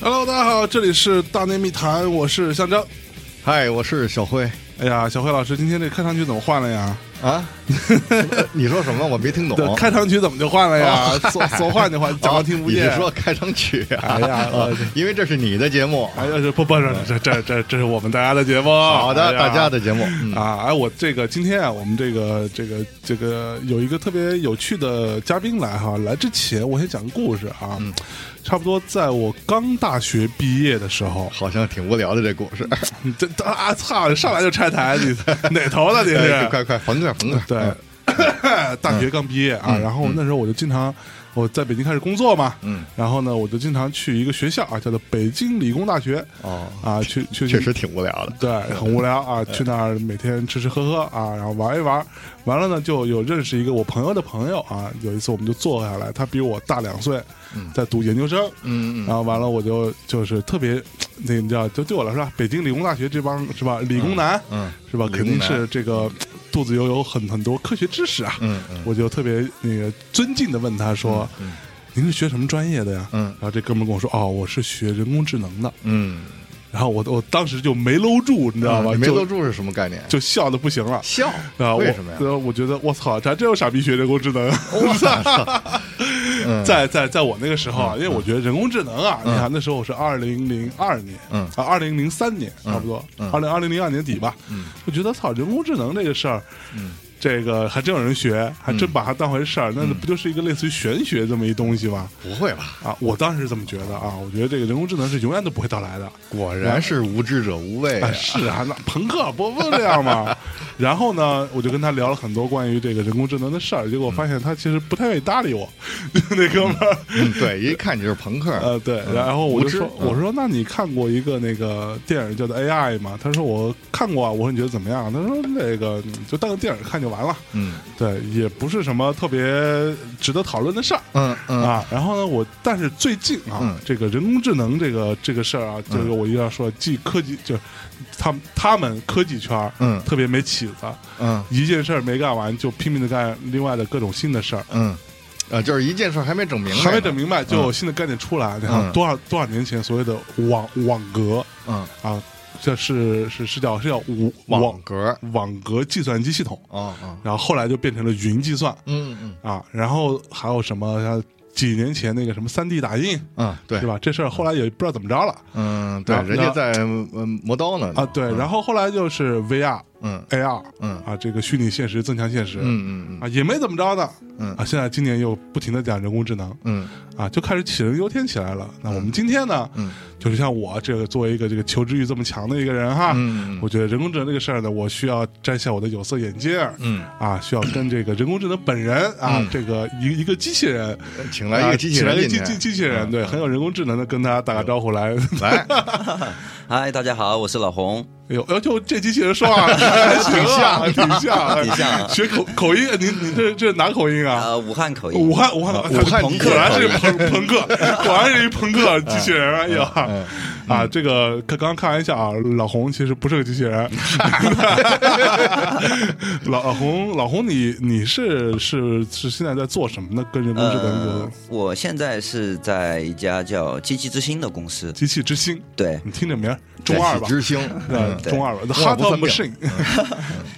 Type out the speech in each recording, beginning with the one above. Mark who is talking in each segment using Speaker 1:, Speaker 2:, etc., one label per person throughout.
Speaker 1: Hello，大家好，这里是大内密谈，我是象征。
Speaker 2: 嗨，我是小辉
Speaker 1: 哎呀，小辉老师，今天这开场曲怎么换了呀？
Speaker 2: 啊。什么 你说什么？我没听懂。
Speaker 1: 对，开场曲怎么就换了呀？
Speaker 2: 啊
Speaker 1: 说说换 就换，假装听不见。
Speaker 2: 你是说开场曲啊？
Speaker 1: 哎呀
Speaker 2: 啊 因为这是你的节目。
Speaker 1: 哎呀，这不不是，这这这这是我们大家的节目，
Speaker 2: 好的
Speaker 1: 哎，呀
Speaker 2: 大家的节目。嗯
Speaker 1: 啊，哎，我这个今天啊，我们这个这个这个有一个特别有趣的嘉宾来哈，来之前我先讲个故事啊，
Speaker 2: 嗯
Speaker 1: 差不多在我刚大学毕业的时候，
Speaker 2: 好像挺无聊的这故事。
Speaker 1: 你这啊操，上来就拆台， 你哪头的你
Speaker 2: 哎
Speaker 1: 是？
Speaker 2: 快快缝点缝点。
Speaker 1: 对
Speaker 2: 嗯，
Speaker 1: 大学刚毕业啊，然后那时候我就经常我在北京开始工作嘛，
Speaker 2: 嗯，
Speaker 1: 然后呢，我就经常去一个学校啊，叫做北京理工大学
Speaker 2: 哦，
Speaker 1: 啊，去去
Speaker 2: 确实挺无聊的。
Speaker 1: 对，很无聊 啊，去那儿每天吃吃喝喝啊，然后玩一玩，完了呢就有认识一个我朋友的朋友啊，有一次我们就坐下来，他比我大两岁，在读研究生，
Speaker 2: 嗯嗯
Speaker 1: 然后完了我就就是特别，那你知道，就对我来说啊，北京理工大学这帮是吧，理工男，
Speaker 2: 嗯
Speaker 1: 是吧，
Speaker 2: 理工
Speaker 1: 肯定
Speaker 2: 男
Speaker 1: 是这个肚子有有很很多科学知识啊，
Speaker 2: 嗯嗯
Speaker 1: 我就特别那个尊敬的问他说，您是学什么专业的呀？
Speaker 2: 嗯
Speaker 1: 然后这哥们儿跟我说，哦，我是学人工智能的。
Speaker 2: 嗯，
Speaker 1: 然后我我当时就没搂住，你知道吧？
Speaker 2: 啊你没
Speaker 1: 就
Speaker 2: 搂住是什么概念？
Speaker 1: 就笑的不行了。
Speaker 2: 笑
Speaker 1: 啊，我
Speaker 2: 为什么呀？
Speaker 1: 呃我觉得我操，咱真有傻逼学人工智能。啊
Speaker 2: 我操！ 嗯
Speaker 1: 在在在我那个时候啊，因为我觉得人工智能啊，你看那时候我是二零零二年，
Speaker 2: 嗯
Speaker 1: 啊，二零零三年差不多，二零二零零二年底吧，
Speaker 2: 嗯
Speaker 1: 我觉得操，人工智能这个事儿，这个还真有人学，还
Speaker 2: 嗯
Speaker 1: 真把它当回事儿，那不就是一个类似于玄学这么一东西吗？
Speaker 2: 不会吧？
Speaker 1: 啊，我当时是这么觉得啊，我觉得这个人工智能是永远都不会到来的。
Speaker 2: 果然是无知者无畏啊
Speaker 1: 啊，！是啊，那朋克不不这样嘛。 然后呢，我就跟他聊了很多关于这个人工智能的事儿，结果我发现他其实不太愿意搭理我， 那哥们儿。
Speaker 2: 嗯，对，一看你就是朋克。
Speaker 1: 呃，对，然后我就说
Speaker 2: 无知，嗯
Speaker 1: 我说那你看过一个那个电影叫做 AI 吗？他说我看过啊，我说你觉得怎么样？他说那个嗯就当个电影看就完了，
Speaker 2: 嗯
Speaker 1: 对，也不是什么特别值得讨论的事儿。
Speaker 2: 嗯嗯
Speaker 1: 啊，然后呢，我但是最近啊，
Speaker 2: 嗯
Speaker 1: 这个人工智能这个这个事儿啊，这个我一定要说，既科技就是他们他们科技圈儿
Speaker 2: 嗯
Speaker 1: 特别没起子，
Speaker 2: 嗯
Speaker 1: 一件事儿没干完就拼命的干另外的各种新的事儿。
Speaker 2: 嗯，啊，就是一件事儿还没整明白呢，
Speaker 1: 还没整明白，就有新的概念出来。你看
Speaker 2: 嗯
Speaker 1: 多少多少年前所谓的网网格
Speaker 2: 嗯，
Speaker 1: 啊，这是是是叫是叫网
Speaker 2: 网格，
Speaker 1: 网格计算机系统，
Speaker 2: 哦哦，
Speaker 1: 然后后来就变成了云计算
Speaker 2: 嗯嗯
Speaker 1: 啊，然后还有什么像几年前那个什么三 D 打印，
Speaker 2: 嗯，对
Speaker 1: 对？吧？这事儿后来也不知道怎么着了
Speaker 2: 嗯，对，
Speaker 1: 然后
Speaker 2: 人家在嗯磨刀呢
Speaker 1: 啊。对，然后后来就是 VR、
Speaker 2: 嗯
Speaker 1: AR，
Speaker 2: 嗯
Speaker 1: 啊，这个虚拟现实增强现实，
Speaker 2: 嗯嗯
Speaker 1: 啊，也没怎么着呢。
Speaker 2: 嗯
Speaker 1: 啊，现在今年又不停的讲人工智能，
Speaker 2: 嗯
Speaker 1: 啊，就开始杞人忧天起来了。那我们今天呢，
Speaker 2: 嗯
Speaker 1: 就是像我这个作为一个这个求知欲这么强的一个人哈，
Speaker 2: 嗯
Speaker 1: 啊我觉得人工智能这个事儿呢，我需要摘下我的有色眼镜儿。
Speaker 2: 嗯
Speaker 1: 啊，需要跟这个人工智能本人啊，
Speaker 2: 嗯
Speaker 1: 这个一一个机器人，
Speaker 2: 嗯，请来一个机器
Speaker 1: 啊
Speaker 2: 人
Speaker 1: 请来一
Speaker 2: 进
Speaker 1: 个
Speaker 2: 去，嗯
Speaker 1: 机机机器人，对，很有人工智能的，跟他打个招呼来，
Speaker 2: 来，
Speaker 3: 嗨，大家好，我是老红。
Speaker 1: 哎呦，要求这机器人啊说 话挺像，啊挺像，
Speaker 3: 挺像啊
Speaker 1: 学口口音，你你这这哪口音啊？
Speaker 3: 呃，武汉口音，
Speaker 1: 武汉，武汉的，
Speaker 2: 武 汉
Speaker 1: 果然是朋朋 克，果然是一朋克机器人，哎呀！啊，这个刚刚开玩笑啊，老红其实不是个机器 人。老红，老红，你你是是是现在在做什么呢？跟人工智能有
Speaker 3: 呃，我现在是在一家叫机器之星的公司，
Speaker 1: 机器之星，
Speaker 3: 对，
Speaker 1: 你听这名儿，中二吧
Speaker 2: 喜，之星，
Speaker 1: 呃
Speaker 2: 嗯
Speaker 3: 对
Speaker 1: 中二吧
Speaker 2: 中二
Speaker 1: ，Heart
Speaker 2: 不
Speaker 1: of
Speaker 2: 分
Speaker 1: Machine，嗯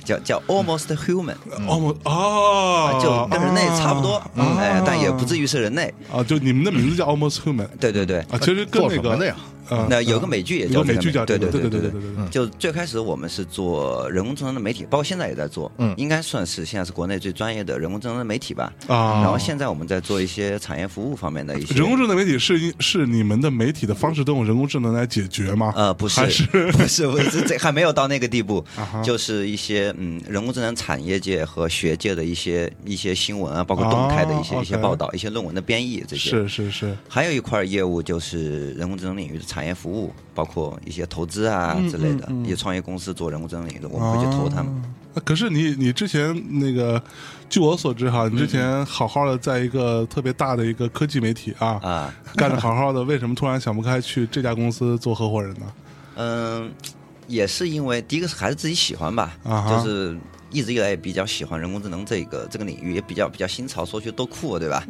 Speaker 3: 叫叫 Almost Human，
Speaker 1: 哦我哦，
Speaker 3: 就跟人类差不多
Speaker 1: 啊，
Speaker 3: 嗯哎，但也不至于是人类。
Speaker 1: 啊，就你们的名字叫 Almost Human
Speaker 3: 对对对，
Speaker 1: 啊，其实跟
Speaker 2: 做
Speaker 1: 那
Speaker 2: 什么的
Speaker 1: 个
Speaker 2: 呀？
Speaker 1: 呃
Speaker 3: 那有个美剧也
Speaker 1: 有
Speaker 3: 叫
Speaker 1: 个
Speaker 3: 这
Speaker 1: 美
Speaker 3: 个
Speaker 1: 剧叫
Speaker 3: 对
Speaker 1: 这
Speaker 3: 对
Speaker 1: 个
Speaker 3: 对
Speaker 1: 对
Speaker 3: 对
Speaker 1: 对嗯对对
Speaker 3: 就最开始我们是做人工智能的媒体，包括现在也在做，
Speaker 2: 嗯
Speaker 3: 应该算是现在是国内最专业的人工智能的媒体吧。
Speaker 1: 啊，
Speaker 3: 然后现在我们在做一些产业服务方面的一些
Speaker 1: 人工智能媒体是一是你们的媒体的方式都用人工智能来解决吗？
Speaker 3: 呃，不是，
Speaker 1: 还是
Speaker 3: 不是，不是，这还没有到那个地步
Speaker 1: 啊哈，
Speaker 3: 就是一些嗯，人工智能产业界和学界的一些一些新闻啊，包括动态的一些、
Speaker 1: 哦
Speaker 3: 一些
Speaker 1: OK
Speaker 3: 报道、一些论文的编译这些。
Speaker 1: 是是是
Speaker 3: 还有一块业务就是人工智能领域的产业服务，包括一些投资啊
Speaker 1: 嗯
Speaker 3: 之类的，
Speaker 1: 嗯嗯
Speaker 3: 一些创业公司做人工智能领域的，我们会去投他们。
Speaker 1: 啊可是你你之前那个，据我所知哈，你之
Speaker 3: 嗯
Speaker 1: 前好好的在一个特别大的一个科技媒体啊，
Speaker 3: 啊，
Speaker 1: 干的好好的，为什么突然想不开去这家公司做合伙人呢？
Speaker 3: 嗯，也是因为第一个是还是自己喜欢吧，
Speaker 1: 啊哈
Speaker 3: 就是一直以来也比较喜欢人工智能这个这个领域，也比较比较新潮，说去多酷，啊 对吧？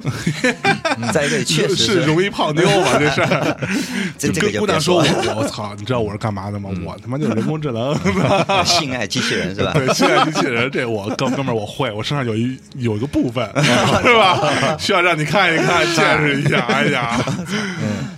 Speaker 3: 再一个也确实
Speaker 1: 是容易泡妞吧？这是，
Speaker 3: 这这
Speaker 1: 就
Speaker 3: 个
Speaker 1: 跟
Speaker 3: 就
Speaker 1: 姑
Speaker 3: 别
Speaker 1: 娘
Speaker 3: 说
Speaker 1: 我
Speaker 3: 了，嗯
Speaker 1: 我操，你知道我是干嘛的吗？我他妈就是人工智能，
Speaker 3: 性爱机器人是吧？
Speaker 1: 对，现在机器人这我哥哥们儿我会，我身上有一有一个部 分是吧？需要让你看一看，见识 一下。哎
Speaker 3: 啊
Speaker 1: 呀，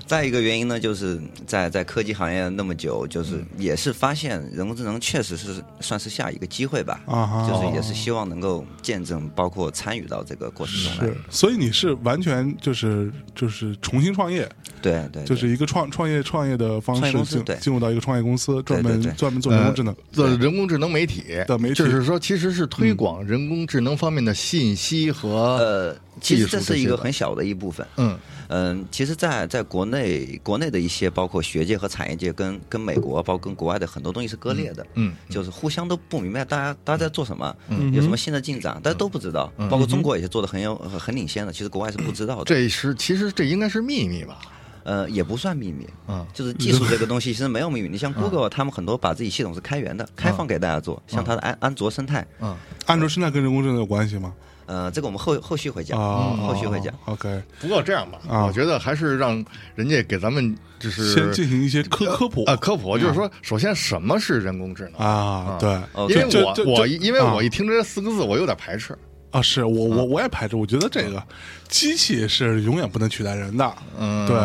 Speaker 3: 再一个原因呢，就是在在科技行业那么久，
Speaker 1: 嗯
Speaker 3: 就是也是发现人工智能确实是算是下一个机会吧，
Speaker 1: 啊哈
Speaker 3: 就是也是希望能够见证，包括参与到这个过程中来
Speaker 1: 是。，所以你是完全就是就是重新创业，
Speaker 3: 对对，
Speaker 1: 就是一个创创业创业的方
Speaker 3: 创业
Speaker 1: 式
Speaker 3: 公司
Speaker 1: 进
Speaker 3: 对
Speaker 1: 进入到一个创业公司，专门
Speaker 3: 对对呃
Speaker 1: 专门做人工智能。
Speaker 2: 做人工智能媒体
Speaker 1: 的媒体嗯
Speaker 2: 就是说其实是推广人工智能方面的信息和
Speaker 3: 呃，其实这
Speaker 2: 技术这
Speaker 3: 是
Speaker 2: 些
Speaker 3: 一个
Speaker 2: 吧
Speaker 3: 很小的一部分。
Speaker 2: 嗯
Speaker 3: 嗯，其实在，在国内国内的一些包括学界和产业界跟，跟美国包括跟国外的很多东西是割裂的，
Speaker 2: 嗯
Speaker 3: 就是互相都不明白大家大家在做什么，
Speaker 1: 嗯
Speaker 3: 有什么新的进展，大家都不知道。
Speaker 2: 嗯
Speaker 3: 包括中国也是做的很有很领先的，其实国外是不知道的。
Speaker 2: 这是其实这应该是秘密吧？
Speaker 3: 呃，也不算秘密，
Speaker 2: 嗯
Speaker 3: 就是技术这个东西其实没有秘密。你像 Google，他们很多把自己系统是开源的，开放给大家做，像它的安安卓生态，
Speaker 2: 嗯，
Speaker 1: 安卓生态跟人工智能有关系吗？
Speaker 3: 呃，这个我们后后续会讲，
Speaker 2: 哦
Speaker 1: 啊，
Speaker 3: 嗯后续会讲。，
Speaker 1: OK，
Speaker 2: 不过这样吧，
Speaker 1: 啊
Speaker 2: 我觉得还是让人家给咱们就是
Speaker 1: 先进行一些科科普嗯
Speaker 2: 啊科普，就是说首先什么是人工智能？
Speaker 1: 啊，对。
Speaker 2: 因为
Speaker 1: 这
Speaker 2: 我
Speaker 1: 这这
Speaker 2: 我因为
Speaker 1: 啊
Speaker 2: 我一听这四个字，我有点排斥。
Speaker 1: 啊，是我我我也排斥，我觉得这个机器是永远不能取代人的。
Speaker 2: 嗯，
Speaker 1: 对，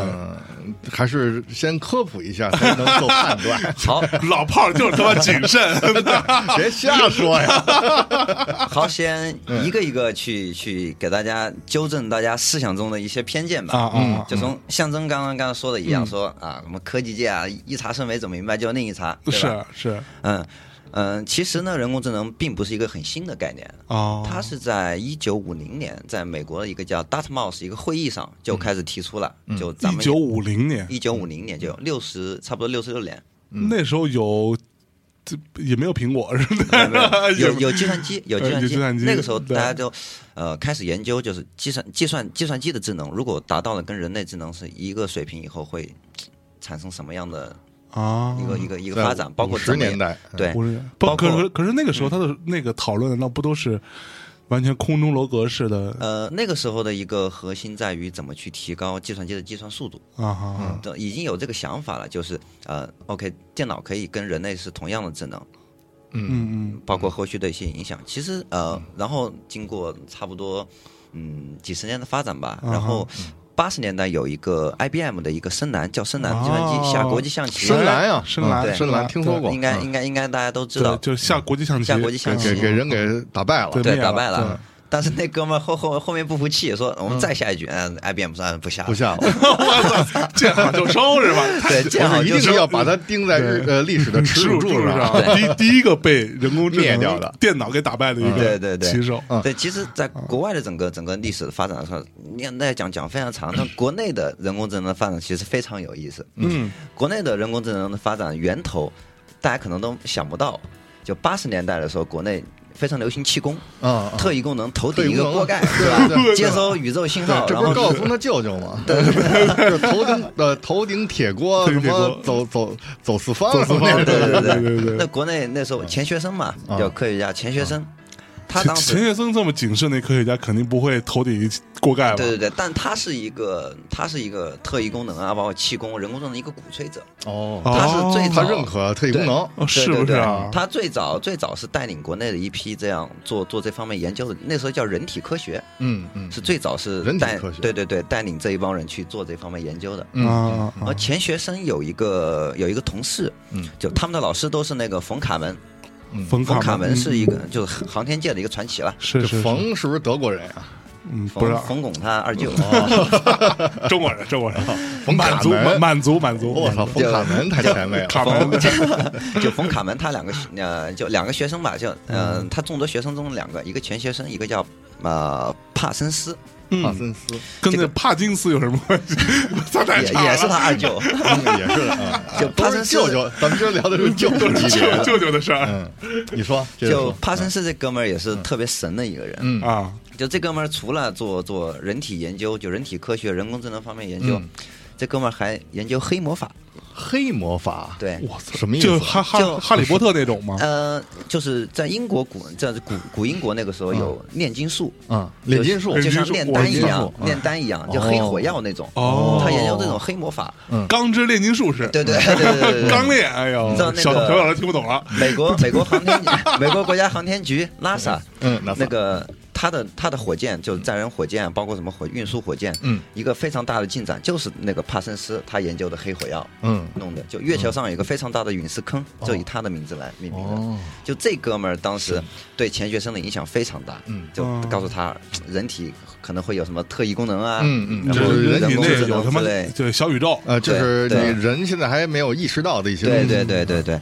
Speaker 2: 还是先科普一下才能做判断
Speaker 3: 好
Speaker 1: 老炮儿就是他妈谨 慎，
Speaker 3: 嗯
Speaker 2: 别瞎说呀。
Speaker 3: 好，先一
Speaker 1: 嗯
Speaker 3: 个一个去去给大家纠正大家思想中的一些偏见
Speaker 1: 啊
Speaker 3: 吧。
Speaker 1: 啊啊，嗯
Speaker 3: 就从象征刚刚刚刚说的一样，说啊，我们科技界啊，一查生没怎么明白，就另一查，对吧？
Speaker 1: 是是
Speaker 3: 嗯嗯，其实呢，人工智能并不是一个很新的概念，
Speaker 1: 啊，
Speaker 3: 他是在一九五零年，在美国的一个叫 Dartmouth 一个会议上就开始提出了，就咱
Speaker 1: 嗯一
Speaker 3: 们
Speaker 1: 九五零年
Speaker 3: 一九五零年就有六十，差不多六十六年，
Speaker 1: 那时候有，这也没有苹果是
Speaker 3: 没有没
Speaker 1: 吧？
Speaker 3: 有有
Speaker 1: 也
Speaker 3: 有计算机，有计
Speaker 1: 呃有
Speaker 3: 算机，
Speaker 1: 计算机
Speaker 3: 那个时候
Speaker 1: 对
Speaker 3: 大家就呃开始研究，就是计算计算计算机的智能，如果达到了跟人类智能是一个水平以后，会产生什么样的
Speaker 1: 啊
Speaker 3: 一，个一个一个发展？包括嗯
Speaker 2: 十
Speaker 3: 咱们也
Speaker 2: 年代，
Speaker 3: 对
Speaker 1: 不是，不
Speaker 3: 包
Speaker 1: 可
Speaker 3: 括嗯
Speaker 1: 是可是那个时候他的那个讨论那不都是完全空中楼阁式的
Speaker 3: 呃那个时候的一个核心在于怎么去提高计算机的计算速度。
Speaker 1: 啊哈
Speaker 3: 都已经有这个想法了，就是呃，OK，电脑可以跟人类是同样的智能，
Speaker 1: 嗯
Speaker 3: 包括后续的一些影响。其实呃，然后经过差不多嗯几十年的发展吧，
Speaker 1: 嗯哼
Speaker 3: 然后八十年代有一个 IBM 的一个深蓝叫深蓝计算
Speaker 1: 哦
Speaker 3: 机下国际象棋，
Speaker 2: 深蓝啊呀
Speaker 1: 嗯，，深蓝
Speaker 3: 对
Speaker 2: 深蓝听说过，
Speaker 3: 应该
Speaker 2: 嗯
Speaker 3: 应该应该大家都知
Speaker 1: 对
Speaker 3: 道，嗯
Speaker 1: 就下国际象棋，
Speaker 3: 下国际象棋
Speaker 2: 给给人给打败了
Speaker 1: 对，
Speaker 3: 对
Speaker 1: 灭
Speaker 3: 打
Speaker 1: 了
Speaker 3: 败了。但是那哥们儿后后后面不服气，说我们再下一局，嗯，IBM 说嗯不下了，
Speaker 2: 不下了。
Speaker 1: 我操，见好就收 是吧？
Speaker 3: 对，见好
Speaker 2: 我是
Speaker 3: 就
Speaker 2: 一
Speaker 3: 收
Speaker 2: 定要把它钉在日呃历史 的耻辱柱上。啊
Speaker 1: 第一第一个被人工智
Speaker 2: 灭
Speaker 1: 能
Speaker 2: 掉的
Speaker 1: 电脑给打败的一个
Speaker 3: 对对对
Speaker 1: 棋手，
Speaker 2: 嗯
Speaker 3: 对，其实，在国外的整个整个历史的发展上，年代讲讲非常长，但国内的人工智能的发展其实非常有意思。
Speaker 1: 嗯，
Speaker 3: 国内的人工智能的发展源头，大家可能都想不到。就八十年代的时候，国内非常流行气功，
Speaker 2: 嗯嗯
Speaker 3: 特异功能头顶一
Speaker 2: 特异
Speaker 3: 个
Speaker 2: 功能
Speaker 3: 锅盖，
Speaker 2: 对
Speaker 3: 是吧？
Speaker 2: 对对
Speaker 3: 接收宇宙信号，
Speaker 2: 对，这
Speaker 3: 然
Speaker 2: 不
Speaker 3: 后
Speaker 2: 是高晓松他舅舅吗？对，就是头顶呃头顶铁锅，
Speaker 1: 头
Speaker 2: 什
Speaker 1: 顶铁锅
Speaker 2: 么走走走四方，
Speaker 1: 走四方
Speaker 2: 什么那
Speaker 3: 对
Speaker 2: 种
Speaker 3: 对对
Speaker 1: 对对对
Speaker 3: 那国内那时候钱学森嘛，
Speaker 2: 啊
Speaker 3: 叫科学家钱学森，他
Speaker 1: 钱
Speaker 3: 当
Speaker 1: 钱
Speaker 3: 时。
Speaker 1: 学森这么谨慎的科学家，肯定不会头顶一锅盖吧？
Speaker 3: 对对对，但他是一个，他是一个特异功能啊，包括气功、人工智能的一个鼓吹者。
Speaker 2: 哦，
Speaker 3: 他是最
Speaker 1: 哦
Speaker 2: 他
Speaker 3: 早
Speaker 2: 认可特异功能，
Speaker 1: 哦，
Speaker 3: 对
Speaker 1: 是不是
Speaker 3: 对
Speaker 1: 啊
Speaker 3: 对？他最早最早是带领国内的一批这样做做这方面研究的，那时候叫人体科学，
Speaker 2: 嗯嗯，
Speaker 3: 是最早是
Speaker 2: 人体
Speaker 3: 带
Speaker 2: 科学
Speaker 3: 对对对，带领这一帮人去做这方面研究的。
Speaker 2: 嗯
Speaker 1: 啊
Speaker 3: 而钱学森有一个有一个同事，
Speaker 2: 嗯，
Speaker 3: 就他们的老师都是那个冯卡门，
Speaker 2: 嗯
Speaker 1: 冯
Speaker 3: 冯
Speaker 1: 卡
Speaker 3: 卡门是一个
Speaker 1: 嗯
Speaker 3: 就是航天界的一个传奇了，
Speaker 1: 是
Speaker 2: 这
Speaker 1: 是
Speaker 2: 冯是不是德国人啊？
Speaker 1: 嗯，不
Speaker 3: 冯
Speaker 1: 知道
Speaker 3: 冯巩他二舅，哦
Speaker 1: 中国人，中国人，
Speaker 2: 冯
Speaker 1: 满
Speaker 2: 卡
Speaker 1: 族满
Speaker 2: 门，
Speaker 1: 满族满族，
Speaker 2: 我啊操，冯卡门太前卫了，
Speaker 1: 卡门
Speaker 3: 冯就冯卡门他两个呃就两个学生吧，就呃他众多学生中的两个，一个钱学森，一个叫呃帕森斯，
Speaker 2: 帕森斯
Speaker 1: 嗯跟那帕金斯有什么关系？ 咱俩
Speaker 3: 也也是他二 舅，
Speaker 2: 嗯也是啊，
Speaker 3: 就
Speaker 2: 都
Speaker 3: 帕
Speaker 2: 是
Speaker 3: 森斯
Speaker 2: 舅舅，咱们今儿聊的是舅舅级
Speaker 1: 舅
Speaker 2: 别 的。
Speaker 1: 舅舅的事儿
Speaker 2: 嗯，你说，接着
Speaker 3: 就
Speaker 2: 说
Speaker 3: 帕森斯这哥们儿也是特别神的一个人。
Speaker 2: 嗯
Speaker 1: 啊，
Speaker 3: 就这哥们儿除了做做人体研究，就人体科学、人工智能方面研究，
Speaker 2: 嗯
Speaker 3: 这哥们儿还研究黑魔法。
Speaker 2: 黑魔法，
Speaker 3: 对，
Speaker 1: 我操，
Speaker 2: 什么意思
Speaker 1: 就哈哈
Speaker 3: 就
Speaker 1: 哈利波特那种
Speaker 2: 哦
Speaker 1: 吗？
Speaker 3: 呃，就是在英国古在古古英国那个时候有炼金术，
Speaker 2: 嗯炼金术
Speaker 3: 就像炼丹
Speaker 2: 炼
Speaker 3: 一
Speaker 2: 金术
Speaker 3: 样，
Speaker 2: 嗯
Speaker 3: 炼丹一样，就黑火药那种。
Speaker 1: 哦
Speaker 3: 他研究这种黑魔法。
Speaker 1: 钢之炼金术士，
Speaker 3: 对对对对对对。
Speaker 1: 钢炼，哎呦，
Speaker 3: 你知道那个
Speaker 1: 小小小老师听不懂了。
Speaker 3: 美国美国航天美国国家航天局拉萨，
Speaker 2: 嗯拉萨
Speaker 3: 那个它的它的火箭就是载人火箭，包括什么火运输火箭，
Speaker 2: 嗯，
Speaker 3: 一个非常大的进展就是那个帕森斯他研究的黑火药，
Speaker 2: 嗯
Speaker 3: 弄的就月球上有一个非常大的陨石坑，
Speaker 1: 哦
Speaker 3: 就以他的名字来命名
Speaker 2: 哦
Speaker 3: 的。就这哥们儿当时对钱学森的影响非常大，嗯，就
Speaker 1: 哦
Speaker 3: 告诉他人体可能会有什么特异功能啊，
Speaker 2: 嗯嗯
Speaker 3: 然
Speaker 1: 就
Speaker 3: 后
Speaker 1: 是人体
Speaker 3: 工
Speaker 1: 内
Speaker 3: 智
Speaker 1: 有
Speaker 3: 能
Speaker 1: 他
Speaker 3: 之
Speaker 1: 妈
Speaker 3: 类，
Speaker 1: 对小宇宙，
Speaker 2: 呃，就是
Speaker 3: 对对
Speaker 2: 你人现在还没有意识到的一些东
Speaker 3: 对
Speaker 2: 西，
Speaker 3: 对对对
Speaker 1: 嗯
Speaker 3: 对，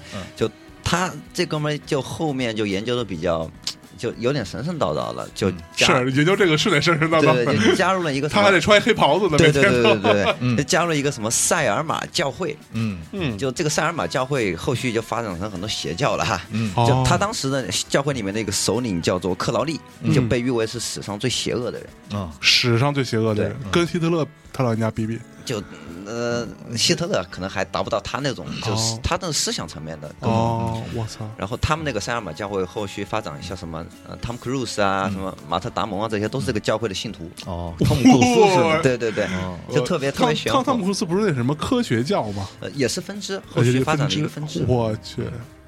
Speaker 3: 就他这哥们儿就后面就研究的比较，就有点神神叨叨了，就加
Speaker 1: 是研究这嗯个是得神神叨
Speaker 3: 对对，
Speaker 1: 叨，
Speaker 3: 对就加入了一个什
Speaker 1: 他还得
Speaker 3: 么。
Speaker 1: 穿黑袍子呢，
Speaker 3: 对
Speaker 1: 每
Speaker 3: 对对
Speaker 1: 天嗯
Speaker 3: 对
Speaker 1: 都。
Speaker 3: 对对，就加入了一个什么塞尔玛教会，
Speaker 2: 嗯
Speaker 1: 嗯，
Speaker 3: 就这个塞尔玛教会后续就发展成很多邪教了哈。
Speaker 2: 嗯
Speaker 1: 哦
Speaker 3: 就他当时的教会里面的一个首领叫做克劳利，
Speaker 1: 嗯
Speaker 3: 就被誉为是史上最邪恶的人。
Speaker 2: 啊，
Speaker 1: 史上最邪恶的人，跟希特勒他老人家比比，
Speaker 3: 就呃，希特勒可能还达不到他那种，就是
Speaker 1: 哦
Speaker 3: 他的思想层面的更
Speaker 1: 哦，我操，
Speaker 3: 然后他们那个塞尔玛教会后续发展，像什么呃汤姆·克鲁斯啊，
Speaker 1: 嗯
Speaker 3: 什么马特·达蒙啊，这些都是这个教会的信徒。
Speaker 2: 哦，汤姆·克鲁斯是
Speaker 1: 哇
Speaker 2: 吗？
Speaker 3: 对对对，就特别特别玄
Speaker 1: 哦汤汤姆·
Speaker 3: 乎，
Speaker 1: 克鲁斯不是那什么科学教吗？
Speaker 3: 呃也是分支，后续发展的一个分支。
Speaker 1: 我去，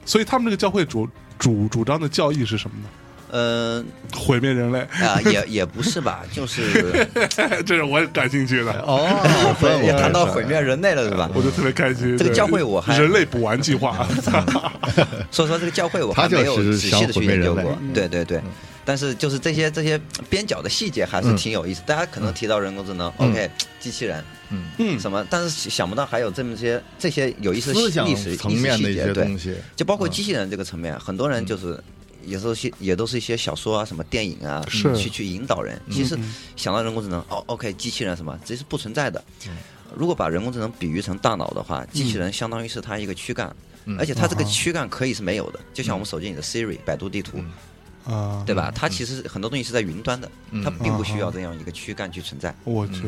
Speaker 1: 所以他们这个教会主主主张的教义是什么呢？
Speaker 3: 呃
Speaker 1: 毁灭人类，
Speaker 3: 啊，也也不是吧，就是，
Speaker 1: 这是我感兴趣的，
Speaker 2: 哦
Speaker 3: 对也谈到毁灭人类了，是吧？
Speaker 1: 我就特别开心。
Speaker 3: 这个
Speaker 1: 对
Speaker 3: 教会我还
Speaker 1: 人类补完计划，
Speaker 3: 所以说这个教会我还
Speaker 2: 他就
Speaker 3: 没有
Speaker 2: 是
Speaker 3: 仔细
Speaker 2: 想
Speaker 3: 的
Speaker 2: 毁
Speaker 3: 去
Speaker 2: 灭
Speaker 3: 研究
Speaker 2: 人类嗯
Speaker 3: 过，对对对。但是就是这些这些边角的细节还是挺有意思，大家可能提到人工智能，OK，机器人，
Speaker 2: 嗯
Speaker 1: 嗯
Speaker 3: 什么，但是想不到还有这么些这些有意思的
Speaker 2: 思想
Speaker 3: 历史
Speaker 2: 层面的一些东，
Speaker 3: 历史细节对
Speaker 2: 西，
Speaker 3: 就包括机器人这个层面，很多人就是也都是也都是一些小说啊、什么电影啊，
Speaker 1: 是
Speaker 3: 去去引导人。其实想到人工智能，哦，OK，机器人什么，这是不存在的。如果把人工智能比喻成大脑的话，机器人相当于是它一个躯干，
Speaker 2: 嗯
Speaker 3: 而且它这个躯干可以是没有的，就像我们手机里的 Siri、百度地图，
Speaker 2: 嗯
Speaker 1: 啊，
Speaker 3: 对吧？它其实很多东西是在云端的，它并不需要这样一个躯干去存在。
Speaker 1: 我去，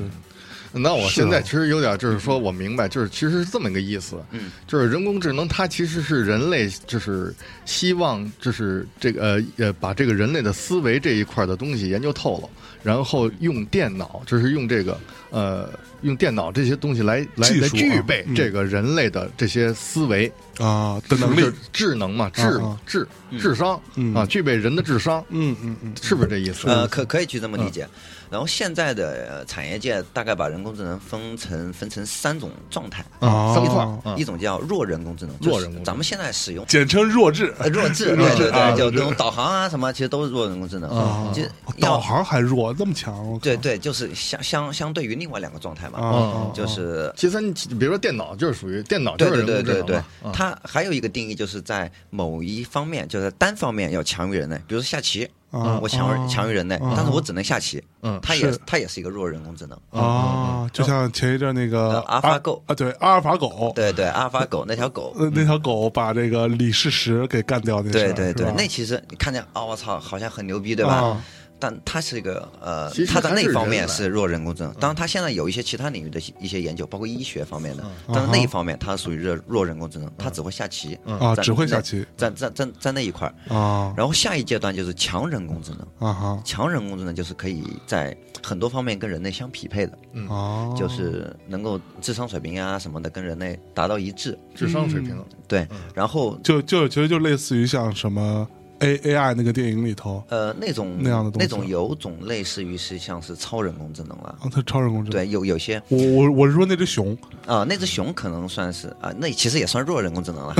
Speaker 2: 那我
Speaker 1: 是啊
Speaker 2: 现在其实有点就是说，我明白，就是其实是这么一个意思，
Speaker 3: 嗯，
Speaker 2: 就是人工智能它其实是人类，就是希望就是这个呃呃把这个人类的思维这一块的东西研究透了，然后用电脑，就是用这个呃用电脑这些东西来来
Speaker 1: 技术啊
Speaker 2: 来具备
Speaker 1: 嗯
Speaker 2: 这个人类的这些思维
Speaker 1: 啊的能
Speaker 2: 是
Speaker 1: 力
Speaker 2: 不是，智能嘛，智
Speaker 1: 啊啊
Speaker 2: 智智商
Speaker 1: 嗯
Speaker 2: 啊，具备人的智商，
Speaker 1: 嗯嗯嗯，
Speaker 2: 是不是这意思？
Speaker 3: 呃，可可以去这么理解。然后现在的呃产业界大概把人工智能分成分成三种状态，
Speaker 2: 啊，三块
Speaker 1: 哦
Speaker 2: 啊
Speaker 3: 一种叫弱人工智能，
Speaker 2: 弱
Speaker 3: 就是
Speaker 2: 人工智能
Speaker 3: 咱们现在使用。
Speaker 1: 简称弱智，
Speaker 3: 呃，弱智，
Speaker 1: 弱
Speaker 3: 对
Speaker 1: 智
Speaker 3: 对
Speaker 1: 啊
Speaker 3: 对，就
Speaker 1: 弱智哦
Speaker 3: 这种导航啊什么，其实都是弱人工智能。
Speaker 2: 啊
Speaker 3: 其实要
Speaker 1: 导，航还弱，这么强，我靠
Speaker 3: 对对，就是相相相对于另外两个状态嘛，
Speaker 1: 啊，
Speaker 3: 就是
Speaker 2: 其实你比如说电脑就是属于电脑就
Speaker 3: 对
Speaker 2: 是
Speaker 3: 对
Speaker 2: 人工智
Speaker 3: 对对
Speaker 2: 能
Speaker 3: 对
Speaker 2: 嘛，啊，
Speaker 3: 它还有一个定义就是在某一方面，就是单方面要强于人类，比如说下棋，
Speaker 1: 啊
Speaker 3: 我强
Speaker 1: 啊
Speaker 3: 于强于人类
Speaker 1: 啊，
Speaker 3: 但是我只能下棋，
Speaker 2: 嗯
Speaker 3: 它也
Speaker 1: 是
Speaker 3: 它也是一个弱人工智能。
Speaker 1: 啊，就像前一阵那个
Speaker 3: 嗯呃阿尔法狗
Speaker 1: 啊，对，阿尔法狗，
Speaker 3: 对对，阿尔法狗那条狗，
Speaker 1: 呃，那条狗把这个李世石给干掉那事
Speaker 3: 对
Speaker 1: 儿，
Speaker 3: 对
Speaker 1: 是
Speaker 3: 对
Speaker 1: 吧，
Speaker 3: 那其实你看见啊，我操，好像很牛逼，对吧？
Speaker 1: 啊
Speaker 3: 但它是一个呃
Speaker 2: 其，实
Speaker 3: 它的
Speaker 2: 还是
Speaker 3: 那方
Speaker 2: 人
Speaker 3: 面
Speaker 2: 来
Speaker 3: 是弱人工智能。当然，它现在有一些其他领域的一些研究，包括医学方面的，但是那一方面它属于弱弱人工智能，它只会下棋
Speaker 1: 啊
Speaker 3: 在
Speaker 1: 只会
Speaker 3: 那
Speaker 1: 下棋
Speaker 3: 在在在在那一块儿。
Speaker 1: 啊
Speaker 3: 然后下一阶段就是强人工智能，
Speaker 1: 啊哈
Speaker 3: 强人工智能就是可以在很多方面跟人类相匹配的，
Speaker 1: 啊，
Speaker 3: 就是能够智商水平啊什么的跟人类达到一致。
Speaker 2: 嗯智商水
Speaker 1: 嗯
Speaker 2: 平，
Speaker 3: 对，然后
Speaker 1: 就就其实就类似于像什么 A A I 那个电影里头，
Speaker 3: 呃，那种
Speaker 1: 那样的东西
Speaker 3: 种有种类似于是像是超人工智能了。
Speaker 1: 啊，它超人工智能。
Speaker 3: 对，有有些
Speaker 1: 我我我是说那只熊，
Speaker 3: 啊、那只熊可能算是啊、那其实也算弱人工智 能了。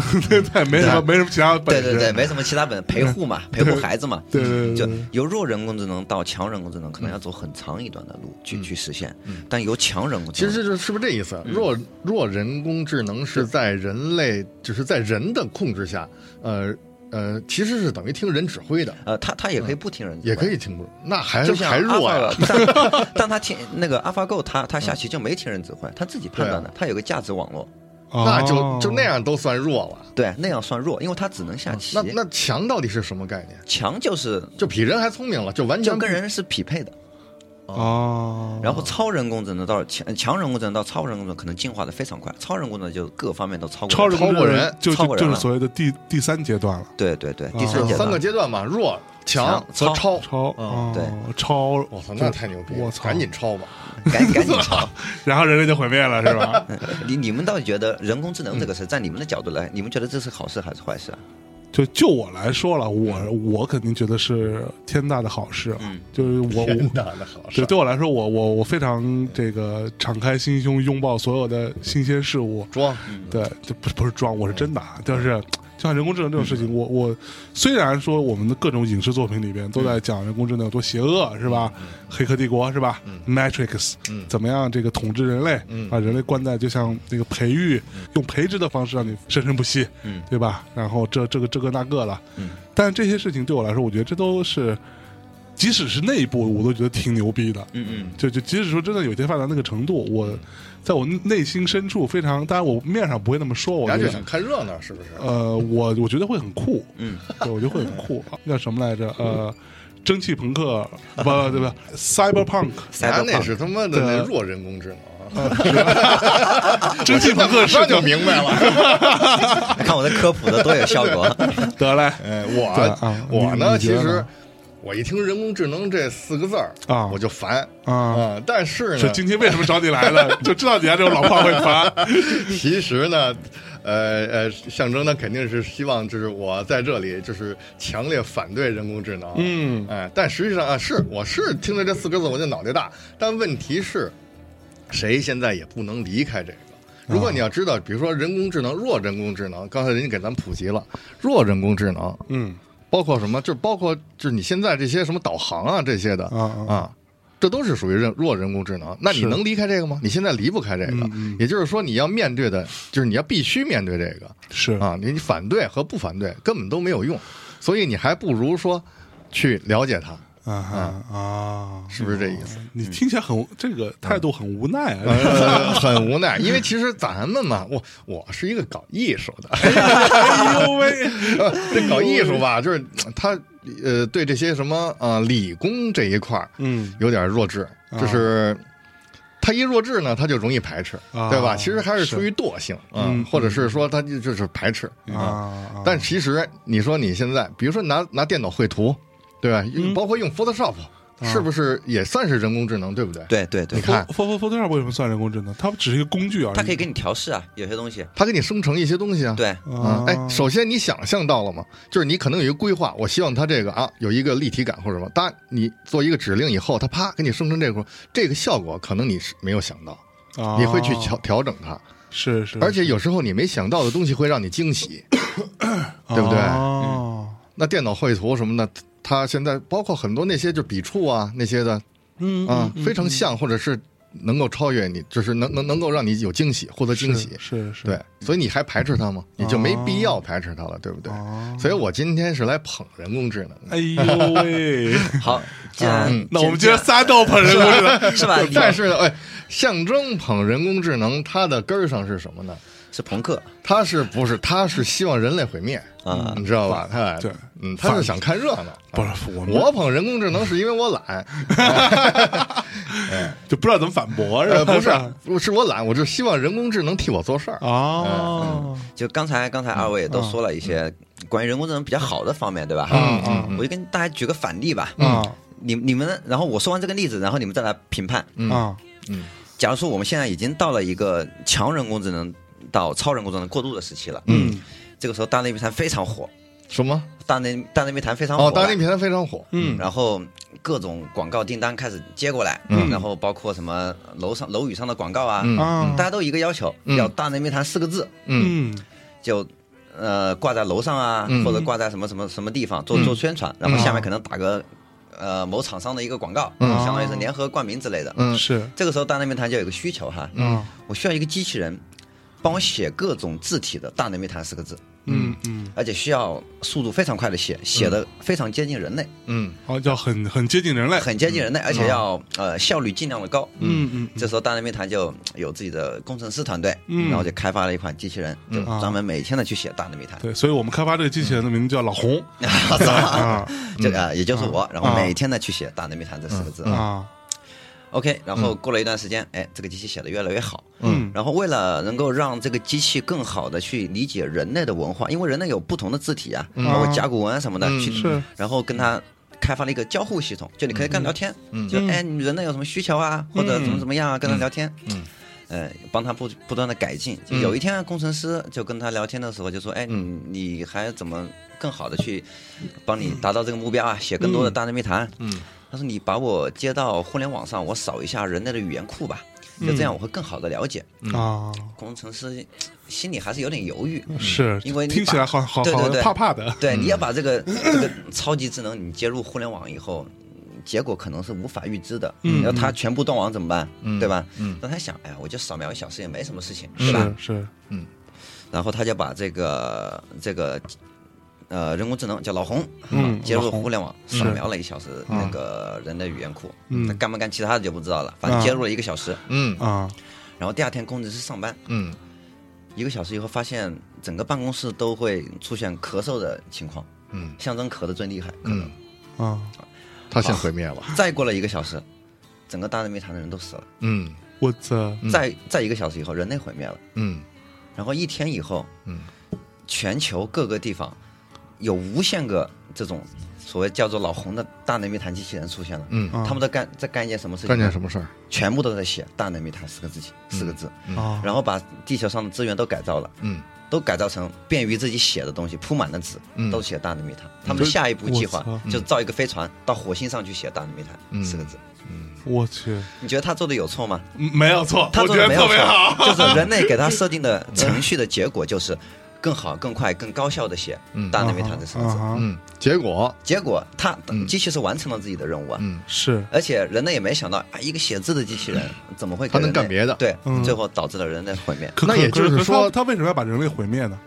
Speaker 1: 它也没什么没什么其他本
Speaker 3: 对
Speaker 1: 事。
Speaker 3: 对对，没什么其他本陪护 嘛，陪护孩子嘛。
Speaker 1: 对对对
Speaker 3: 就
Speaker 1: 对
Speaker 3: 由弱人工智能到强人工智能，
Speaker 2: 嗯
Speaker 3: 可能要走很长一段的路去、去实现。但由强人工智
Speaker 2: 其
Speaker 3: 能，
Speaker 2: 实就是是不是这意
Speaker 3: 嗯
Speaker 2: 思？啊若若人工智能是在人类，就是在人的控制下，呃，呃，其实是等于听人指挥的，
Speaker 3: 呃，他他也可以不听人指
Speaker 2: 嗯
Speaker 3: 挥，
Speaker 2: 也可以听不，那还
Speaker 3: 就像
Speaker 2: 还弱呀、 嗯
Speaker 3: AlphaGo，但但他听那个 AlphaGo，他他下棋就没听人指挥，他自己判断
Speaker 2: 啊
Speaker 3: 的，他有个价值网络，
Speaker 2: 那就
Speaker 1: 哦
Speaker 2: 就那样都算弱了。
Speaker 3: 对，那样算弱，因为他只能下棋
Speaker 2: 嗯那。那强到底是什么概念？
Speaker 3: 强就是
Speaker 2: 就比人还聪明了，就完全
Speaker 3: 就跟人是匹配的，
Speaker 1: 哦，
Speaker 3: 然后超人工智能到强强人工智能到超人工智能可能进化的非常快，超人工智能就各方面都超过
Speaker 1: 超人工
Speaker 2: 超
Speaker 1: 智
Speaker 2: 过
Speaker 1: 能
Speaker 2: 人
Speaker 1: 就
Speaker 3: 超
Speaker 1: 就
Speaker 3: 过
Speaker 1: 就
Speaker 3: 人
Speaker 1: 是
Speaker 3: 了
Speaker 1: 所谓的第第三阶段了，
Speaker 3: 对对对，第
Speaker 2: 就
Speaker 3: 三
Speaker 2: 是
Speaker 3: 阶
Speaker 2: 三
Speaker 3: 段
Speaker 2: 个阶段嘛，弱、强和
Speaker 3: 强
Speaker 2: 超。
Speaker 1: 超
Speaker 2: 嗯
Speaker 1: 哦
Speaker 3: 对
Speaker 1: 超，
Speaker 2: 我操，
Speaker 1: 就
Speaker 2: 那太牛逼！
Speaker 1: 我
Speaker 2: 了！
Speaker 1: 操，
Speaker 2: 赶紧，超吧！
Speaker 3: 赶赶紧 超。
Speaker 1: 然后人类就毁灭了是吧？
Speaker 3: 你你们到底觉得人工智能这
Speaker 1: 嗯
Speaker 3: 个事，在你们的角度来，你们觉得这是好事还是坏事啊？
Speaker 1: 就就我来说了，我我肯定觉得是天大的好事啊，
Speaker 3: 嗯
Speaker 1: 就是我
Speaker 2: 天
Speaker 1: 我
Speaker 2: 哪，那好事
Speaker 1: 对，对我来说，我我我非常这个敞开心胸，拥抱所有的新鲜事物。
Speaker 2: 装
Speaker 3: 嗯
Speaker 1: 对，这不是不是装，我是真的啊，就是就像人工智能这种事情，我我虽然说我们的各种影视作品里边都
Speaker 3: 嗯
Speaker 1: 在讲人工智能有多邪恶，是吧？黑客帝国是吧？Matrix
Speaker 2: 嗯
Speaker 1: 怎么样这个统治人类
Speaker 2: 嗯
Speaker 1: 把人类关在就像那个培育，用培植的方式让你生生不息，
Speaker 3: 嗯
Speaker 1: 对吧？然后这这个这个那个了，
Speaker 3: 嗯，
Speaker 1: 但这些事情对我来说，我觉得这都是，即使是内部，我都觉得挺牛逼的。
Speaker 3: 嗯嗯
Speaker 1: 就就即使说真的有些发达那个程度，我在我内心深处非常，当然我面上不会那么说，我
Speaker 2: 人
Speaker 1: 觉
Speaker 2: 家
Speaker 1: 得
Speaker 2: 就想看热闹，是不是？
Speaker 1: 嗯呃，我我觉得会很酷，
Speaker 3: 嗯，
Speaker 1: 对，我觉得会很酷，叫什么来着？呃，蒸汽朋克不不对不，cyberpunk，
Speaker 3: 赛
Speaker 2: 咱
Speaker 3: 博
Speaker 2: 那
Speaker 3: 朋克
Speaker 2: 是他妈的
Speaker 1: 对啊
Speaker 2: 那弱人工智能啊！
Speaker 1: 蒸汽朋克是
Speaker 2: 这就明白了。
Speaker 3: 看我的科普的多有效 果。
Speaker 1: 得嘞，
Speaker 2: 哎，
Speaker 1: 对啊
Speaker 2: 我我
Speaker 1: 你
Speaker 2: 呢，
Speaker 1: 你觉
Speaker 2: 其
Speaker 1: 得
Speaker 2: 实
Speaker 1: 呢
Speaker 2: 我一听人工智能这四个字儿
Speaker 1: 啊
Speaker 2: 我就烦嗯
Speaker 1: 啊
Speaker 2: 但是
Speaker 1: 说
Speaker 2: 呢，
Speaker 1: 今天为什么找你来了？就知道你家这种老话会烦。
Speaker 2: 其实呢，呃呃，象征呢肯定是希望就是我在这里就是强烈反对人工智能，
Speaker 1: 嗯
Speaker 2: 哎，但实际上啊，是我是听着这四个字我就脑袋大，但问题是，谁现在也不能离开这个。如
Speaker 1: 啊
Speaker 2: 果你要知道，比如说人工智能、弱人工智能，刚才人家给咱们普及了弱人工智能，
Speaker 1: 嗯，
Speaker 2: 包括什么？就包括就是你现在这些什么导航啊这些的
Speaker 1: 啊啊
Speaker 2: 这都是属于人弱人工智能。那你
Speaker 1: 是
Speaker 2: 能离开这个吗？你现在离不开这个，
Speaker 1: 嗯嗯
Speaker 2: 也就是说你要面对的，就是你要必须面对这个
Speaker 1: 是
Speaker 2: 啊！你你反对和不反对根本都没有用，所以你还不如说去了解它，
Speaker 1: 啊哈啊，
Speaker 2: 是不是这意思？
Speaker 1: 你听起来很这个态度很无奈啊。
Speaker 2: 呃很无奈，因为其实咱们嘛，我我是一个搞艺术的，
Speaker 1: 哎 呦喂，
Speaker 2: 呃这搞艺术吧，就是他呃对这些什么啊、呃理工这一块儿
Speaker 1: 嗯
Speaker 2: 有点弱智，
Speaker 1: 啊
Speaker 2: 就是。他一弱智呢，他就容易排斥，
Speaker 1: 啊
Speaker 2: 对吧？其实还是
Speaker 1: 是
Speaker 2: 出于惰性啊，
Speaker 1: 嗯
Speaker 2: 或者是说他就就是排斥啊。
Speaker 1: 啊，
Speaker 2: 但其实你说你现在，比如说拿拿电脑绘图，对吧？
Speaker 1: 嗯
Speaker 2: 包括用 Photoshop，是
Speaker 1: 啊
Speaker 2: 不是也算是人工智能，对不对？
Speaker 3: 对对对
Speaker 2: 你，看
Speaker 1: Photo Photoshop 为什么算人工智能？它只是一个工具而已。
Speaker 3: 它可以给你调试啊，有些东西。
Speaker 2: 它给你生成一些东西啊。
Speaker 3: 对，
Speaker 2: 啊
Speaker 1: 啊，，
Speaker 2: 哎，首先你想象到了吗？就是你可能有一个规划，我希望它这个啊有一个立体感或者什么。当你做一个指令以后，它啪给你生成这个这个效果，可能你是没有想到，
Speaker 1: 啊
Speaker 2: 你会去调调整它，
Speaker 1: 是是，
Speaker 2: 而且有时候你没想到的东西会让你惊喜。
Speaker 1: 对
Speaker 2: 对不对
Speaker 1: 哦，
Speaker 2: 那电脑绘图什么的，它现在包括很多那些就笔触啊那些的
Speaker 1: 嗯
Speaker 2: 啊，非常像或者是能够超越你，就是能能能够让你有惊喜，获得惊喜。
Speaker 1: 是哦是，
Speaker 2: 对，所以你还排斥它吗？你就没必要排斥它了，对不对？
Speaker 1: 哦，
Speaker 2: 所以我今天是来捧人工智能
Speaker 1: 哎
Speaker 2: 的。
Speaker 1: 呦 喂，啊
Speaker 3: 好，既然
Speaker 2: 嗯
Speaker 1: 那我们
Speaker 3: 既
Speaker 1: 接着
Speaker 3: 然
Speaker 1: 仨斗捧人工智能，
Speaker 3: 是吧？
Speaker 2: 但
Speaker 3: 是
Speaker 2: 是呢，哎，象征捧人工智能，它的根儿上是什么呢？
Speaker 3: 是朋克
Speaker 2: 它是不是？它是希望人类毁灭，
Speaker 3: 啊，
Speaker 2: 你知道吧？它
Speaker 1: 对
Speaker 2: 嗯，它是想看热闹。
Speaker 1: 不是我们
Speaker 2: 我捧人工智能是因为我懒，
Speaker 1: 就不知道怎么反驳是
Speaker 2: 呃，
Speaker 1: 吧？啊
Speaker 2: 不是，不是我懒，我就希望人工智能替我做事儿。
Speaker 1: 哦，
Speaker 3: 就刚才刚才二位也都说了一些关于人工智能比较好的方面，对吧？
Speaker 1: 嗯嗯
Speaker 3: 我就跟大家举个反例
Speaker 2: 嗯
Speaker 3: 吧。
Speaker 1: 啊
Speaker 3: 你你们，然后我说完这个例子，然后你们再来评判。
Speaker 2: 嗯
Speaker 1: 啊
Speaker 3: 假如说我们现在已经到了一个强人工智能到超人工智能过渡的时期了，
Speaker 1: 嗯
Speaker 3: 这个时候大内密谈非常火，
Speaker 2: 什么？
Speaker 3: 大内大内密谈非常
Speaker 2: 哦，
Speaker 3: 火吧，
Speaker 2: 当地平台非常火。
Speaker 1: 嗯
Speaker 3: 然后各种广告订单开始接过来，然后包括什么楼上楼宇上的广告啊，
Speaker 2: 嗯
Speaker 1: 啊，
Speaker 3: 大家都一个要求，
Speaker 2: 嗯
Speaker 3: 要“大内密谈”四个字，
Speaker 2: 嗯
Speaker 1: 嗯
Speaker 3: 就呃挂在楼上啊，或者挂在什么什么什么地方
Speaker 2: 嗯
Speaker 3: 做做宣传，然后下面可能打个呃某厂商的一个广告，
Speaker 2: 哦嗯
Speaker 3: 相当于是联合冠名之类的。
Speaker 2: 嗯
Speaker 1: 是
Speaker 3: 这个时候大内密谈就有一个需求哈，
Speaker 1: 嗯
Speaker 3: 我需要一个机器人帮我写各种字体的“大内密谈”四个字，
Speaker 1: 嗯嗯，
Speaker 3: 而且需要速度非常快的写，写的非常接近人类，
Speaker 2: 嗯
Speaker 1: 哦，要很很接近人类，
Speaker 3: 很接近人类，而且要呃效率尽量的高。
Speaker 1: 嗯嗯
Speaker 3: 这时候大内密谈就有自己的工程师团队，
Speaker 1: 嗯
Speaker 3: 然后就开发了一款机器人，就专门每天的去写大内密谈。
Speaker 1: 对，所以我们开发这个机器人的名字叫老 红啊
Speaker 3: 这个、啊也就是我，然后
Speaker 1: 啊
Speaker 3: 每天的去写大内密谈这四个
Speaker 2: 嗯
Speaker 3: 字。
Speaker 1: 啊，
Speaker 3: OK，然后过了一段时间，哎，这个机器写的越来越好。
Speaker 1: 嗯
Speaker 3: 然后为了能够让这个机器更好的去理解人类的文化，因为人类有不同的字体啊，包括甲骨文啊什么的，去
Speaker 1: 嗯是嗯
Speaker 3: 然后跟它开发了一个交互系统，就你可以跟它聊天，就哎你人类有什么需求啊，或者怎么怎么样啊，跟它聊天，嗯。呃，帮他不不断的改进。
Speaker 1: 嗯
Speaker 3: 就有一天，工程师就跟他聊天的时候就说：“哎，你你还怎么更好的去帮你达到这个目标啊？写更多的大内密谈。”嗯，他说：“你把我接到互联网上，我扫一下人类的语言库吧，就
Speaker 1: 嗯
Speaker 3: 这样我会更好的了解。
Speaker 1: 啊，
Speaker 3: 工程师心里还是有点犹豫，
Speaker 2: 嗯
Speaker 1: 是，
Speaker 3: 因为你
Speaker 1: 听起
Speaker 3: 把
Speaker 1: 来好好
Speaker 3: 对
Speaker 1: 好
Speaker 3: 对对
Speaker 1: 怕怕的，
Speaker 3: 对，你要把这个这个超级智能你接入互联网以后，嗯结果可能是无法预知的。嗯，然后它全部断网怎么办？嗯，对吧？嗯，那他想，哎呀，我就扫描一小时也没什么事情，对吧
Speaker 1: 是？是，
Speaker 3: 然后他就把这个这个呃人工智能叫老红，
Speaker 1: 嗯
Speaker 3: 接
Speaker 1: 老
Speaker 3: 入
Speaker 1: 红
Speaker 3: 互联网，扫描了一小时那个人的语言库。嗯，干不干其他的就不知道了，反正接入了一个小时。
Speaker 2: 嗯
Speaker 1: 啊，
Speaker 3: 然后第二天工程师上班，
Speaker 2: 嗯
Speaker 3: 一个小时以后，发现整个办公室都会出现咳嗽的情况，
Speaker 2: 嗯，
Speaker 3: 象征咳的最厉害。可能
Speaker 2: 嗯，
Speaker 1: 啊，
Speaker 2: 他先毁灭了，
Speaker 3: 再过了一个小时，整个大内密谈的人都死了。
Speaker 2: 嗯
Speaker 1: 我操，
Speaker 3: 再再一个小时以后，人类毁灭了。
Speaker 2: 嗯
Speaker 3: 然后一天以后，
Speaker 2: 嗯，
Speaker 3: 全球各个地方有无限个这种所谓叫做老红的大内密谈机器人出现了。
Speaker 2: 嗯，
Speaker 1: 啊
Speaker 3: 他们在干在干一件什么事情？
Speaker 2: 干件什？么事儿？
Speaker 3: 全部都在写“大内密谈”四个字，四个字，
Speaker 1: 啊，
Speaker 3: 然后把地球上的资源都改造了。
Speaker 2: 嗯
Speaker 3: 都改造成便于自己写的东西，铺满了纸，
Speaker 2: 嗯
Speaker 3: 都写大内密探。他们的下一步计划
Speaker 1: 嗯我操嗯
Speaker 3: 就造一个飞船到火星上去写大内密探四个字。
Speaker 1: 我去，
Speaker 3: 你觉得他做的有错吗？
Speaker 1: 嗯没有错，
Speaker 3: 嗯他
Speaker 1: 我
Speaker 3: 做
Speaker 1: 觉
Speaker 3: 的
Speaker 1: 得
Speaker 3: 没有
Speaker 1: 特
Speaker 3: 错
Speaker 1: 别好，，嗯
Speaker 3: 就是人类给他设定 的程序的结果就是更好、更快、更高效的写大内密探这四个字。
Speaker 1: 啊，
Speaker 2: 嗯，结果嗯
Speaker 3: 结果他机器是完成了自己的任务啊。
Speaker 1: 嗯是
Speaker 3: 而且人类也没想到啊，一个写字的机器人
Speaker 1: 嗯
Speaker 3: 怎么会
Speaker 2: 它
Speaker 3: 给
Speaker 2: 能
Speaker 3: 人类
Speaker 2: 干别的
Speaker 3: 对，最后导致了人类毁灭。
Speaker 1: 可
Speaker 2: 那
Speaker 1: 可
Speaker 2: 也
Speaker 1: 可
Speaker 2: 就是
Speaker 1: 可
Speaker 2: 说
Speaker 1: 他他为什么要把人类毁灭呢？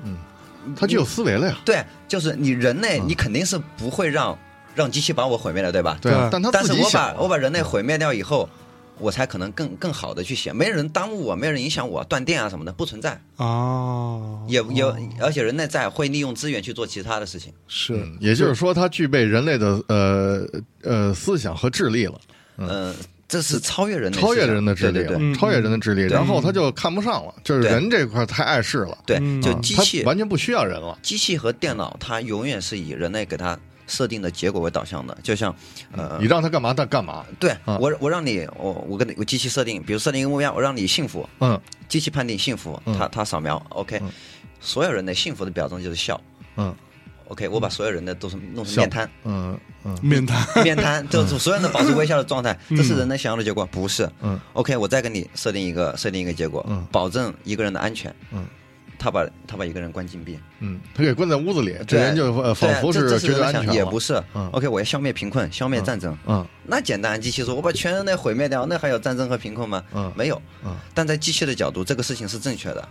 Speaker 2: 他具有思维了呀。
Speaker 3: 对，就是你人
Speaker 1: 嗯
Speaker 3: 类，你肯定是不会让让机器把我毁灭了，对吧？
Speaker 2: 对啊，嗯
Speaker 1: 对
Speaker 2: 但他
Speaker 3: 但
Speaker 2: 自
Speaker 3: 是
Speaker 2: 己
Speaker 3: 我
Speaker 2: 想
Speaker 3: 把，我把人类毁灭掉以后，我才可能更更好的去写，没人耽误我，没人影响我，断电啊什么的不存在，
Speaker 1: 啊，
Speaker 3: 哦
Speaker 2: 哦
Speaker 3: 也也而且人类在会利用资源去做其他的事情。
Speaker 1: 是
Speaker 2: 嗯也就是说，他具备人类的呃呃思想和智力了，
Speaker 3: 嗯，这是超越人类思想，
Speaker 2: 超越人的智力啊
Speaker 3: 对对对
Speaker 2: 了，超越人的智力。然后他就看不上了，就是
Speaker 3: 对
Speaker 2: 人这块太碍事了，
Speaker 3: 对
Speaker 1: 嗯
Speaker 3: 就
Speaker 1: 啊
Speaker 3: 机
Speaker 2: 他
Speaker 3: 器
Speaker 2: 完全不需要人了。
Speaker 3: 机器和电脑，它永远是以人类给它设定的结果为导向的，就像呃
Speaker 2: 你让他干嘛，他干嘛。
Speaker 3: 对我，我让你，我我跟你我机器设定，比如设定一个目标，我让你幸福，
Speaker 2: 嗯
Speaker 3: 机器判定幸福，它它扫描，OK，所有人的幸福的表征就是笑
Speaker 2: 嗯
Speaker 3: ，OK，我把所有人的都是弄成
Speaker 2: 笑
Speaker 3: 面瘫，
Speaker 2: 嗯嗯
Speaker 1: 面瘫，
Speaker 3: 面瘫，就是所有人都保持微笑的状态，这是人类想要的结果，不是？
Speaker 2: 嗯
Speaker 3: ，OK，我再给你设定一个设定一个结果，
Speaker 2: 嗯
Speaker 3: 保证一个人的安全，
Speaker 2: 嗯，
Speaker 3: 他把他把一个人关禁闭，
Speaker 2: 嗯，他给关在屋子里，这
Speaker 3: 对
Speaker 2: 人就呃仿佛
Speaker 3: 对啊这这
Speaker 2: 觉
Speaker 3: 人
Speaker 2: 得
Speaker 3: 类
Speaker 2: 安
Speaker 3: 想
Speaker 2: 全了。
Speaker 3: 也不是
Speaker 2: 嗯
Speaker 3: ，OK，我要消灭贫困，消灭战争，
Speaker 2: 嗯
Speaker 3: 那简单，机器说我把全人类毁灭掉，那还有战争和贫困吗？
Speaker 2: 嗯
Speaker 3: 没有
Speaker 2: 嗯，
Speaker 3: 但在机器的角度，这个事情是正确的，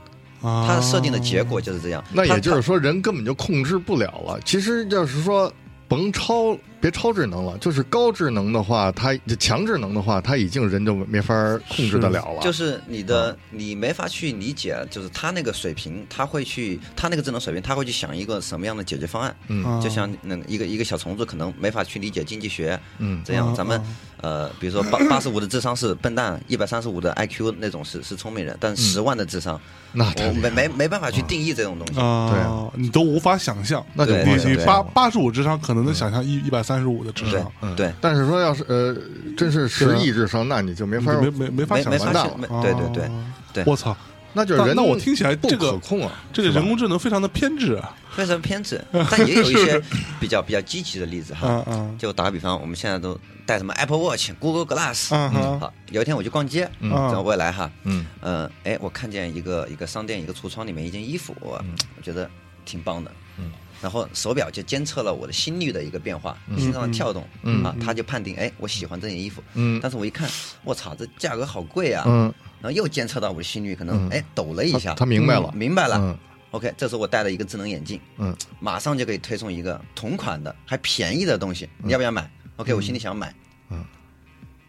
Speaker 1: 啊，
Speaker 3: 它设定的结果就是这样，
Speaker 2: 那
Speaker 3: 它
Speaker 2: 也就是说，人根本就控制不了了。其实就是说，甭超，别超智能了。就是高智能的话，它强智能的话，它已经人就没法控制得了了。
Speaker 3: 就是你的你没法去理解，就是他那个水平，他会去他那个智能水平，他会去想一个什么样的解决方案。
Speaker 1: 啊
Speaker 3: 就像那个一个一个小虫子可能没法去理解经济学，
Speaker 2: 嗯
Speaker 3: 这样
Speaker 1: 啊
Speaker 3: 咱们
Speaker 1: 啊
Speaker 3: 呃，比如说八八十五的智商是笨蛋，一百三十五的 IQ 那种是是聪明人，但十万的智商，
Speaker 2: 那
Speaker 3: 我没没没办法去定义这种东西。
Speaker 1: 啊，你都无法想象，
Speaker 2: 那就
Speaker 3: 对
Speaker 2: 不
Speaker 1: 你
Speaker 2: 是
Speaker 1: 你
Speaker 3: 对
Speaker 1: 八八十五智商可能能想象一一百三十五的智
Speaker 3: 对
Speaker 1: 商，
Speaker 3: 对，
Speaker 2: 嗯但是说要是呃，真是十亿智商，那你就没
Speaker 1: 啊你
Speaker 2: 法
Speaker 1: 就没没没法
Speaker 3: 没
Speaker 1: 想
Speaker 3: 没
Speaker 1: 象
Speaker 2: 完
Speaker 3: 发
Speaker 2: 蛋
Speaker 3: 现
Speaker 2: 了，
Speaker 3: 没
Speaker 1: 啊
Speaker 3: 对对对对
Speaker 1: 我操，
Speaker 2: 那就是人。
Speaker 1: 那我听起来
Speaker 2: 不
Speaker 1: 这
Speaker 2: 可
Speaker 1: 个
Speaker 2: 控啊，
Speaker 1: 这个人工智能非常的偏执啊，
Speaker 3: 非常偏执，但也有一些比较比较积极的例子哈。
Speaker 1: 嗯嗯
Speaker 3: 就打个比方，我们现在都带什么 Apple Watch、Google Glass，
Speaker 1: 嗯哼
Speaker 3: 好，有一天我去逛街，
Speaker 1: 嗯
Speaker 3: 在未来哈，
Speaker 2: 嗯
Speaker 3: 嗯，哎，我看见一个一个商店一个橱窗里面一件衣服，我
Speaker 2: 嗯
Speaker 3: 我觉得挺棒的，嗯，然后手表就监测了我的心率的一个变化，心脏的跳动，嗯啊，它就判定哎我喜欢这件衣服，
Speaker 2: 嗯
Speaker 3: 但是我一看，我操，这价格好贵啊，
Speaker 2: 嗯，
Speaker 3: 然后又监测到我的心率，可能哎抖了一下，
Speaker 2: 他明白了
Speaker 3: 明白了
Speaker 2: 嗯，
Speaker 3: OK，这时候我戴了一个智能眼镜，
Speaker 2: 嗯，
Speaker 3: 马上就可以推送一个同款的还便宜的东西，你要不要买？OK，我心里想买，
Speaker 2: 嗯，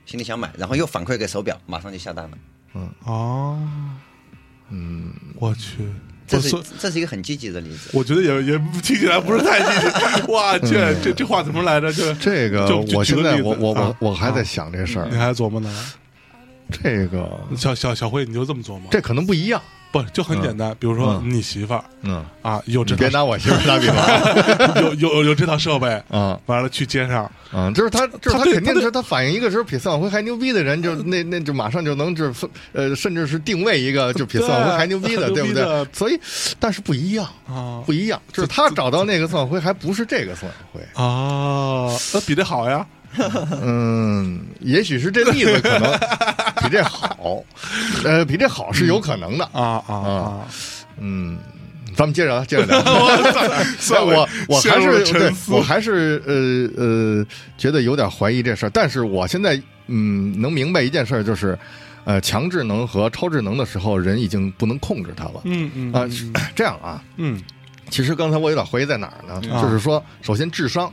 Speaker 3: 心里想买，然后又反馈给手表，马上就下单了。
Speaker 1: 哦，
Speaker 2: 嗯，
Speaker 1: 我去，
Speaker 3: 这
Speaker 1: 我
Speaker 3: 是
Speaker 1: 所
Speaker 3: 这是一个很积极的例子。
Speaker 1: 我觉得也也听起来不是太积极。 哇，这这这话怎么来着？这
Speaker 2: 嗯这个
Speaker 1: 就就
Speaker 2: 我
Speaker 1: 举
Speaker 2: 现
Speaker 1: 个
Speaker 2: 在
Speaker 1: 例子
Speaker 2: 我我
Speaker 1: 啊嗯
Speaker 2: 我我还在想这事儿
Speaker 1: 你，还琢磨呢？
Speaker 2: 这个
Speaker 1: 小小小慧，你就这么琢磨？
Speaker 2: 这可能不一样，
Speaker 1: 不就很简单？比如说
Speaker 2: 嗯
Speaker 1: 你媳妇儿
Speaker 2: 嗯，
Speaker 1: 啊，有这
Speaker 2: 你别
Speaker 1: 套
Speaker 2: 拿我媳妇儿打比 方
Speaker 1: 有有有这套设备，
Speaker 2: 啊。
Speaker 1: 完了去街上，
Speaker 2: 嗯，就是他，就是
Speaker 1: 他
Speaker 2: 他
Speaker 1: 对
Speaker 2: 肯
Speaker 1: 他对
Speaker 2: 定是他反应一个时候比孙晓辉还牛逼的人，就那那就马上就能就是呃，甚至是定位一个就比孙晓辉还牛逼的，
Speaker 1: 对
Speaker 2: 对
Speaker 1: 牛
Speaker 2: 不
Speaker 1: 逼
Speaker 2: 对
Speaker 1: 的？
Speaker 2: 所以，但是不一样，
Speaker 3: 哦
Speaker 1: 啊
Speaker 2: 不一样，就是他找到那个孙晓辉，还不是这个孙晓 辉。
Speaker 1: 啊，那比这好呀。
Speaker 2: 嗯，也许是这例子可能比这好，呃，比这好是有可能的。
Speaker 3: 哦
Speaker 1: 啊啊啊！
Speaker 2: 嗯，咱们接着聊，啊接着 聊。
Speaker 1: 算
Speaker 2: 我我还是对
Speaker 1: 沉，思
Speaker 2: 我还是呃呃，觉得有点怀疑这事儿。但是我现在嗯，能明白一件事儿，就是呃，强智能和超智能的时候，人已经不能控制它了。
Speaker 1: 嗯嗯
Speaker 2: 啊、是这样啊，
Speaker 1: 嗯
Speaker 2: 其实刚才我有点怀疑在哪儿呢？
Speaker 1: 啊
Speaker 2: 就是说，首先智商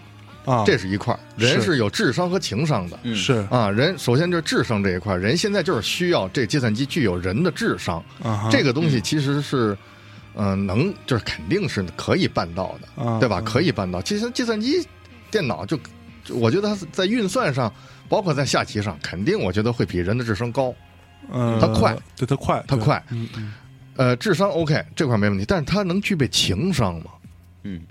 Speaker 1: 啊，
Speaker 2: 这是一块儿，人
Speaker 1: 是
Speaker 2: 是有智商和情商的。
Speaker 3: 嗯
Speaker 1: 是
Speaker 2: 啊，人首先就是智商这一块儿，人现在就是需要这计算机具有人的智商，
Speaker 1: 啊哈
Speaker 2: 这个东西其实是，嗯、能就是肯定是可以办到的，
Speaker 1: 啊
Speaker 2: 对吧？可以办到。其实计算机、电脑就，就我觉得它是在运算上，包括在下棋上，肯定我觉得会比人的智商高。
Speaker 1: 嗯，
Speaker 2: 它快，
Speaker 1: 对它快，
Speaker 2: 它
Speaker 1: 对
Speaker 2: 快
Speaker 1: 嗯嗯
Speaker 2: 呃，智商 OK 这块没问题，但是它能具备情商吗？
Speaker 3: 嗯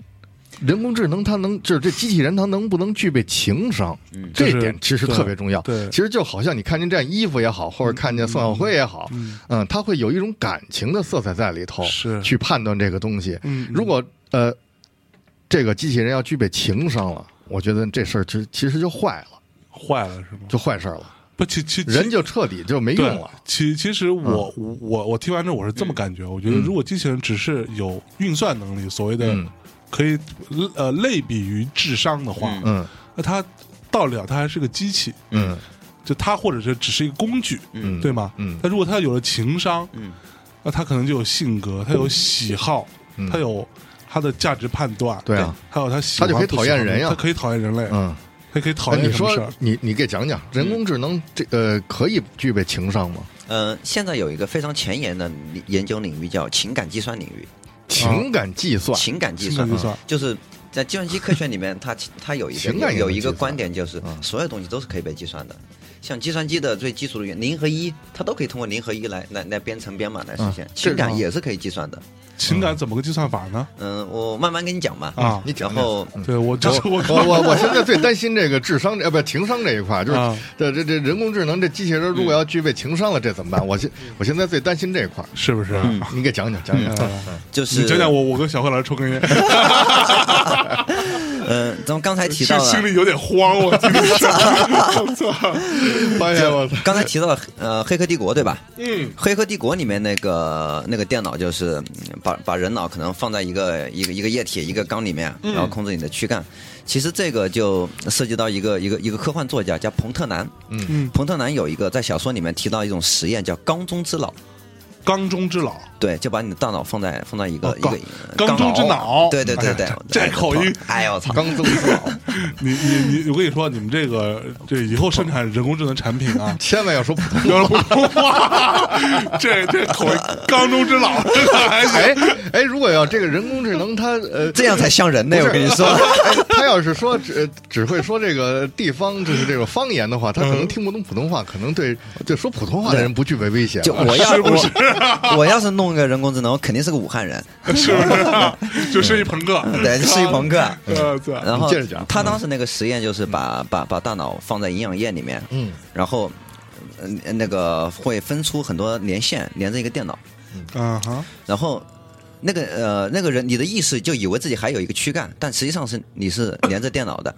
Speaker 2: 人工智能它能就是这机器人它能不能具备情商？
Speaker 3: 嗯
Speaker 1: 就
Speaker 2: 这
Speaker 1: 是
Speaker 2: 一点其实
Speaker 1: 对
Speaker 2: 特别重要。
Speaker 1: 对
Speaker 2: 其实就好像你看见这件衣服也好，或者看见宋晓辉也好，
Speaker 1: 嗯
Speaker 2: 嗯，它会有一种感情的色彩在里头，
Speaker 1: 是
Speaker 2: 去判断这个东西。
Speaker 1: 嗯，
Speaker 2: 如果呃，这个机器人要具备情商了，我觉得这事儿其实其实就坏了，
Speaker 1: 坏了是吗？
Speaker 2: 就坏事儿了，
Speaker 1: 不，其其其
Speaker 2: 人就彻底就没用
Speaker 1: 对
Speaker 2: 了。嗯
Speaker 1: 其其实我、我我听完之后我是这么感觉，我觉得如果机器人只是有运算能力，所谓的
Speaker 2: 嗯
Speaker 1: 可以呃类比于智商的话，
Speaker 3: 嗯
Speaker 2: 嗯
Speaker 1: 那它到了它还是个机器，
Speaker 2: 嗯
Speaker 1: 就它或者是只是一个工具，
Speaker 2: 嗯，
Speaker 1: 对吗？
Speaker 2: 嗯
Speaker 1: 但如果它有了情商，
Speaker 3: 嗯
Speaker 1: 那它可能就有性格，它有喜好，
Speaker 2: 嗯
Speaker 1: 它有它的价值判断，
Speaker 2: 对啊，
Speaker 1: 还有它喜欢
Speaker 2: 它就可以
Speaker 1: 不喜欢
Speaker 2: 讨厌人呀
Speaker 1: 它可以讨厌人类，
Speaker 2: 嗯，
Speaker 1: 它可以讨
Speaker 2: 哎，
Speaker 1: 厌
Speaker 2: 你
Speaker 1: 什么事
Speaker 2: 说
Speaker 1: 儿？
Speaker 2: 你你给讲讲，人工智能这呃可以具备情商吗？
Speaker 3: 呃，现在有一个非常前沿的领研究领域叫情感计算领域，
Speaker 2: 情感计算，
Speaker 3: 情感计
Speaker 1: 情感
Speaker 3: 算啊嗯
Speaker 1: 计算
Speaker 3: 就是在计算机科学里面，它它有一个
Speaker 2: 情感也
Speaker 3: 有
Speaker 2: 能
Speaker 3: 一个
Speaker 2: 计算
Speaker 3: 观点，就是
Speaker 2: 嗯
Speaker 3: 所有东西都是可以被计算的。像计算机的最基础的原零和一，它都可以通过零和一来来来编程编码来实现
Speaker 2: 嗯。
Speaker 3: 情
Speaker 1: 这
Speaker 3: 感
Speaker 1: 个
Speaker 3: 也是可以计算的。
Speaker 1: 情感怎么个计算法呢？
Speaker 3: 嗯，我慢慢跟你讲吧。
Speaker 1: 啊
Speaker 2: 你讲
Speaker 3: 然
Speaker 2: 讲
Speaker 3: 后
Speaker 1: 对 我就是
Speaker 2: 我
Speaker 1: 我
Speaker 2: 我我我现在最担心这个智商这呃不情商这一块，就是
Speaker 1: 啊
Speaker 2: 这这这人工智能这机器人如果
Speaker 3: 嗯
Speaker 2: 要具备情商了，这怎么办？我现我现在最担心这一块，
Speaker 1: 是不是？
Speaker 2: 你给讲讲讲讲。
Speaker 1: 嗯
Speaker 3: 嗯就是
Speaker 1: 你讲讲我，我跟小贺老师抽根烟，
Speaker 3: 嗯，咱们刚才 提
Speaker 1: 心
Speaker 3: 到
Speaker 1: 心
Speaker 3: 了。
Speaker 1: 里有点慌，我今天是 我操，
Speaker 2: 嗯发现我
Speaker 3: 刚才提到了呃，《黑客帝国》对吧？
Speaker 1: 嗯，
Speaker 3: 《黑客帝国》里面那个那个电脑就是嗯把把人脑可能放在一个一个一个液体一个缸里面，然后控制你的躯干。其实这个就涉及到一个一个一个科幻作家叫彭特南，
Speaker 1: 嗯
Speaker 3: 彭特南有一个在小说里面提到一种实验叫缸中之脑，
Speaker 1: 缸中之脑，
Speaker 3: 对，就把你的大脑放在放在一个、
Speaker 1: 哦
Speaker 3: 一
Speaker 1: 缸
Speaker 3: 个
Speaker 1: 缸中之脑
Speaker 3: 对对对对
Speaker 1: 哎，这口音，
Speaker 3: 哎呦我操！
Speaker 2: 刚增老，，
Speaker 1: 你你你，我跟你说，你们这个这以后生产人工智能产品啊
Speaker 2: 千万要说普通。
Speaker 1: 要是不哇，这这口音缸中之脑，这个还行
Speaker 2: 哎哎，如果要这个人工智能，它呃，
Speaker 3: 这样才像人呢，
Speaker 2: 不是
Speaker 3: 我跟你说。
Speaker 2: 哎，它要是说只呃只会说这个地方就是这个方言的话，它可
Speaker 3: 嗯
Speaker 2: 能听不懂普通话，可能对就说普通话的人不具备威胁。
Speaker 3: 就我要我我要是弄一个人工智能，我肯定是个武汉人，
Speaker 1: 是不是啊？就是一朋克，
Speaker 3: 嗯
Speaker 1: 啊
Speaker 3: 对，是一朋克。
Speaker 1: 我操，
Speaker 3: 然后
Speaker 2: 嗯你接着讲嗯
Speaker 3: 他当时那个实验就是把把把大脑放在营养液里面，
Speaker 2: 嗯
Speaker 3: 然后呃那个会分出很多连线连着一个电脑，
Speaker 1: 啊哈，
Speaker 3: 然后那个呃那个人你的意识就以为自己还有一个躯干，但实际上是你是连着电脑的。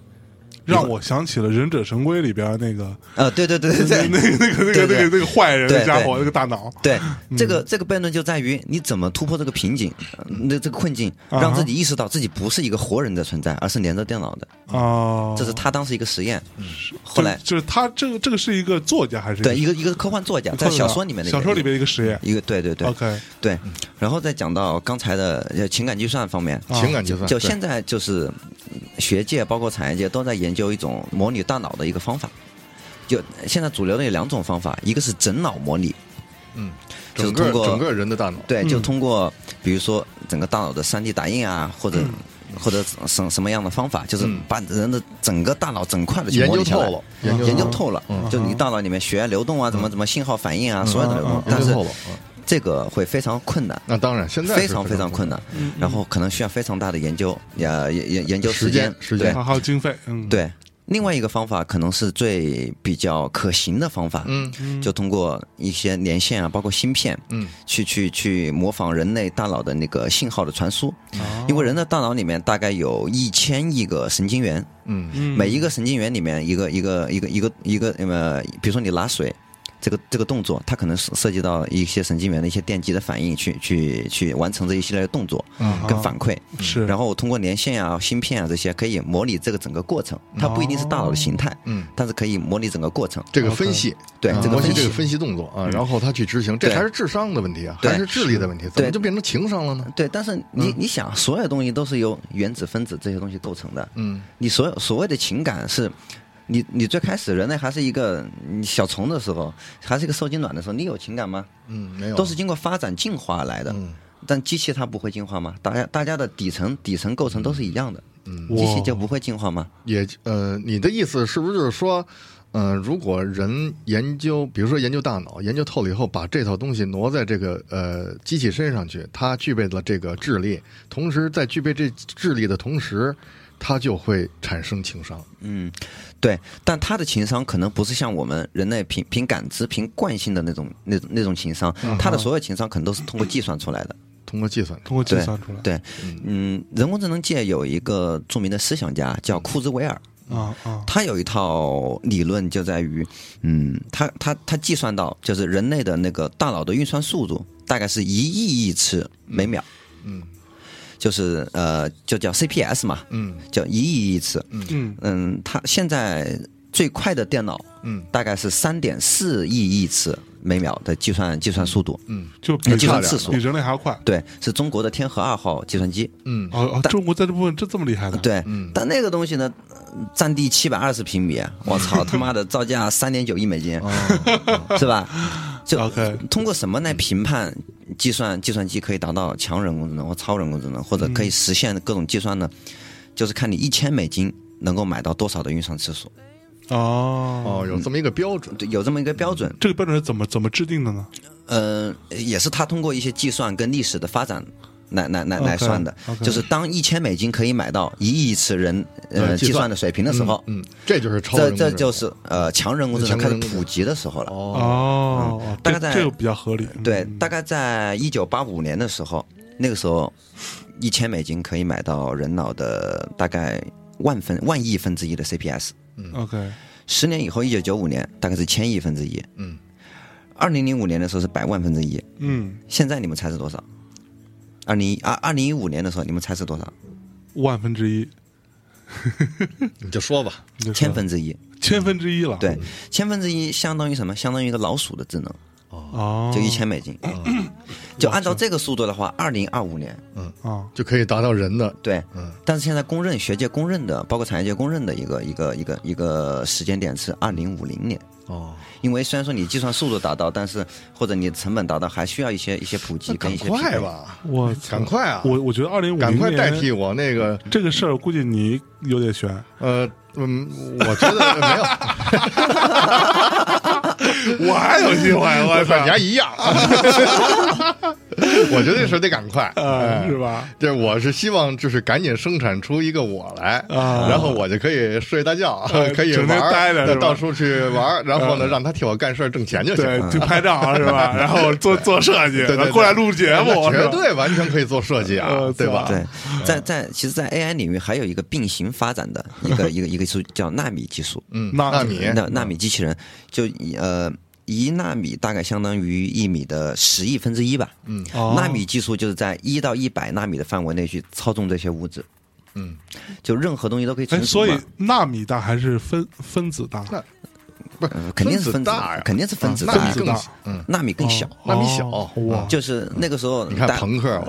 Speaker 1: 让我想起了《忍者神龟》里边那个
Speaker 3: 啊，对对对 对
Speaker 1: 那那个
Speaker 3: 对，
Speaker 1: 那个那个
Speaker 3: 对对
Speaker 1: 那个那个坏人
Speaker 3: 对
Speaker 1: 的
Speaker 3: 对
Speaker 1: 家伙，那个大脑，
Speaker 3: 对，
Speaker 2: 嗯
Speaker 3: 这个这个悖论就在于你怎么突破这个瓶颈，呃那、这个困境，
Speaker 1: 啊哈
Speaker 3: 让自己意识到自己不是一个活人的存在，而是连着电脑的。
Speaker 1: 哦，
Speaker 3: 嗯这是他当时一个实验，后来
Speaker 1: 就就是他这个这个是一个作家还是一个
Speaker 3: 对一个一个科幻作家在小说里面的一个
Speaker 1: 小说里面哦一个实验
Speaker 3: 一个对对对
Speaker 1: ，OK，
Speaker 3: 对，然后再讲到刚才的呃情感计算方面，
Speaker 1: 啊
Speaker 2: 情感计算
Speaker 3: 就
Speaker 2: 哦对
Speaker 3: 现在就是嗯学界包括产业界都在研究一种模拟大脑的一个方法。就现在主流的有两种方法，一个是整脑模拟，
Speaker 2: 嗯，
Speaker 3: 就
Speaker 2: 整个
Speaker 3: 是通过
Speaker 2: 整个人的大脑，
Speaker 3: 对，就
Speaker 1: 嗯
Speaker 3: 通过比如说整个大脑的 3D 打印啊，或者、或者什什么样的方法，就是
Speaker 2: 嗯
Speaker 3: 把人的整个大脑整块的去
Speaker 2: 研
Speaker 3: 模
Speaker 2: 究
Speaker 3: 拟下
Speaker 2: 透
Speaker 3: 来
Speaker 2: 了，，
Speaker 1: 研
Speaker 2: 究
Speaker 3: 研
Speaker 2: 透
Speaker 3: 究
Speaker 2: 了，
Speaker 3: 透了，
Speaker 2: 嗯
Speaker 3: 就你大脑里面血液流动啊，怎么怎么信号反应啊，所有的
Speaker 1: 嗯
Speaker 3: 流动
Speaker 1: 嗯，
Speaker 2: 研
Speaker 3: 但
Speaker 2: 究
Speaker 3: 是
Speaker 2: 透了。嗯
Speaker 3: 这个会非常困难。
Speaker 2: 那当然，现在是
Speaker 3: 非常非常困难，
Speaker 2: 嗯
Speaker 3: 然后可能需要非常大的研究，呃，研研研究
Speaker 2: 时
Speaker 3: 时间
Speaker 2: 间，时间
Speaker 1: 还还有经费，嗯，
Speaker 3: 对对。另外一个方法可能是最比较可行的方法，
Speaker 2: 嗯
Speaker 3: 就通过一些连线啊，包括芯片，
Speaker 2: 嗯，
Speaker 3: 去去去模仿人类大脑的那个信号的传输，
Speaker 2: 哦
Speaker 1: 哦
Speaker 3: 因为人的大脑里面大概有一千亿个神经元，
Speaker 2: 嗯
Speaker 1: 嗯，
Speaker 3: 每一个神经元里面一个一个一个一个一个呃，比如说你拿水。这个这个动作，它可能涉涉及到一些神经元的一些电极的反应，去去去完成这一系列的动作
Speaker 2: 嗯
Speaker 3: 跟反馈，
Speaker 1: 是，
Speaker 3: 然后通过连线啊、芯片啊这些，可以模拟这个整个过程。
Speaker 2: 啊
Speaker 3: 它不一定是大脑的形态，
Speaker 2: 嗯，
Speaker 3: 但是可以模拟整个过程。
Speaker 2: 这个分析，
Speaker 3: 对
Speaker 2: 啊
Speaker 3: 这个
Speaker 2: 模拟
Speaker 3: 分析嗯
Speaker 2: 这个分析动作啊，然后他去执行，这
Speaker 3: 对
Speaker 2: 还是智商的问题啊，
Speaker 3: 对
Speaker 2: 还是智力的问题，怎么
Speaker 3: 对
Speaker 2: 就变成情商了呢？
Speaker 3: 对，但是
Speaker 2: 嗯
Speaker 3: 你、你想，所有东西都是由原子、分子这些东西构成的。
Speaker 2: 嗯
Speaker 3: 你所有所谓的情感是，你你最开始人类还是一个嗯小虫的时候，还是一个受精卵的时候，你有情感吗？
Speaker 2: 嗯，没有，
Speaker 3: 都是经过发展进化来的。
Speaker 2: 嗯
Speaker 3: 但机器它不会进化吗？大家大家的底层底层构成都是一样的，
Speaker 1: 哇
Speaker 3: 机器就不会进化吗？
Speaker 2: 也呃，你的意思是不是就是说，嗯、如果人研究，比如说研究大脑，研究透了以后，把这套东西挪在这个呃机器身上去，它具备了这个智力，同时在具备这智力的同时，它就会产生情商。
Speaker 3: 嗯，对，但他的情商可能不是像我们人类凭凭感知、凭惯性的那种、那种那种情商，他的所有情商可能都是通过计算出来的。
Speaker 2: 通过计算，
Speaker 1: 通过计
Speaker 3: 对
Speaker 1: 算出来，
Speaker 3: 对，嗯，人工智能界有一个著名的思想家叫库兹韦尔，
Speaker 1: 啊啊，
Speaker 3: 他有一套理论就在于，嗯，他他他计算到就是人类的那个大脑的运算速度大概是一亿亿次每秒，
Speaker 2: 嗯
Speaker 3: 就是呃就叫 CPS 嘛，
Speaker 2: 嗯
Speaker 3: 叫一亿亿次。
Speaker 1: 嗯
Speaker 3: 嗯，它现在最快的电脑
Speaker 2: 嗯
Speaker 3: 大概是三点四亿亿次每秒的计算计算速度，
Speaker 2: 嗯
Speaker 1: 就比
Speaker 3: 计
Speaker 1: 人
Speaker 3: 算次数
Speaker 1: 比人类还要快，
Speaker 3: 对，是中国的天河二号计算机，
Speaker 2: 嗯
Speaker 1: 哦哦，
Speaker 3: 但
Speaker 1: 中国在这部分这这么厉害的，，
Speaker 3: 对，但那个东西呢，呃占地七百二十平米，我操他妈的造价三点九亿美金， 是吧？就
Speaker 1: OK
Speaker 3: 通过什么来评判计算计算机可以达到强人工智能或超人工智能，或者可以实现各种计算呢？就是看你一千美金能够买到多少的运算次数，
Speaker 1: 哦，
Speaker 2: 哦，有这么一个标准。
Speaker 3: 对有这么一个标准。
Speaker 1: 这个标准是怎么怎么制定的呢？
Speaker 2: 嗯
Speaker 3: 呃，也是他通过一些计算跟历史的发展来来来
Speaker 1: OK，
Speaker 3: 来算的
Speaker 1: OK
Speaker 3: 就是当一千美金可以买到一亿次人
Speaker 2: 呃
Speaker 3: 呃
Speaker 2: 计算
Speaker 3: 计算的水平的时候，
Speaker 2: 嗯，这就是超
Speaker 3: 这
Speaker 2: 人工智
Speaker 3: 这
Speaker 2: 能
Speaker 3: 就是呃强人工智能
Speaker 2: 强
Speaker 3: 开
Speaker 2: 人
Speaker 3: 始
Speaker 2: 工智能
Speaker 3: 普及的时候了。
Speaker 2: 哦，
Speaker 1: 哦，哦
Speaker 3: 嗯大
Speaker 1: 这
Speaker 3: 概在
Speaker 1: 这个比较合理，嗯
Speaker 3: 对，大概在一九八五年的时候，那个时候一千美金可以买到人脑的大概万分万亿分之一的 CPS。
Speaker 1: 嗯，OK，
Speaker 3: 十年以后，一九九五年大概是千亿分之一。
Speaker 2: 嗯，
Speaker 3: 二零零五年的时候是百万分之一。
Speaker 1: 嗯，
Speaker 3: 现在你们猜是多少？二零二二零一五年的时候，你们猜是多少？
Speaker 1: 万分之一，
Speaker 2: 你就说吧，
Speaker 1: 你就说
Speaker 3: 千分之一。
Speaker 1: 千分之一了，
Speaker 3: 对，千分之一相当于什么？相当于一个老鼠的智能，
Speaker 1: 哦，
Speaker 3: 就一千美金。就按照这个速度的话，二零二五年，
Speaker 1: 啊，
Speaker 2: 就可以达到人的
Speaker 3: 对，
Speaker 2: 嗯
Speaker 3: 但是现在公认学界公认的，包括产业界公认的一个一个一个一个时间点是二零五零年。
Speaker 2: 哦，
Speaker 3: 因为虽然说你计算速度达到，但是或者你成本达到，还需要一些一些普及
Speaker 2: 那
Speaker 3: 跟
Speaker 2: 赶
Speaker 3: 一些
Speaker 2: 快
Speaker 3: 匹配。
Speaker 2: 吧，
Speaker 1: 我操
Speaker 2: 赶快啊，
Speaker 1: 我我觉得二零五
Speaker 2: 赶
Speaker 1: 零
Speaker 2: 快
Speaker 1: 年
Speaker 2: 代替我那个
Speaker 1: 这个事儿，估计你有点悬，
Speaker 2: 呃，嗯，我觉得没
Speaker 1: 我
Speaker 2: 有，
Speaker 1: 还有机会，我
Speaker 2: 跟大家一样。我觉得是得赶快，
Speaker 1: 啊，
Speaker 2: 哎
Speaker 1: 是吧？
Speaker 2: 就是我是希望就是赶紧生产出一个我来，
Speaker 1: 啊
Speaker 2: 然后我就可以睡大觉，
Speaker 1: 呃
Speaker 2: 可以
Speaker 1: 整
Speaker 2: 玩
Speaker 1: 天待
Speaker 2: 儿，
Speaker 1: 着是吧啊
Speaker 2: 到处去玩儿，然后呢，让他替我干事儿挣钱就行
Speaker 1: 对
Speaker 2: 了。，
Speaker 3: 嗯
Speaker 1: 就拍照是 吧？然后做做设计，
Speaker 2: 对对
Speaker 1: 然后
Speaker 2: 对
Speaker 1: 过来录节目，
Speaker 2: 哎
Speaker 1: 是
Speaker 2: 那绝
Speaker 1: 吧
Speaker 2: 对完全可以做设计啊
Speaker 1: 呃，
Speaker 2: 对吧？
Speaker 3: 对，在在其实，在 AI 领域还有一个并行发展的一个 一个一个技术叫纳米技术，
Speaker 2: 嗯，
Speaker 1: 纳
Speaker 2: 纳米，
Speaker 3: 纳纳米机器人就以呃一纳米大概相当于一米的十亿分之一吧。
Speaker 2: 嗯
Speaker 1: 哦
Speaker 3: 纳米技术就是在一到一百纳米的范围内去操纵这些物质，
Speaker 2: 嗯，
Speaker 3: 就任何东西都可以
Speaker 1: 哎，
Speaker 3: 存储
Speaker 1: 所以
Speaker 3: 嘛。
Speaker 1: 纳米大还是分分子大？
Speaker 2: 那不是
Speaker 3: 呃肯定是
Speaker 2: 分
Speaker 3: 分子
Speaker 2: 大呀，
Speaker 3: 肯定是分子
Speaker 2: 啊
Speaker 3: 大
Speaker 2: 纳米
Speaker 1: 分子
Speaker 2: 更
Speaker 1: 大
Speaker 2: 小嗯，
Speaker 3: 纳米更小，
Speaker 1: 哦
Speaker 2: 纳米小
Speaker 1: 哦
Speaker 2: 嗯
Speaker 1: 哇，
Speaker 3: 就是那个时候
Speaker 2: 你看
Speaker 3: 大
Speaker 2: 朋 克，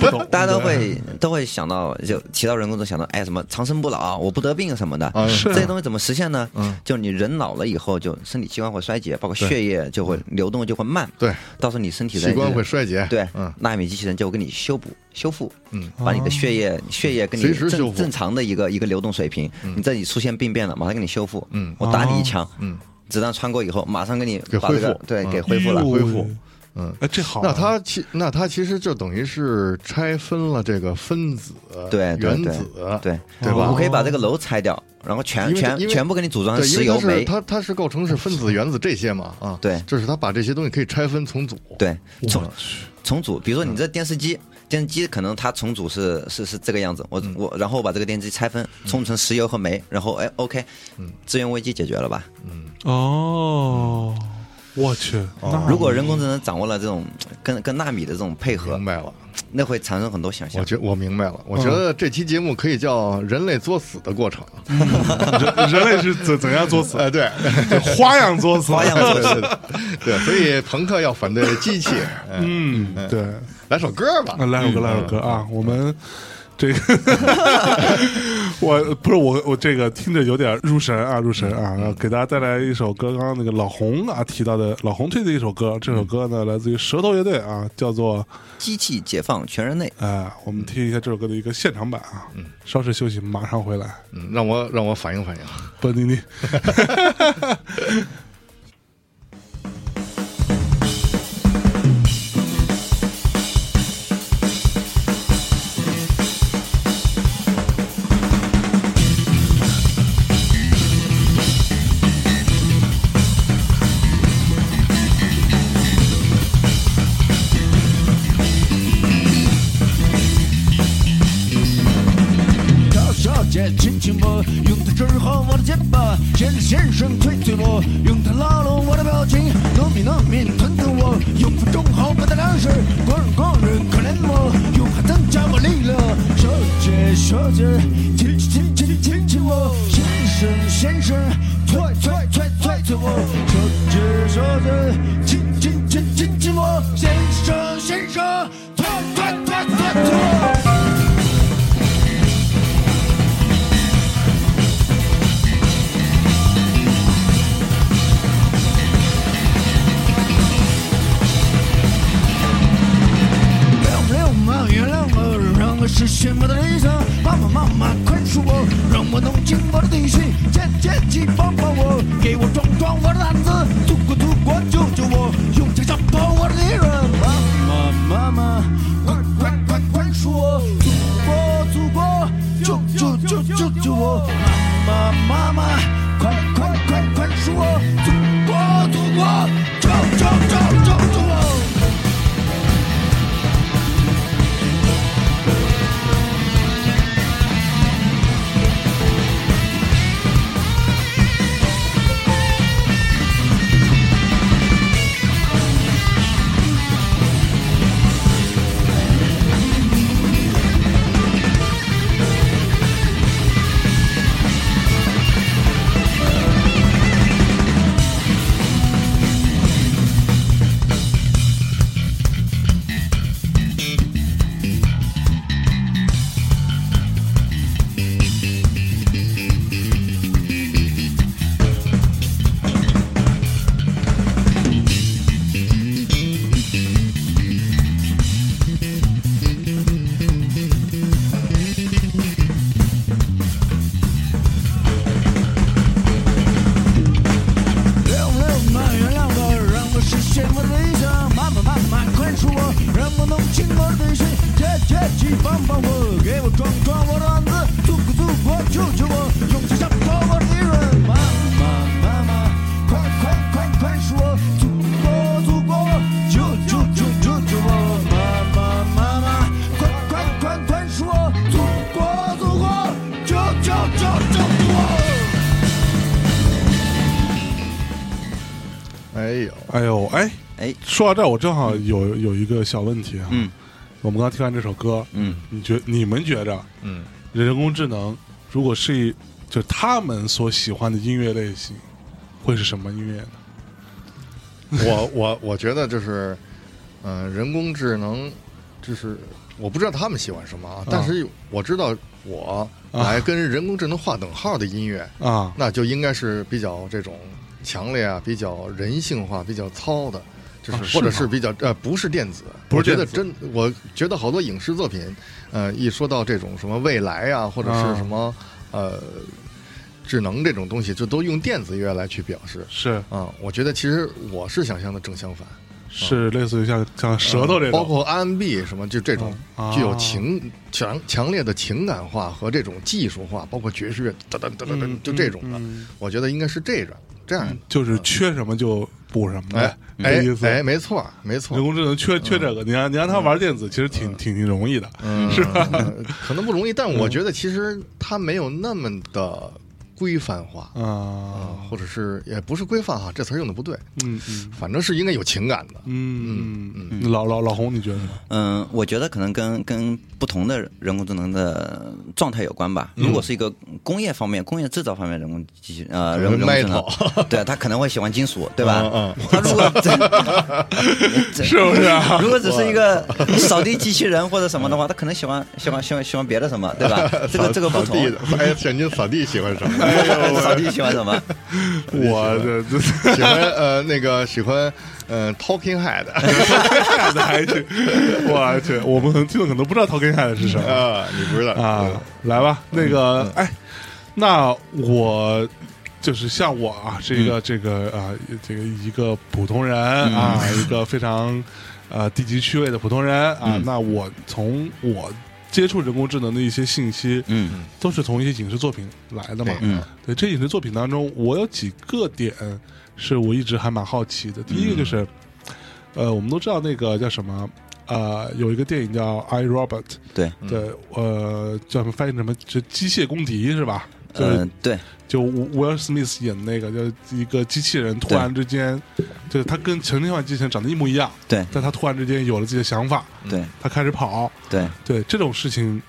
Speaker 1: 不懂，
Speaker 3: 大家都会都会想到，就提到人工智能，想到哎什么长生不老啊，我不得病什么的，
Speaker 2: 啊
Speaker 1: 是
Speaker 3: 这些东西怎么实现呢？
Speaker 2: 嗯
Speaker 3: 就你人老了以后，就身体器官会衰竭，包括血液就会流动就会慢，
Speaker 2: 对，
Speaker 3: 到时候你身体的
Speaker 2: 器官会衰竭，
Speaker 3: 对
Speaker 2: 嗯，
Speaker 3: 纳米机器人就会给你修补修复，
Speaker 2: 嗯，
Speaker 3: 把你的血液血液给你
Speaker 2: 随时修
Speaker 3: 正
Speaker 2: 复
Speaker 3: 正常的一个一个流动水平，你这里出现病变了，马上给你修复，
Speaker 2: 嗯
Speaker 3: 我打你
Speaker 1: 哦
Speaker 3: 一枪，
Speaker 2: 嗯，
Speaker 3: 子弹穿过以后，马上给你
Speaker 2: 给
Speaker 3: 把这
Speaker 2: 恢
Speaker 3: 个
Speaker 2: 复
Speaker 3: 对
Speaker 2: 嗯
Speaker 3: 给恢复了
Speaker 1: 哎，呦
Speaker 2: 恢复嗯。
Speaker 1: 哎，
Speaker 3: 哦
Speaker 1: 这好啊，
Speaker 2: 那它其那它其实就等于是拆分了这个分子、
Speaker 3: 哎对对
Speaker 2: 原
Speaker 3: 对
Speaker 2: 子，
Speaker 3: 对
Speaker 2: 对吧
Speaker 3: 我可以把这个楼拆掉，然后全
Speaker 2: 因为
Speaker 3: 全
Speaker 2: 因为
Speaker 3: 全部给你组装
Speaker 2: 对，因
Speaker 3: 石
Speaker 2: 为
Speaker 3: 油
Speaker 2: 它是
Speaker 3: 煤，
Speaker 2: 它它是构成是分子、原子这些嘛啊，
Speaker 3: 对
Speaker 2: 就是它把这些东西可以拆分重组，，
Speaker 3: 对，重
Speaker 1: 我去
Speaker 3: 重组，比如说
Speaker 2: 嗯
Speaker 3: 你这电视机，电视机可能它重组是是是这个样子，我
Speaker 2: 嗯
Speaker 3: 我然后我把这个电视机拆分，重组成石油和煤，然后哎 OK，资
Speaker 2: 嗯
Speaker 3: 源危机解决了吧？
Speaker 1: 哦，我去，
Speaker 2: 哦
Speaker 1: 那
Speaker 3: 如果人工智能掌握了这种跟跟纳米的这种配合
Speaker 2: 明，白了。
Speaker 3: 那会产生很多想
Speaker 2: 嗯
Speaker 3: 象
Speaker 2: 我。觉我明白
Speaker 3: 嗯
Speaker 2: 了，我觉得这期节目可以叫“人类作死的过 程
Speaker 1: 人人类是怎怎样作”。 死？
Speaker 2: 哎，对，
Speaker 1: 花样作死，
Speaker 3: 花样作
Speaker 2: 对对对，所以朋克要反对 机器。嗯，
Speaker 1: 嗯，对，
Speaker 2: 来首歌吧
Speaker 1: 啊，。
Speaker 3: 嗯
Speaker 1: 来首歌，来首歌啊，我们。这个 我不是我，我这个听着有点入神啊，入神啊！然后给大家带来一首歌，刚刚那个老红啊提到的，老红推的一首歌，这首歌呢来自于舌头乐队啊，叫做
Speaker 3: 机器解放全人类，
Speaker 1: 呃，我们听一下这首歌的一个现场版啊。稍事休息，马上回来。
Speaker 2: 嗯，让我让我反应反应。
Speaker 1: 不，你你，
Speaker 4: 赵小姐，亲亲我，用它治好我的肩膀；先生先生，推推我，用它拉拢我的表情；农民农民，疼疼我，用它种好我的粮食；工人工人，可怜我，用它增加我力量。小姐小姐，亲亲亲亲亲亲我；先生先生，推推推推推我；小姐小姐，亲亲亲亲亲我；先生先生，推推推推推我。让我流氓原谅我，让我实现我的理想。爸爸妈妈宽恕我，让我弄清我的底细。姐姐请帮帮我，给我壮壮我的胆子。祖国祖国救救我，用枪杀爆我的敌人。妈妈妈妈，快快快宽恕我，祖国祖国救救救救救我。妈妈妈妈，快快快宽恕我，祖国祖国救救救救救我。
Speaker 5: Thank
Speaker 4: 气帮帮我，给我壮壮我的胆子，祖国祖国救救我，勇气上头我的敌人，妈妈妈妈，快快快快是我，祖国祖国救救救救救我，妈妈妈妈，快快快快是我，祖国祖国救救救救救我。
Speaker 2: 哎呦，
Speaker 1: 哎呦，哎，
Speaker 3: 哎，
Speaker 1: 说到这儿，我正好有有一个小问题啊。
Speaker 3: 嗯，
Speaker 1: 我们刚听完这首歌，
Speaker 3: 嗯，
Speaker 1: 你觉你们觉着
Speaker 2: 嗯，
Speaker 1: 人工智能如果是一就是他们所喜欢的音乐类型，会是什么音乐呢？
Speaker 2: 我我我觉得就是，嗯、人工智能，就是我不知道他们喜欢什么啊，但是我知道我
Speaker 1: 啊
Speaker 2: 来跟人工智能划等号的音乐，
Speaker 1: 啊，
Speaker 2: 那就应该是比较这种强烈啊，比较人性化、比较糙的，就是、
Speaker 1: 啊是
Speaker 2: 或者
Speaker 1: 吗
Speaker 2: 是比较呃不是电子。
Speaker 1: 不是
Speaker 2: 我觉得
Speaker 1: 电子
Speaker 2: 真，我觉得好多影视作品，呃，一说到这种什么未来啊，或者
Speaker 1: 啊
Speaker 2: 是什么、呃智能这种东西，就都用电子乐来去表示。
Speaker 1: 是
Speaker 2: 啊、我觉得其实我是想象的正相反，啊
Speaker 1: 是类似于像像舌头这种，
Speaker 2: 包括 RMB 什么，就这种
Speaker 1: 啊
Speaker 2: 具有情强强烈的情感化和这种技术化，包括爵士乐，噔噔噔噔
Speaker 1: 嗯
Speaker 2: 噔，就这种的，
Speaker 1: 嗯嗯
Speaker 2: 我觉得应该是这种这样的。
Speaker 1: 就是缺什么就补什么
Speaker 2: 哎
Speaker 1: 呗，这
Speaker 2: 哎
Speaker 1: 意思。
Speaker 2: 哎，没错没错
Speaker 1: 人，工智能缺缺这个，你让你让他玩电子，其实挺挺挺容易的。
Speaker 2: 嗯，是吧？嗯可能不容易，但我觉得其实它没有那么的规范化啊、
Speaker 1: 啊，
Speaker 2: 或者是也不是规范哈，这词儿用的不对，
Speaker 1: 嗯嗯
Speaker 2: 反正是应该有情感的。
Speaker 1: 嗯嗯嗯，老老老红，你觉得呢？
Speaker 3: 嗯，我觉得可能跟跟不同的人工智能的状态有关
Speaker 2: 嗯
Speaker 3: 吧。如果是一个工业方面、工业制造方面人工机器呃人人工智能，对他可能会喜欢金属，对吧？
Speaker 2: 嗯
Speaker 3: 他如果这 这
Speaker 1: 是不是 啊？
Speaker 3: 如果只是一个扫地机器人或者什么的话，他可能喜欢喜欢喜欢喜欢别的什么，对吧？这个这个不
Speaker 2: 扫
Speaker 3: 同
Speaker 2: 地，的，哎，选您扫地喜欢什么？
Speaker 3: 扫地喜欢什么？
Speaker 1: 我这这
Speaker 2: 喜欢呃那个喜欢呃 Talking Head
Speaker 1: 看的还 是，我去，我们可能听的可能不知道 Talking Head 是什么
Speaker 2: 啊，嗯你不知道
Speaker 1: 啊？来吧，那个，哎，那我。就是像我啊，是一个
Speaker 2: 嗯
Speaker 1: 这个啊、这个一个普通人啊，一个非常呃地级区位的普通人啊。
Speaker 2: 嗯
Speaker 1: 那我从我接触人工智能的一些信息，
Speaker 3: 嗯
Speaker 1: 都是从一些影视作品来的嘛。
Speaker 2: 对
Speaker 3: 嗯
Speaker 1: 对，这影视作品当中，我有几个点是我一直还蛮好奇的。第一个
Speaker 3: 嗯
Speaker 1: 就是，呃，我们都知道那个叫什么，呃，有一个电影叫《I Robot》，
Speaker 3: 对，
Speaker 1: 对，呃，叫什么翻译成什么，就机械公敌是吧？就是、
Speaker 3: 嗯对，
Speaker 1: 就威尔·史密斯演的那个，就是一个机器人突然之间，就是他跟成天幻机器人长得一模一样，
Speaker 3: 对
Speaker 1: 但他突然之间有了自己的想法，
Speaker 3: 对
Speaker 1: 他开始跑，
Speaker 3: 对，
Speaker 1: 对这种事情，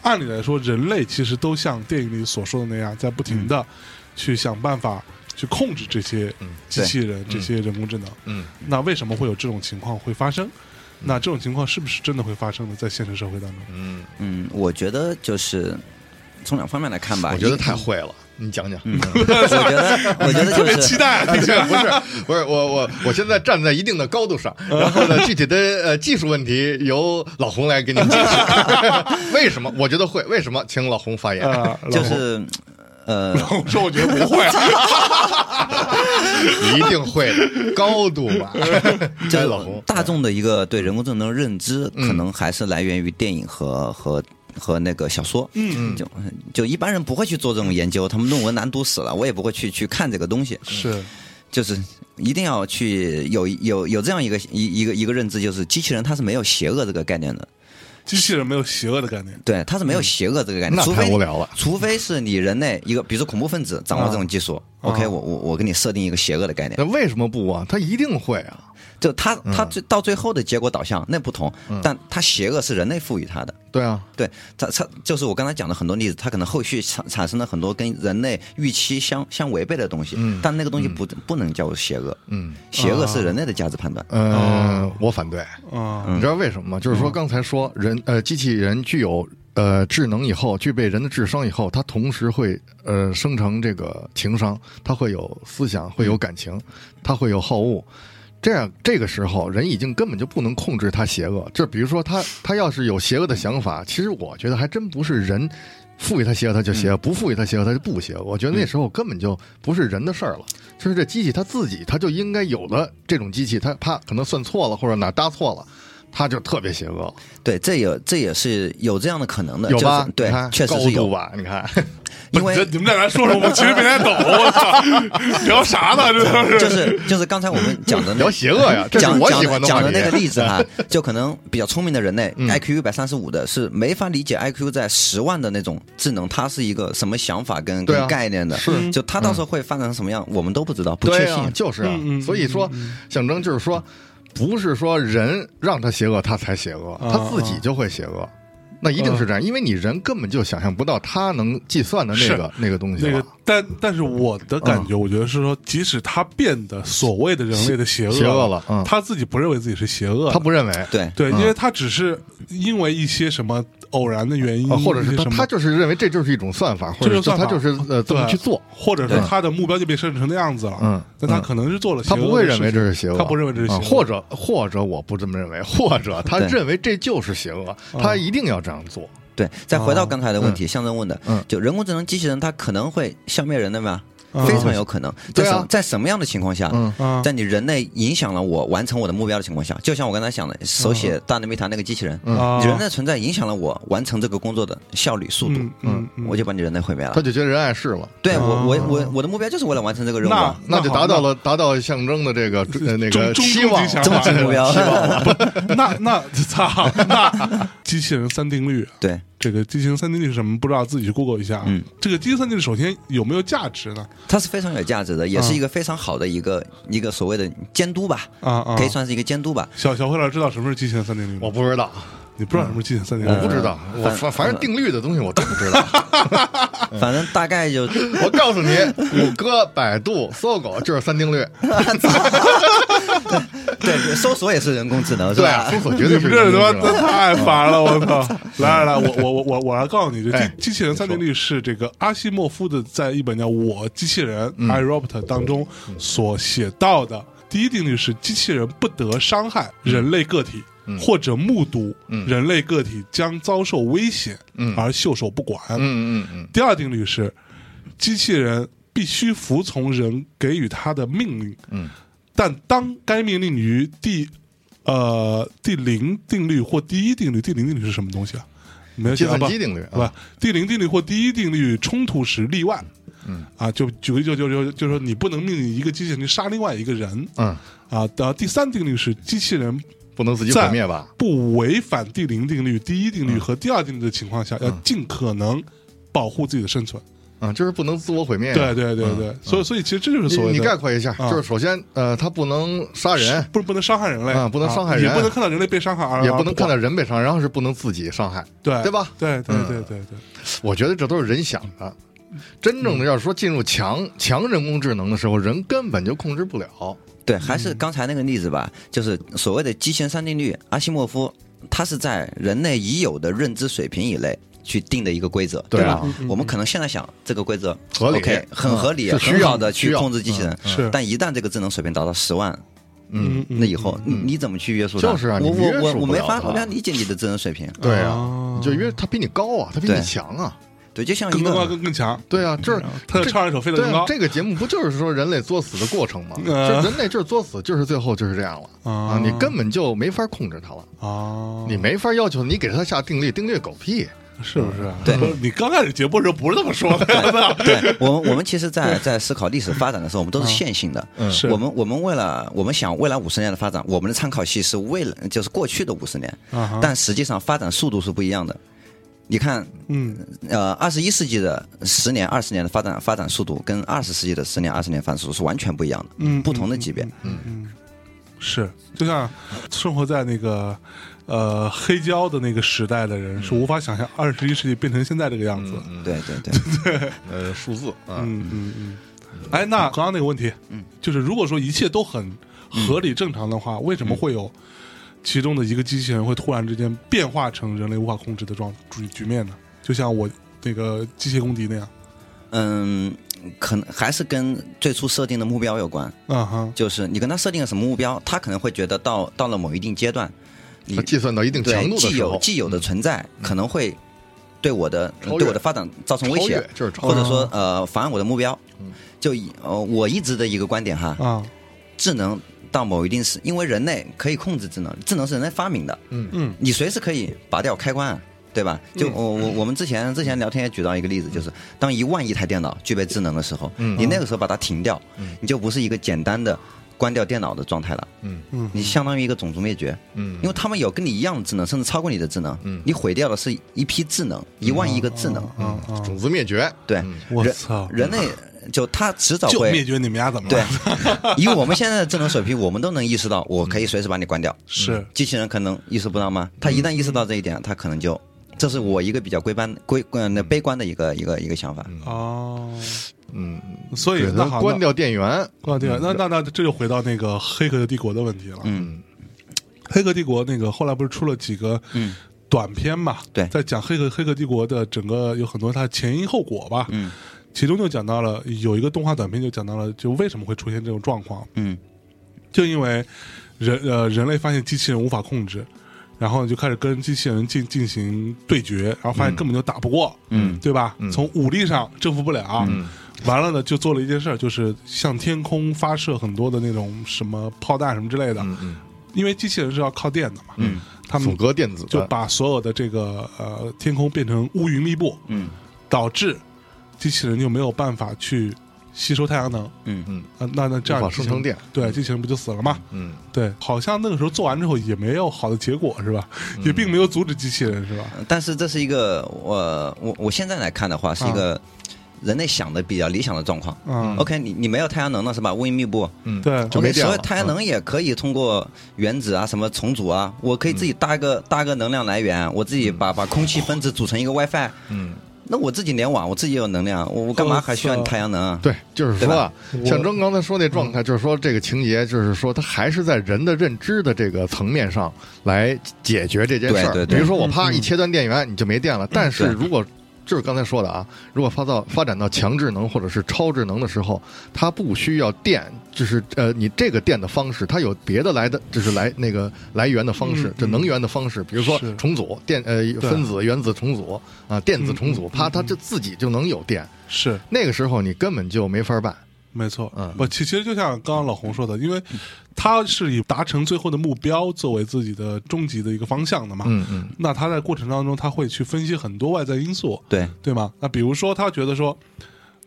Speaker 1: 按理来说，人类其实都像电影里所说的那样，在不停的去想办法去控制这些
Speaker 2: 嗯
Speaker 1: 机器人、这些人工智能。
Speaker 2: 嗯
Speaker 1: 那为什么会有这种情况会发生？那这种情况是不是真的会发生呢？在现实社会当中，
Speaker 2: 嗯，
Speaker 3: 嗯，我觉得就是从两方面来看吧。
Speaker 2: 我觉得
Speaker 3: 一
Speaker 2: 太会了，你讲讲。
Speaker 3: 我觉得，我觉得
Speaker 1: 特别
Speaker 3: 就
Speaker 1: 期
Speaker 3: 是，
Speaker 1: 待啊，
Speaker 2: 不是不是不是，我我我现在站在一定的高度上，然后呢，具体的呃技术问题由老红来给你解 释。为什么？我觉得会。为什么？请老红发言。
Speaker 1: 啊
Speaker 3: 就是， 呃，
Speaker 1: 老公说我觉得不会，
Speaker 2: 一定会的，高度 嘛。
Speaker 3: 就
Speaker 2: 哎，老嗯
Speaker 3: 是
Speaker 2: 红，
Speaker 3: 大众的一个对人工智能的认知，可能还是来源于电影和和。和那个小说，嗯，就就一般人不会去做这种研究，他们论文难读死了，我也不会去去看这个东西，
Speaker 1: 是
Speaker 3: 就是一定要去有有有这样一个一一个一个认知，就是机器人它是没有邪恶这个概念的，
Speaker 1: 机器人没有邪恶的概念，
Speaker 3: 对，它是没有邪恶这个概
Speaker 2: 嗯
Speaker 3: 念，
Speaker 2: 哎那
Speaker 3: 除
Speaker 2: 太
Speaker 3: 非
Speaker 2: 无聊了
Speaker 3: 除非是你人类一个，比如说恐怖分子掌握这种技
Speaker 2: 啊
Speaker 3: 术、o k 我我我给你设定一个邪恶的概念，
Speaker 2: 那为什么不啊？他一定会啊。
Speaker 3: 就他他最到最后的结果导向那不同，
Speaker 2: 嗯
Speaker 3: 但他邪恶是人类赋予他的。
Speaker 2: 对啊，
Speaker 3: 对，他他就是我刚才讲的很多例子，他可能后续产产生了很多跟人类预期相相违背的东西，但那个东西不、不能叫邪恶，
Speaker 2: 嗯，
Speaker 3: 邪恶是人类的价值判断，
Speaker 2: 嗯，我反对。
Speaker 1: 啊、
Speaker 2: 你知道为什么吗？就是说刚才说人呃，机器人具有呃智能以后，具备人的智商以后，它同时会呃生成这个情商，它会有思想，会有感情，它会有好恶。这样，这个时候人已经根本就不能控制他邪恶。就比如说他，他要是有邪恶的想法，其实我觉得还真不是人赋予他邪恶他就
Speaker 3: 嗯
Speaker 2: 邪恶，不赋予他邪恶他就不邪恶。我觉得那时候根本就不是人的事儿了，就是这机器它自己，它就应该有的这种机器，它啪可能算错了或者哪搭错了，他就特别邪恶，
Speaker 3: 对，这也这也是有这样的可能的，
Speaker 2: 有
Speaker 3: 呃就是
Speaker 2: 吧？
Speaker 3: 对
Speaker 2: 你看，
Speaker 3: 确实
Speaker 2: 高
Speaker 3: 是有
Speaker 2: 度，啊吧？你看，
Speaker 3: 因为
Speaker 1: 这 你们在这说说，我其实没太懂，我操，聊啥呢？这都
Speaker 3: 就是是就是刚才我们讲的那
Speaker 2: 聊邪 恶呀这是
Speaker 3: 讲
Speaker 2: 我
Speaker 3: 讲
Speaker 2: 喜欢
Speaker 3: 的
Speaker 2: 的
Speaker 3: 讲
Speaker 2: 话
Speaker 3: 的
Speaker 2: 题嗯
Speaker 3: 那个例子 哈，就可能比较聪明的人类，IQ 一百三十五的是没法理解 IQ 在十万的那种智能，它是一个什么想法跟
Speaker 2: 对啊
Speaker 3: 跟概念的，
Speaker 2: 是嗯
Speaker 3: 就它到时候会发展成什么样，我们都不知道，不确
Speaker 2: 对啊，
Speaker 3: 信。
Speaker 2: 就是啊
Speaker 1: 嗯嗯。
Speaker 2: 所以说，象征就是说，不是说人让他邪恶他才邪恶，
Speaker 1: 啊
Speaker 2: 他自己就会邪恶。那一定是这样，因为你人根本就想象不到他能计算的那个那个东西啊
Speaker 1: 那
Speaker 2: 吧
Speaker 1: 个，
Speaker 2: 嗯
Speaker 1: 但但是我的感觉，我觉得是说，即使他变得所谓的人类的邪恶
Speaker 2: 邪恶了嗯
Speaker 1: 他自己不认为自己是邪恶的，
Speaker 2: 他不认为，
Speaker 3: 对，
Speaker 1: 对，因
Speaker 2: 嗯
Speaker 1: 为他只是因为一些什么偶然的原因
Speaker 2: 啊，或者
Speaker 1: 一
Speaker 2: 是
Speaker 1: 些
Speaker 2: 他
Speaker 1: 什么
Speaker 2: 他就是认为这就是一种算法，或
Speaker 1: 这
Speaker 2: 者
Speaker 1: 就算
Speaker 2: 他
Speaker 1: 法
Speaker 2: 就是呃这么
Speaker 1: 对
Speaker 2: 去做，
Speaker 1: 或者说
Speaker 3: 对
Speaker 1: 他的目标就被设置成那样子了，
Speaker 2: 嗯
Speaker 1: 那他
Speaker 2: 嗯
Speaker 1: 可能是做了邪
Speaker 2: 他
Speaker 1: 恶的事情，
Speaker 2: 不会认为这是邪恶，
Speaker 1: 他不认为这是邪恶，
Speaker 2: 啊或者或者我不这么认为，或者他
Speaker 3: 对
Speaker 2: 认为这就是邪
Speaker 1: 啊
Speaker 2: 恶，他一定要这样做。
Speaker 3: 对，再回到刚才的问
Speaker 2: 哦
Speaker 3: 题，象征问的
Speaker 2: 嗯，
Speaker 3: 就人工智能、机器人，它可能会消灭人类吗？
Speaker 1: 嗯
Speaker 3: 非常有可能。在
Speaker 2: 对啊
Speaker 3: 什在什么样的情况下
Speaker 2: 嗯
Speaker 1: 嗯？
Speaker 3: 在你人类影响了我完成我的目标的情况下，就像我刚才想的，
Speaker 2: 嗯
Speaker 3: 手写《大内密谈》那个机器人，
Speaker 1: 啊
Speaker 3: 你人类存在影响了我完成这个工作的效率、速度
Speaker 1: 嗯，嗯嗯
Speaker 3: 我就把你人类毁灭了
Speaker 2: 他。就觉得人碍事了，
Speaker 3: 对我，我
Speaker 1: 哦
Speaker 3: 我我的目标就是为了完成这个任务
Speaker 1: 那
Speaker 3: 啊。
Speaker 2: 那就
Speaker 1: 好
Speaker 2: 达到了达到象征的这个呃那个
Speaker 1: 终终
Speaker 2: 希望
Speaker 1: 极想
Speaker 3: 终
Speaker 1: 法
Speaker 3: 极目标，
Speaker 1: 那那操，那机器人三定律，
Speaker 3: 对，
Speaker 1: 这个机器人三定律是什么？不知道自己去 Google 一下啊。
Speaker 3: 嗯
Speaker 1: 这个机器人三定律首先有没有价值呢？
Speaker 3: 它是非常有价值的，也是一个非常好的一个
Speaker 2: 嗯
Speaker 3: 一个所谓的监督吧，
Speaker 1: 啊啊，
Speaker 3: 可以算是一个监督吧。
Speaker 1: 小小辉老师知道什么是机器人三定律吗？
Speaker 2: 我不知道，
Speaker 1: 你不知道什么是机器人三定律？
Speaker 2: 哦我不知道，
Speaker 3: 嗯
Speaker 2: 我反反正定律的东西我都不知道。嗯
Speaker 3: 反正大概 就
Speaker 2: 我告 诉你，谷歌、百度、搜狗就是三定律，
Speaker 3: 啊对，对搜索也是人工智能是
Speaker 2: 对
Speaker 3: 吧
Speaker 2: 啊，？搜索
Speaker 1: 你
Speaker 2: 绝对
Speaker 1: 们
Speaker 2: 是
Speaker 1: 这
Speaker 2: 人工
Speaker 1: 他
Speaker 2: 智
Speaker 1: 妈
Speaker 2: 能。
Speaker 1: 太烦了，我 操！来来来，我我我我我来告诉你，这
Speaker 2: 哎
Speaker 1: 机机器人三定律是这个阿西莫夫的在一本叫《我机器人 I Robot》当中所写到的。第一定律是机器人不得伤害人类个体。或者目睹人类个体将遭受危险而袖手不管。
Speaker 2: 嗯嗯嗯
Speaker 1: 第二定律是，机器人必须服从人给予它的命令。
Speaker 2: 嗯，
Speaker 1: 但当该命令于第呃第零定律或第一定律，第零定律是什么东西啊？没有
Speaker 2: 计
Speaker 1: 写
Speaker 2: 算
Speaker 1: 啊
Speaker 2: 机定律
Speaker 1: 不
Speaker 2: 啊
Speaker 1: 不，第零定律或第一定律冲突时例外。嗯啊，就举个就就就就说你不能命令一个机器人去杀另外一个人
Speaker 2: 嗯，
Speaker 1: 啊。的第三定律是机器人
Speaker 2: 不能自己毁灭吧？
Speaker 1: 不违反第零定律、第一定律和第二定律的情况下，要尽可能保护自己的生存。
Speaker 2: 嗯，就是不能自我毁灭。
Speaker 1: 对对对对，所以所以其实这就是
Speaker 2: 嗯你
Speaker 1: 所谓的
Speaker 2: 你概括一下，
Speaker 1: 啊
Speaker 2: 就是首先呃，他不能杀人，
Speaker 1: 不不能伤害人类
Speaker 2: 啊不能伤害人
Speaker 1: 也不能看到人类啊被伤害而
Speaker 2: 也不能看到
Speaker 1: 到
Speaker 2: 人被伤，然后是不能自己伤害，
Speaker 1: 对
Speaker 2: 对吧？
Speaker 1: 对对
Speaker 2: 嗯
Speaker 1: 对对对，
Speaker 2: 我觉得这都是人想的。真
Speaker 1: 嗯
Speaker 2: 正的要是说进入强强人工智能的时候，人根本就控制不了。
Speaker 3: 对，还
Speaker 2: 嗯
Speaker 3: 是刚才那个例子吧，就是所谓的机器人三定律，阿西莫夫他是在人类已有的认知水平以内去定的一个规则，
Speaker 2: 对啊
Speaker 3: 吧？我们可能现在想这个规则
Speaker 2: 合理
Speaker 3: o k 很
Speaker 2: 嗯
Speaker 3: 合理，
Speaker 2: 是需
Speaker 3: 很
Speaker 2: 要
Speaker 3: 好的
Speaker 2: 需
Speaker 3: 去
Speaker 2: 要
Speaker 3: 控制机器人。
Speaker 1: 嗯是
Speaker 3: 但一旦这个智能水平达到十万，
Speaker 1: 嗯
Speaker 3: 那以后你你怎么去约束它？
Speaker 2: 就是啊你
Speaker 3: 我
Speaker 2: 约束
Speaker 3: 我我
Speaker 2: 不
Speaker 3: 我没
Speaker 2: 了
Speaker 3: 法
Speaker 2: 它
Speaker 3: 我没法理解你的智能水平。
Speaker 2: 对
Speaker 1: 哦
Speaker 2: 啊，就因为他比你高啊，他比你
Speaker 3: 对
Speaker 2: 强啊。
Speaker 3: 对，就像一
Speaker 1: 更高
Speaker 3: 个
Speaker 1: 更更强，
Speaker 2: 对啊，这
Speaker 1: 嗯他就
Speaker 2: 这
Speaker 1: 唱一首飞得
Speaker 2: 对
Speaker 1: 更
Speaker 2: 啊
Speaker 1: 高，
Speaker 2: 这个节目不就是说人类作死的过程吗？
Speaker 1: 嗯
Speaker 2: 就人类就是作死，就是最后就是这样了
Speaker 1: 啊
Speaker 2: 啊！你根本就没法控制它了，
Speaker 1: 哦，
Speaker 2: 你没法要求你给它下定律，定律狗屁。
Speaker 1: 是不是啊？
Speaker 3: 对
Speaker 1: 不是你刚开始节目的时候 不是这么 说的，
Speaker 3: 对，我们我们其实在，在思考历史发展的时候，我们都是线性的。
Speaker 2: 嗯
Speaker 1: 是
Speaker 3: 我们我们为了我们想未来五十年的发展，我们的参考系是为了就是过去的五十年，
Speaker 1: 啊哈
Speaker 3: 但实际上发展速度是不一样的。你看，
Speaker 1: 嗯
Speaker 3: 呃，二十一世纪的十年、二十年的发展发展速度，跟二十世纪的十年、二十年发展速度是完全不一样的，
Speaker 1: 嗯
Speaker 3: 不同的级别。
Speaker 1: 是，就像生活在那个呃黑胶的那个时代的人
Speaker 2: 嗯
Speaker 1: 是无法想象二十一世纪变成现在这个样子，
Speaker 3: 对对对，
Speaker 2: 呃，数字啊，
Speaker 1: 嗯嗯嗯。哎，那刚刚那个问题，嗯，就是如果说一切都很
Speaker 3: 嗯
Speaker 1: 合理正常的话，为什么会有其中的一个机器人会突然之间变化成人类无法控制的状局局面呢？就像我那个机械公敌那样，
Speaker 3: 嗯，可能还是跟最初设定的目标有关。
Speaker 1: 啊哈，
Speaker 3: 就是你跟他设定了什么目标，他可能会觉得到到了某一定阶段，你
Speaker 2: 它计算到一定强
Speaker 3: 对
Speaker 2: 度的
Speaker 3: 既
Speaker 2: 时
Speaker 3: 有
Speaker 2: 候，
Speaker 3: 既有的嗯存在可能会对我的
Speaker 2: 超越
Speaker 3: 对我的发展造成威
Speaker 2: 超
Speaker 3: 胁
Speaker 2: 越，就是超
Speaker 3: 或
Speaker 2: 越。
Speaker 1: 哦
Speaker 3: 者说嗯呃妨碍我的目标。就以呃我一直的一个观点哈，
Speaker 1: 啊
Speaker 3: 智能到某一定时，因为人类可以控制智能，智能是人类发明的，
Speaker 2: 嗯
Speaker 1: 嗯
Speaker 3: 你随时可以拔掉开关，对吧？就我我我们之前之前聊天也举到一个例子，就是当一万亿台电脑具备智能的时候，你那个时候把它停掉，你就不是一个简单的关掉电脑的状态了，
Speaker 2: 嗯
Speaker 1: 嗯
Speaker 3: 你相当于一个种族灭绝，
Speaker 2: 嗯
Speaker 3: 因为他们有跟你一样的智能，甚至超过你的智能，你毁掉的是一批智能，一万亿个智能，
Speaker 1: 啊啊！
Speaker 2: 种子灭绝，嗯
Speaker 3: 对，
Speaker 1: 我
Speaker 3: 人
Speaker 1: 操
Speaker 3: 人类就他迟早
Speaker 1: 哦就
Speaker 3: 会
Speaker 1: 灭绝你们家怎么
Speaker 3: 对
Speaker 1: 了？，
Speaker 3: 以我们现在的智能水平，我们都能意识到，我可以随时把你关
Speaker 2: 嗯
Speaker 3: 掉。
Speaker 1: 是
Speaker 3: 机器人可能意识不到吗？他一旦意识到这一点，他可能就，这是我一个比较规般、规呃那悲观的一个一个一个想法。
Speaker 1: 哦，
Speaker 2: 嗯，
Speaker 1: 所以
Speaker 2: 对，
Speaker 1: 那
Speaker 2: 它
Speaker 1: 好，
Speaker 2: 关
Speaker 1: 那
Speaker 2: 掉电源，
Speaker 1: 关掉，啊那那那这就回到那个《黑客帝国》的问题了。
Speaker 3: 嗯，
Speaker 1: 黑客帝国》那个后来不是出了几个
Speaker 3: 嗯
Speaker 1: 短片嘛？
Speaker 3: 对
Speaker 1: 在讲黑客黑客帝国的整个有很多它的前因后果吧。
Speaker 3: 嗯
Speaker 1: 其中就讲到了有一个动画短片，就讲到了就为什么会出现这种状况，
Speaker 3: 嗯
Speaker 1: 就因为人呃人类发现机器人无法控制，然后就开始跟机器人进进行对决，然后发现根本就打不过，
Speaker 3: 嗯
Speaker 1: 对吧？从武力上征服不了，完了呢就做了一件事儿，就是向天空发射很多的那种什么炮弹什么之类的，
Speaker 2: 嗯嗯，
Speaker 1: 因为机器人是要靠电的嘛，嗯，他
Speaker 2: 阻
Speaker 1: 们
Speaker 2: 隔电子
Speaker 1: 就
Speaker 2: 的，
Speaker 1: 把所有的这个呃天空变成乌云密布，
Speaker 3: 嗯
Speaker 1: 导致机器人就没有办法去吸收太阳能。
Speaker 3: 嗯
Speaker 1: 啊，那那这样
Speaker 2: 无法
Speaker 1: 机器人
Speaker 2: 生成电，
Speaker 1: 对，机器人不就死了吗？
Speaker 2: 嗯，
Speaker 1: 对，好像那个时候做完之后也没有好的结果是吧？
Speaker 2: 嗯
Speaker 1: 也并没有阻止机器人是吧？
Speaker 3: 嗯。但是这是一个我我我现在来看的话，是一
Speaker 2: 嗯
Speaker 3: 个人类想的比较理想的状况。
Speaker 1: 嗯
Speaker 3: OK，你你没有太阳能了是吧？乌云密布，
Speaker 2: 嗯，
Speaker 1: 对
Speaker 2: 就没
Speaker 3: OK，
Speaker 2: 电
Speaker 3: 所
Speaker 2: 了。
Speaker 3: 以
Speaker 2: 嗯
Speaker 3: 太阳能也可以通过原子啊、什么重组啊，我可以
Speaker 2: 嗯
Speaker 3: 自己搭一个搭一个能量来源，我自己把把空气分子组成一个 WiFi，
Speaker 2: 嗯，
Speaker 3: 那我自己联网，我自己有能量，我我干嘛还需要你太阳能啊？
Speaker 2: 对，就是说啊
Speaker 1: 嗯对，吧
Speaker 2: 像征刚才说那状态，就是说这个情节，就是说它还是在人的认知的这个层面上来解决这件事儿。
Speaker 3: 对对
Speaker 2: 比
Speaker 3: 对
Speaker 2: 如说我
Speaker 1: 嗯
Speaker 2: 啪一切断电源，你就没电了。但是
Speaker 3: 对
Speaker 2: 如果就是刚才说的啊，如果发到发展到强智能或者是超智能的时候，它不需要电，就是呃，你这个电的方式，它有别的来的，就是来那个来源的方式
Speaker 1: 嗯，
Speaker 2: 就能源的方式，比如说
Speaker 1: 是
Speaker 2: 重组电呃分子原子重组啊，电子重组，
Speaker 1: 嗯
Speaker 2: 啪，它就自己就能有电。
Speaker 1: 是
Speaker 2: 那个时候你根本就没法办。
Speaker 1: 没错，
Speaker 2: 嗯
Speaker 1: 不，其其实就像刚刚老洪说的，因为他是以达成最后的目标作为自己的终极的一个方向的嘛。
Speaker 2: 嗯嗯
Speaker 1: 那他在过程当中，他会去分析很多外在因素，
Speaker 3: 对
Speaker 1: 对吗？那比如说，他觉得说，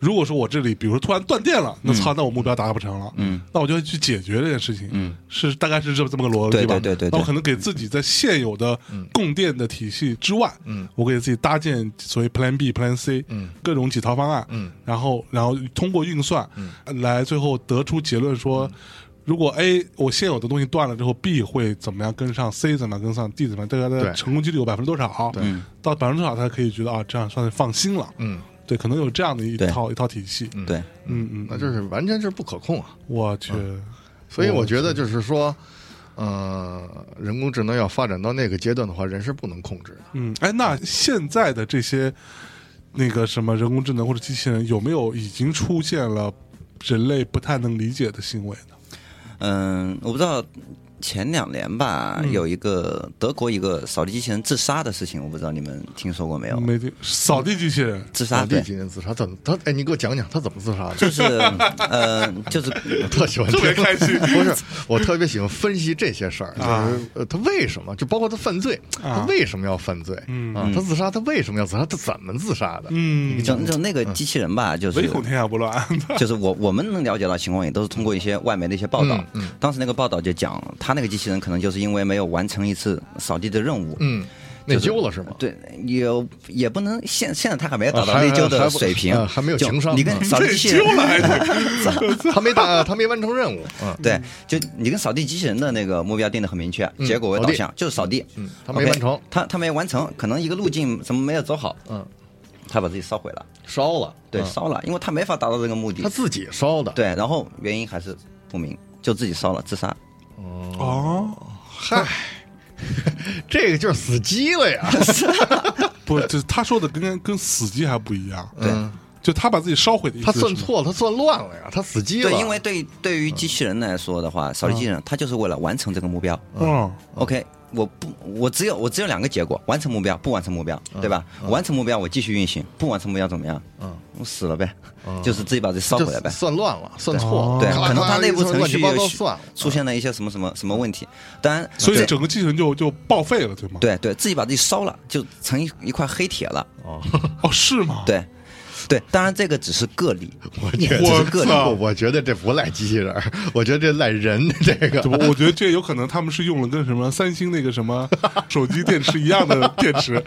Speaker 1: 如果说我这里，比如说突然断电了，
Speaker 2: 嗯
Speaker 1: 那操，那我目标达不成了，
Speaker 3: 嗯，
Speaker 1: 那我就要去解决这件事情，
Speaker 3: 嗯，
Speaker 1: 是大概是这么这么个逻辑
Speaker 3: 对
Speaker 1: 吧？
Speaker 3: 对对对对
Speaker 1: 那我可能给自己在现有的供电的体系之外，
Speaker 2: 嗯，
Speaker 1: 我给自己搭建所谓 Plan B、Plan C，
Speaker 2: 嗯，
Speaker 1: 各种几套方案，
Speaker 2: 嗯，
Speaker 1: 然后然后通过运算，嗯，来最后得出结论说。如果 A 我现有的东西断了之后，B 会怎么样跟上？C 怎么样跟上？D 怎么样？大概的
Speaker 2: 对
Speaker 1: 成功几率有百分之多少？
Speaker 2: 对
Speaker 3: 嗯
Speaker 1: 到百分之多少，他可以觉得啊，这样算是放心了。
Speaker 2: 嗯，
Speaker 1: 对，可能有这样的一
Speaker 3: 对
Speaker 1: 套一套体系。
Speaker 3: 对，
Speaker 1: 嗯嗯，
Speaker 2: 那就是完全是不可控啊。
Speaker 1: 我去，
Speaker 2: 所以我觉得就是说，呃，人工智能要发展到那个阶段的话，人是不能控制的。
Speaker 1: 嗯，哎，那现在的这些那个什么人工智能或者机器人，有没有已经出现了人类不太能理解的行为呢？
Speaker 3: 嗯，我不知道前两年吧，有一个德国一个扫地机器人自杀的事情，我不知道你们听说过没有？
Speaker 1: 没听，扫地机器人，
Speaker 3: 自杀
Speaker 2: 扫地
Speaker 3: 对，
Speaker 2: 几人自杀怎么？他哎，你给我讲讲他怎么自杀的？
Speaker 3: 就是呃，就是
Speaker 2: 我 特喜欢
Speaker 1: 特别
Speaker 2: 听
Speaker 1: 开心
Speaker 2: 不是，我特别喜欢分析这些事儿，就是呃他为什么，就包括他犯罪，
Speaker 1: 啊
Speaker 2: 他为什么要犯罪？
Speaker 1: 嗯
Speaker 2: 啊，他自杀，他为什么要自杀？他怎么自杀的？
Speaker 1: 嗯，
Speaker 3: 就就那个机器人吧，就是
Speaker 1: 唯恐天下不乱。
Speaker 3: 就是我我们能了解到情况，也都是通过一些外媒的一些报道。
Speaker 2: 嗯嗯
Speaker 3: 当时那个报道就讲，他那个机器人可能就是因为没有完成一次扫地的任务，
Speaker 2: 嗯，内疚了是吗？
Speaker 3: 对，也也不能现现在他还没有达
Speaker 2: 啊
Speaker 3: 到
Speaker 2: 还
Speaker 3: 内疚
Speaker 2: 还
Speaker 3: 的
Speaker 2: 不
Speaker 3: 水平，
Speaker 2: 啊还没有
Speaker 3: 就
Speaker 2: 情商
Speaker 3: 你
Speaker 2: 啊
Speaker 3: 跟扫地
Speaker 1: 内
Speaker 3: 机器人
Speaker 1: 疚了还得
Speaker 2: 他没达，他没完成任务。嗯，
Speaker 3: 对，就你跟扫地机器人的那个目标定的很明确，结果为导向就是扫地，
Speaker 2: 嗯他没完成
Speaker 3: OK，他他没完成，可能一个路径怎么没有走好，
Speaker 2: 嗯，
Speaker 3: 他把自己烧毁了，
Speaker 2: 烧了，
Speaker 3: 对，
Speaker 2: 嗯
Speaker 3: 烧了，因为他没法达到这个目
Speaker 2: 他
Speaker 3: 的，
Speaker 2: 自己烧的。
Speaker 3: 对，然后原因还是不明，就自己烧了，自杀，
Speaker 1: 哦，
Speaker 2: 嗨，这个就是 死机了呀！
Speaker 1: 不，就是他说的跟跟死机还不一样，
Speaker 3: 对。
Speaker 2: 嗯
Speaker 1: 就他把自己烧毁的意思
Speaker 2: 他
Speaker 1: 是吗。
Speaker 2: 算错了，他算乱了呀，他死机了。嗯
Speaker 3: 对，因为对对于机器人来说的话，扫地机器人它就是为了完成这个目标。
Speaker 1: 嗯，
Speaker 3: OK，我不，我只有我只有两个结果：完成目标，不完成目标，对吧？完成目标我继续运行，不完成目标怎么样？
Speaker 2: 嗯，
Speaker 3: 我死了呗，就是自己把自己烧
Speaker 2: 这
Speaker 3: 回来呗。
Speaker 2: 算乱了，算错了，
Speaker 3: 对，
Speaker 2: 咔啦
Speaker 3: 可能
Speaker 2: 咔啦
Speaker 3: 它内部
Speaker 2: 一
Speaker 3: 程
Speaker 2: 哦乱
Speaker 3: 序
Speaker 2: 七八
Speaker 3: 有
Speaker 2: 糟
Speaker 3: 许
Speaker 2: 算了，嗯
Speaker 3: 出现了一些什么什么什么问题，当然，
Speaker 1: 所以
Speaker 3: 对
Speaker 1: 整个机器人就就报废了，对吗？，
Speaker 3: 对对，自己把自己烧了，就成一一块黑铁了。
Speaker 2: 哦，
Speaker 1: 哦，是吗？，
Speaker 3: 对，对，当然这个只是个例，
Speaker 2: 我觉
Speaker 3: 我
Speaker 2: 得
Speaker 3: 个人
Speaker 2: 我我觉得这不赖机器人儿， 我觉得这赖人， 这个
Speaker 1: 这不，我觉得这有可能他们是用了跟什么三星那个什么手机电池一样的电池，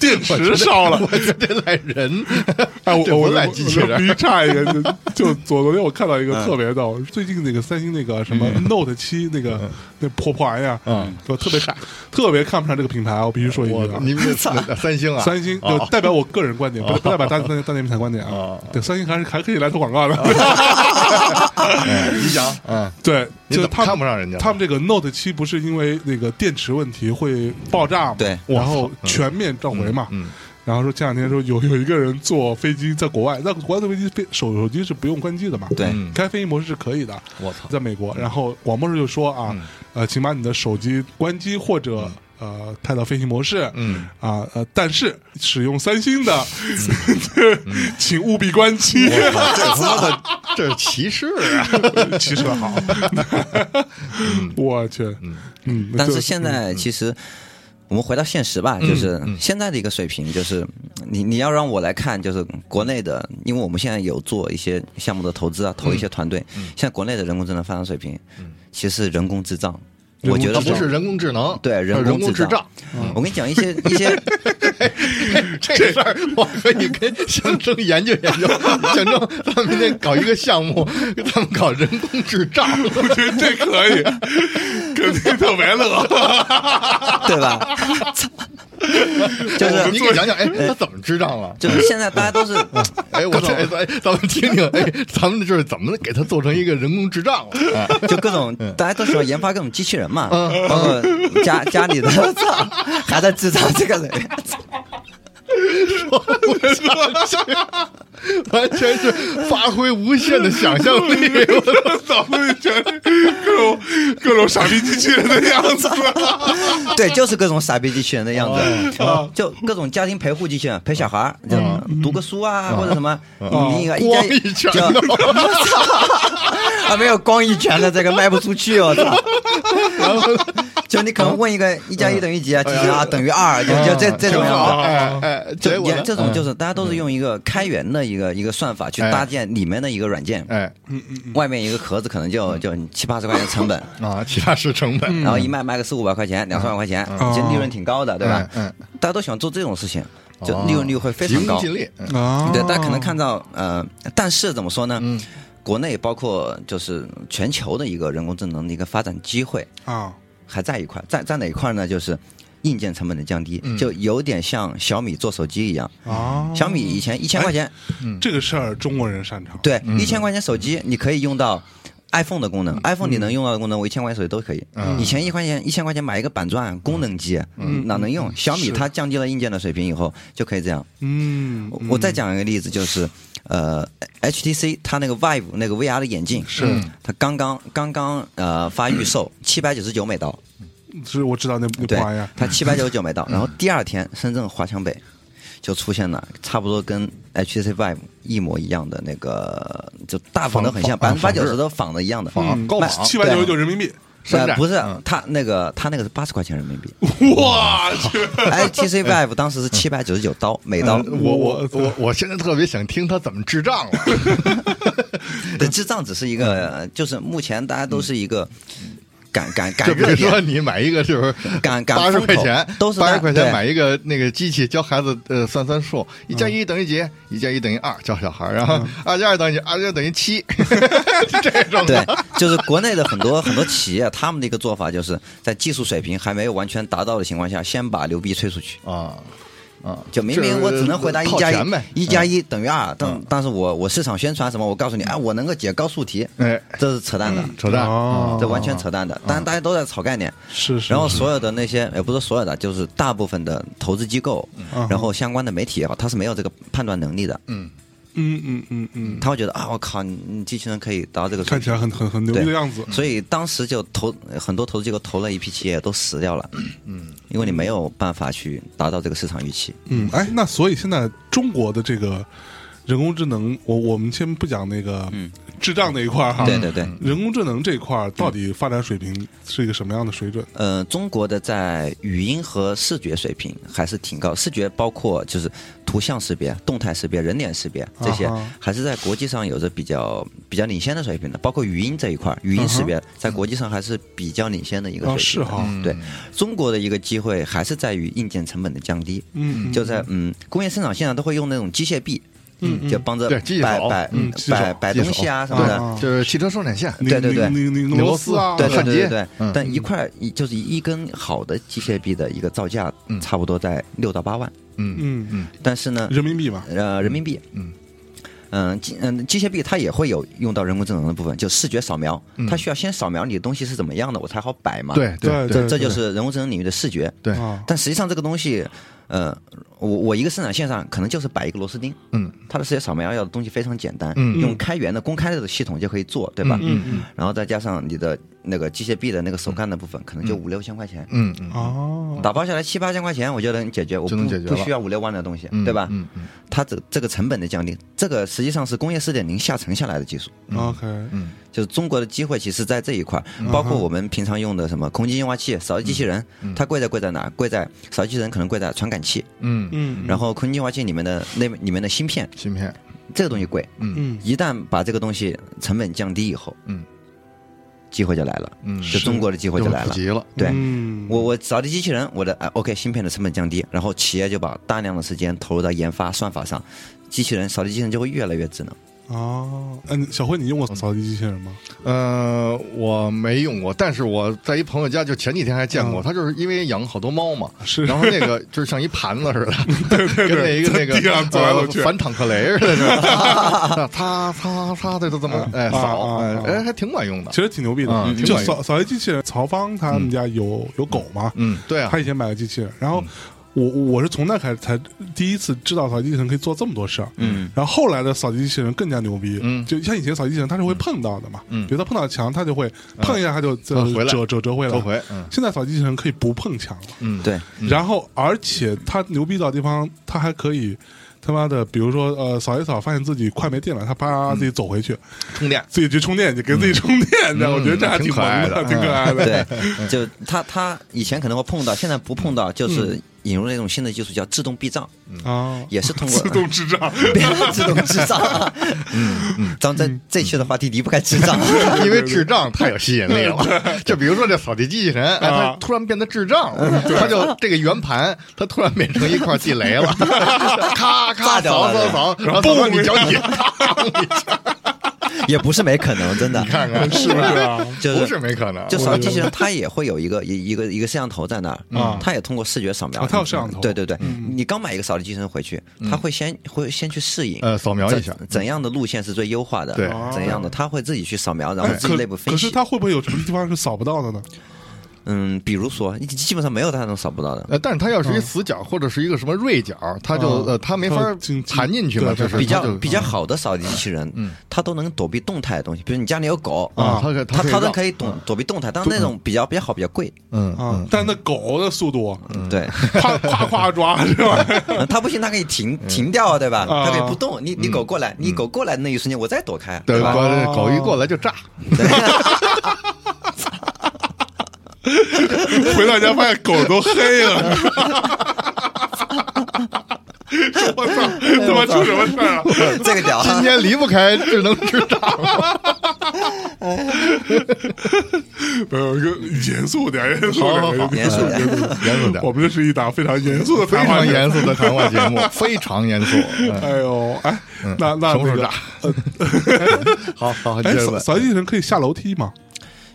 Speaker 1: 电池烧了
Speaker 2: 我。觉得这赖人，
Speaker 1: 哎，我
Speaker 2: 这不
Speaker 1: 我
Speaker 2: 赖机器人
Speaker 1: 我
Speaker 2: 儿
Speaker 1: 逼差一个，就就昨昨天我看到一个特别逗，最近那个三星那个什么 Note 七那个那破破玩意儿，
Speaker 2: 嗯，
Speaker 1: 就特别傻，特别看不上这个品牌，我必须说一句
Speaker 2: 我
Speaker 1: 啊。
Speaker 2: 你们这三星啊，
Speaker 1: 三星就
Speaker 2: 哦
Speaker 1: 代表我个人观点，不不代表大大大内密谈观点啊
Speaker 2: 哦。
Speaker 1: 对，三星还是还可以来投广告的。
Speaker 2: 哎你想，嗯，
Speaker 1: 对，
Speaker 2: 你
Speaker 1: 就是
Speaker 2: 怎么
Speaker 1: 他们
Speaker 2: 看不上人家了？
Speaker 1: 他们这个 Note 七不是因为那个电池问题会爆炸嘛？
Speaker 3: 对
Speaker 1: 然后全面召回嘛。
Speaker 2: 嗯，
Speaker 1: 然后说前两天说有有一个人坐飞机在国外，在国外坐飞机飞手手机是不用关机的嘛？
Speaker 3: 对
Speaker 2: 嗯
Speaker 1: 开飞行模式是可以的，
Speaker 2: 我操，
Speaker 1: 在美国。然后广播室就说啊，
Speaker 2: 嗯
Speaker 1: 呃，请把你的手机关机或者、呃开到飞行模式。
Speaker 2: 嗯，
Speaker 1: 啊呃，但是使用三星的， 请务必关机。
Speaker 2: 我操这他妈 的这是歧视啊！
Speaker 1: 骑车 好，我去，嗯，
Speaker 3: 但
Speaker 1: 就是
Speaker 3: 现在其实。我们回到现实吧，就是现在的一个水平，就是你你要让我来看，就是国内的，因为我们现在有做一些项目的投资啊，投一些团队。现在国内的人工智能发展水平，其实是人工智障，我觉得
Speaker 2: 啊不是人工智能，
Speaker 3: 对
Speaker 2: 人
Speaker 3: 人
Speaker 2: 工
Speaker 3: 智嗯
Speaker 2: 障。。
Speaker 3: 我跟你讲一些一些
Speaker 2: 这事儿，我和你跟象征研究 研究，象征，咱们明天搞一个项目，咱们搞人工智 障。
Speaker 1: 我觉得这可以，肯定特别乐。
Speaker 3: 对吧？ 就
Speaker 2: 哎你
Speaker 3: 是
Speaker 2: 给讲讲，哎，
Speaker 1: 呃
Speaker 2: 他怎么智障了？
Speaker 3: 就是现在大家都是，
Speaker 2: 哎，我这哎，咱咱们听听，哎，咱们就是怎么给他做成一个人工 智障了？哎
Speaker 3: 就各种大家都喜欢研发各种机器人嘛，包括家家里的， 操还在制造这个人，
Speaker 2: 我去完全是发挥无限的想象力，我
Speaker 1: 脑子里全是各种各种傻逼机器人的样 子，
Speaker 2: 啊
Speaker 3: 对，就是各种傻逼机器人的样
Speaker 2: 哦
Speaker 3: 子，嗯就各种家庭陪护机器人陪小孩儿，就
Speaker 2: 嗯
Speaker 3: 读个书啊或者什么，你一个
Speaker 2: 光一拳
Speaker 3: 就
Speaker 2: 头
Speaker 3: 啊没有光一拳的这个卖不出去哦，操！就你可能问一个一加一等于几啊，几啊等于二，
Speaker 2: 嗯
Speaker 3: 就就这这种样子
Speaker 2: 操。。哎哎，
Speaker 3: 这
Speaker 2: 结果呢
Speaker 3: 这种就是大家都是用一个开源的一个一个算法去搭建里面的一个软件，
Speaker 2: 哎
Speaker 3: 外面一个壳子可能就就七八十块钱成本，
Speaker 2: 啊，其他是成本，
Speaker 3: 然后一卖卖个四五百块钱、两三百块钱，其实利润挺高的，对吧
Speaker 2: 嗯嗯？
Speaker 3: 大家都喜欢做这种事情，就利润率会非常
Speaker 2: 急功
Speaker 3: 高。
Speaker 2: 近利，嗯
Speaker 1: 啊
Speaker 3: 对，大家可能看到呃，但是怎么说呢？
Speaker 2: 嗯
Speaker 3: 国内包括就是全球的一个人工智能的一个发展机会，
Speaker 1: 啊，
Speaker 3: 还在一块，在在哪一块呢？就是硬件成本的降
Speaker 2: 嗯
Speaker 3: 低，就有点像小米做手机一样。
Speaker 1: 哦
Speaker 3: 小米以前一千块钱，
Speaker 1: 这个事儿中国人擅长。
Speaker 3: 对，一千块钱手机你可以用到 iPhone 的
Speaker 1: 嗯
Speaker 3: 功能，iPhone 你能用到的功能，我一千块钱手机都可以。以前一块钱一千块钱买一个板砖功能机，
Speaker 1: 嗯
Speaker 3: 哪能用？小米它降低了硬件的水平以后就可以这样。
Speaker 1: 嗯，
Speaker 3: 我我再讲一个例子，就是呃，HTC 它那个 Vive 那个 VR 的眼镜是它刚刚刚刚呃发预 售七百九十九美刀，
Speaker 1: 嗯是我知道那那
Speaker 3: 对
Speaker 1: 破玩意儿，，
Speaker 3: 它七百九十九没到。然后第二天，深圳华强北就出现了差不多跟 HTC Vive 一模一样的那个，就大仿的很像，百
Speaker 2: 仿
Speaker 3: 分之八
Speaker 2: 仿
Speaker 3: 九十都仿的一样的。嗯
Speaker 2: 仿高仿
Speaker 1: 七百九十九人民币。
Speaker 2: 山
Speaker 3: 呃
Speaker 2: 寨，
Speaker 3: 不是
Speaker 2: 嗯，
Speaker 3: 它那个它那个是八十块钱人民 币
Speaker 1: 我去，
Speaker 3: ，HTC Vive 当时是七百九十九刀每刀，
Speaker 2: 嗯我我我我现在特别想听他怎么智障了。
Speaker 3: 对，智障只是一个，呃就是目前大家都是一个
Speaker 2: 嗯
Speaker 3: 赶赶赶
Speaker 2: 就比
Speaker 3: 热
Speaker 2: 如说
Speaker 3: 点，
Speaker 2: 你买一个就是
Speaker 3: 赶赶
Speaker 2: 八十
Speaker 3: 风口
Speaker 2: 块钱，
Speaker 3: 都是
Speaker 2: 八十
Speaker 3: 在
Speaker 2: 块钱
Speaker 3: 对
Speaker 2: 买一个那个机器教孩子呃算算数，一加一等于几？一加一等于二，教小孩儿，然后二加二等于几二加二等于七，这 种
Speaker 3: 对，就是国内的很多很多企业，他们的一个做法就是在技术水平还没有完全达到的情况下，先把牛逼吹出去。
Speaker 2: 啊啊，
Speaker 3: 就明明我只能回答一加
Speaker 2: 就是套钱
Speaker 3: 一
Speaker 2: 呗，
Speaker 3: 一加一等于二，但但是我我市场宣传什么，我告诉你，哎，我能够解高数题，
Speaker 2: 哎
Speaker 3: 这是扯淡的，
Speaker 2: 扯淡
Speaker 1: 哦
Speaker 3: 这完全扯淡的。当然大家都在炒概念，
Speaker 1: 是是
Speaker 3: 然后所有的那些，呃也不是所有的，就是大部分的投资机构，然后相关的媒体也好，它是没有这个判断能力的。
Speaker 2: 嗯
Speaker 1: 嗯嗯嗯嗯，
Speaker 3: 他会觉得啊，我靠，你你机器人可以达到这个水
Speaker 1: 看
Speaker 3: 平
Speaker 1: 起来很很很牛逼的样子，
Speaker 3: 所以当时就投很多投资机构投了一批企业都死掉了，嗯，因为你没有办法去达到这个市场预期。
Speaker 1: 嗯，哎，那所以现在中国的这个人工智能，我我们先不讲那个智障那一块儿哈，
Speaker 3: 对对对，
Speaker 1: 人工智能这一块儿到底发展水平是一个什么样的水准？
Speaker 3: 呃，中国的在语音和视觉水平还是挺高，视觉包括就是图像识别、动态识别、人脸识别这些
Speaker 1: 啊哈，
Speaker 3: 还是在国际上有着比较比较领先的水平的。包括语音这一块儿，语音识别在国际上还是比较领先的一个
Speaker 1: 啊，
Speaker 3: 水
Speaker 1: 是
Speaker 3: 平的。
Speaker 1: 哈，嗯
Speaker 3: 对，中国的一个机会还是在于硬件成本的降低。
Speaker 1: 嗯，
Speaker 3: 就在嗯工业生产线上都会用那种机械臂，
Speaker 1: 嗯
Speaker 3: 就帮着
Speaker 2: 对机械
Speaker 3: 摆
Speaker 2: 手
Speaker 3: 摆
Speaker 1: 嗯机械
Speaker 3: 摆
Speaker 1: 手
Speaker 3: 摆
Speaker 2: 机械
Speaker 3: 东西啊
Speaker 1: 手
Speaker 3: 什么的。
Speaker 1: 啊
Speaker 2: 就是汽车生产线，
Speaker 1: 拧
Speaker 3: 对对对
Speaker 1: 拧拧拧
Speaker 2: 拧
Speaker 1: 螺
Speaker 2: 螺
Speaker 1: 丝
Speaker 2: 丝
Speaker 1: 啊，
Speaker 3: 对对
Speaker 2: 焊
Speaker 3: 对
Speaker 2: 接
Speaker 3: 对对
Speaker 2: 嗯，
Speaker 3: 但一块一就是一根好的机械臂的一个造价，
Speaker 2: 嗯
Speaker 3: 差不多在六到八万。
Speaker 2: 嗯
Speaker 1: 嗯嗯，
Speaker 3: 但是 呢，
Speaker 1: 人民币嘛，
Speaker 3: 呃，人民币，
Speaker 2: 嗯
Speaker 3: 嗯，机嗯机械臂它也会有用到人工智能的部分，就视觉扫描，它需要先扫描你的东西是怎么样的，我才好摆嘛。，
Speaker 2: 嗯对
Speaker 1: 对
Speaker 2: 对
Speaker 3: 这就是人工智能领域的视觉。
Speaker 2: 对，
Speaker 1: 啊，
Speaker 3: 但实际上这个东西，呃，我我一个生产线上可能就是摆一个螺丝钉，
Speaker 2: 嗯
Speaker 3: 它的视觉扫描要的东西非常简单，
Speaker 2: 嗯
Speaker 3: 用开源的公开的系统就可以做，对吧？
Speaker 1: 嗯嗯
Speaker 3: 然后再加上你的那个机械臂的那个手干的部分，可能就五六千块钱，
Speaker 2: 嗯嗯，
Speaker 1: 哦，
Speaker 3: 打包下来七八千块钱，我就能解决，我不
Speaker 2: 就能解决
Speaker 3: 不
Speaker 2: 了
Speaker 3: 需要五六万的东西，
Speaker 2: 嗯
Speaker 3: 对吧？
Speaker 2: 嗯嗯
Speaker 3: 它这这个成本的降低，这个实际上是工业四点零下沉下来的技术。
Speaker 1: OK，
Speaker 2: 嗯
Speaker 3: 就是中国的机会，其实在这一块儿，包括我们平常用的什么空气净化器、扫地机器人，它贵在贵在哪？贵在扫地机器人可能贵在传感器，
Speaker 2: 嗯嗯，
Speaker 1: 嗯，
Speaker 3: 然后空气净化器里面的那里面的芯片，
Speaker 2: 芯片，
Speaker 3: 这个东西贵。
Speaker 2: 嗯
Speaker 1: 嗯
Speaker 3: 一旦把这个东西成本降低以后，
Speaker 2: 嗯，
Speaker 3: 机会就来了，
Speaker 2: 嗯，
Speaker 3: 就中国的机会就来
Speaker 2: 普
Speaker 3: 了。
Speaker 2: 及了，
Speaker 3: 对
Speaker 1: 嗯
Speaker 3: 我我扫地机器人，我的啊 OK 芯片的成本降低，然后企业就把大量的时间投入到研发算法上，机器人扫地机器人就会越来越智能。
Speaker 1: 哦，嗯，小辉，你用过扫地机器人吗？
Speaker 2: 呃，我没用过，但是我在一朋友家，就前几天还见过，
Speaker 1: 嗯
Speaker 2: 他就是因为养好多 猫嘛，
Speaker 1: 是
Speaker 2: 然后那个就是像一盘子似的，对对跟那一个那
Speaker 1: 在地
Speaker 2: 个
Speaker 1: 上走来走去
Speaker 2: 呃反坦克雷似 的，是吧擦擦擦的就这么哎
Speaker 1: 啊
Speaker 2: 扫，
Speaker 1: 啊
Speaker 2: 哎
Speaker 1: 啊
Speaker 2: 哎还挺管用的
Speaker 1: 其，实挺牛逼的，
Speaker 2: 嗯
Speaker 1: 就扫扫地机器人，曹芳他们家有有狗嘛，
Speaker 2: 嗯，对啊
Speaker 1: 他，以前买了机器人，然后我我是从那开始才第一次知道扫地机器人可以做这么多事儿。
Speaker 3: 嗯，
Speaker 1: 然后后来的扫地机器人更加牛逼，
Speaker 2: 嗯
Speaker 1: 就像以前扫地机器人它是会碰到的嘛，
Speaker 2: 嗯
Speaker 1: 比如它碰到墙，它就会碰一下，它就折
Speaker 2: 它回来
Speaker 1: 折折折回来。
Speaker 2: 头回，嗯
Speaker 1: 现在扫地机器人可以不碰墙了，
Speaker 2: 嗯，
Speaker 3: 对，
Speaker 1: 然后而且它牛逼到地方，它还可以他妈的，比如说呃扫一扫，发现自己快没电了，它啪自己走回去，
Speaker 2: 充电，
Speaker 1: 自己去充电去，给自己充电去，
Speaker 2: 嗯嗯
Speaker 1: 我觉得这还
Speaker 2: 挺可
Speaker 1: 萌
Speaker 2: 爱
Speaker 1: 的，
Speaker 2: 的嗯
Speaker 1: 挺可爱的。
Speaker 3: 对，就他他以前可能会碰到，现在不碰到，就是引入了一种新的技术叫自动避障，
Speaker 1: 啊，
Speaker 3: 也是通过
Speaker 1: 自动智障，
Speaker 3: 自动智障。嗯，咱这这期的话题离不开智障。
Speaker 2: 因为智障太有吸引力了。就比如说这扫地机器人，哎，它
Speaker 3: 啊
Speaker 2: 突然变得智障
Speaker 3: 嗯
Speaker 2: 了，它就这个圆盘，它突然变成一块地雷 了，咔
Speaker 3: 炸
Speaker 2: 咔
Speaker 3: 掉
Speaker 2: 扫
Speaker 3: 了
Speaker 2: 扫扫，然后扫到你脚底，咔一下
Speaker 3: 也不是没可能，真的
Speaker 2: 你。看看
Speaker 1: 是不是啊？
Speaker 3: 就是
Speaker 2: 不是没可能？
Speaker 3: 就扫地机器人，它也会有一个一一个一个摄像头在那儿，
Speaker 2: 嗯
Speaker 1: 啊
Speaker 3: 它也通过视觉扫描
Speaker 1: 啊，它有摄像头
Speaker 3: 对对对，你刚买一个扫地机器人回去，它会先会先去适应，
Speaker 2: 嗯呃扫描一下
Speaker 3: 怎怎样的路线是最优化的，
Speaker 2: 对
Speaker 3: 怎样的，它会自己去扫描，然后
Speaker 1: 哎
Speaker 3: 自己内部
Speaker 1: 可
Speaker 3: 分
Speaker 1: 是
Speaker 3: 析。
Speaker 1: 它会不会有什么地方是扫不到的呢？
Speaker 3: 嗯，比如说，基本上没有它能扫不到的，
Speaker 2: 呃，但是它要是
Speaker 3: 嗯
Speaker 2: 一死角或者是一个什么锐角，它就
Speaker 1: 啊
Speaker 2: 呃它没法
Speaker 1: 它进进
Speaker 2: 弹进去嘛，
Speaker 1: 对
Speaker 2: 就是
Speaker 3: 比
Speaker 2: 呃它
Speaker 3: 较
Speaker 2: 就嗯
Speaker 3: 比较好的扫地机器人，它都能躲避动态的东西，比如你家里有狗嗯
Speaker 2: 啊它可它可
Speaker 3: 它
Speaker 2: 以
Speaker 3: 它都
Speaker 2: 绕
Speaker 3: 可以躲躲避动态，但是那种比较比较好，比较贵，
Speaker 2: 嗯
Speaker 1: 啊，但那狗的速度，
Speaker 3: 对，
Speaker 1: 夸夸夸抓是 吧？
Speaker 3: 嗯它不行，它可以停
Speaker 2: 嗯
Speaker 3: 停掉啊，对吧？
Speaker 1: 啊
Speaker 3: 它可以不动，你你狗过来，你狗过来的那一瞬间，我再躲开，啊
Speaker 2: 对
Speaker 3: 吧？
Speaker 2: 吧？狗一过来就炸，
Speaker 1: 回到家发现狗都黑 了。我操！他妈出什么事儿了？
Speaker 3: 这个屌啊，
Speaker 2: 今天离不开智能智障。
Speaker 1: 没有，就严肃点，严肃
Speaker 2: 好好
Speaker 1: 点
Speaker 2: 好，呃
Speaker 3: 严肃点
Speaker 1: 严肃点。
Speaker 2: 严肃 点
Speaker 1: 我，们这是一档非常严肃的
Speaker 2: 非
Speaker 1: 谈话
Speaker 2: 常
Speaker 1: 节目
Speaker 2: 严肃的谈话节目，非常严肃。嗯
Speaker 1: 哎呦，哎，那那
Speaker 2: 什么
Speaker 1: 那
Speaker 2: 时候
Speaker 1: 个
Speaker 2: 炸，好好，接
Speaker 1: 哎，
Speaker 2: 着
Speaker 1: 扫
Speaker 2: 问。
Speaker 1: 扫地机器人可以下楼梯吗？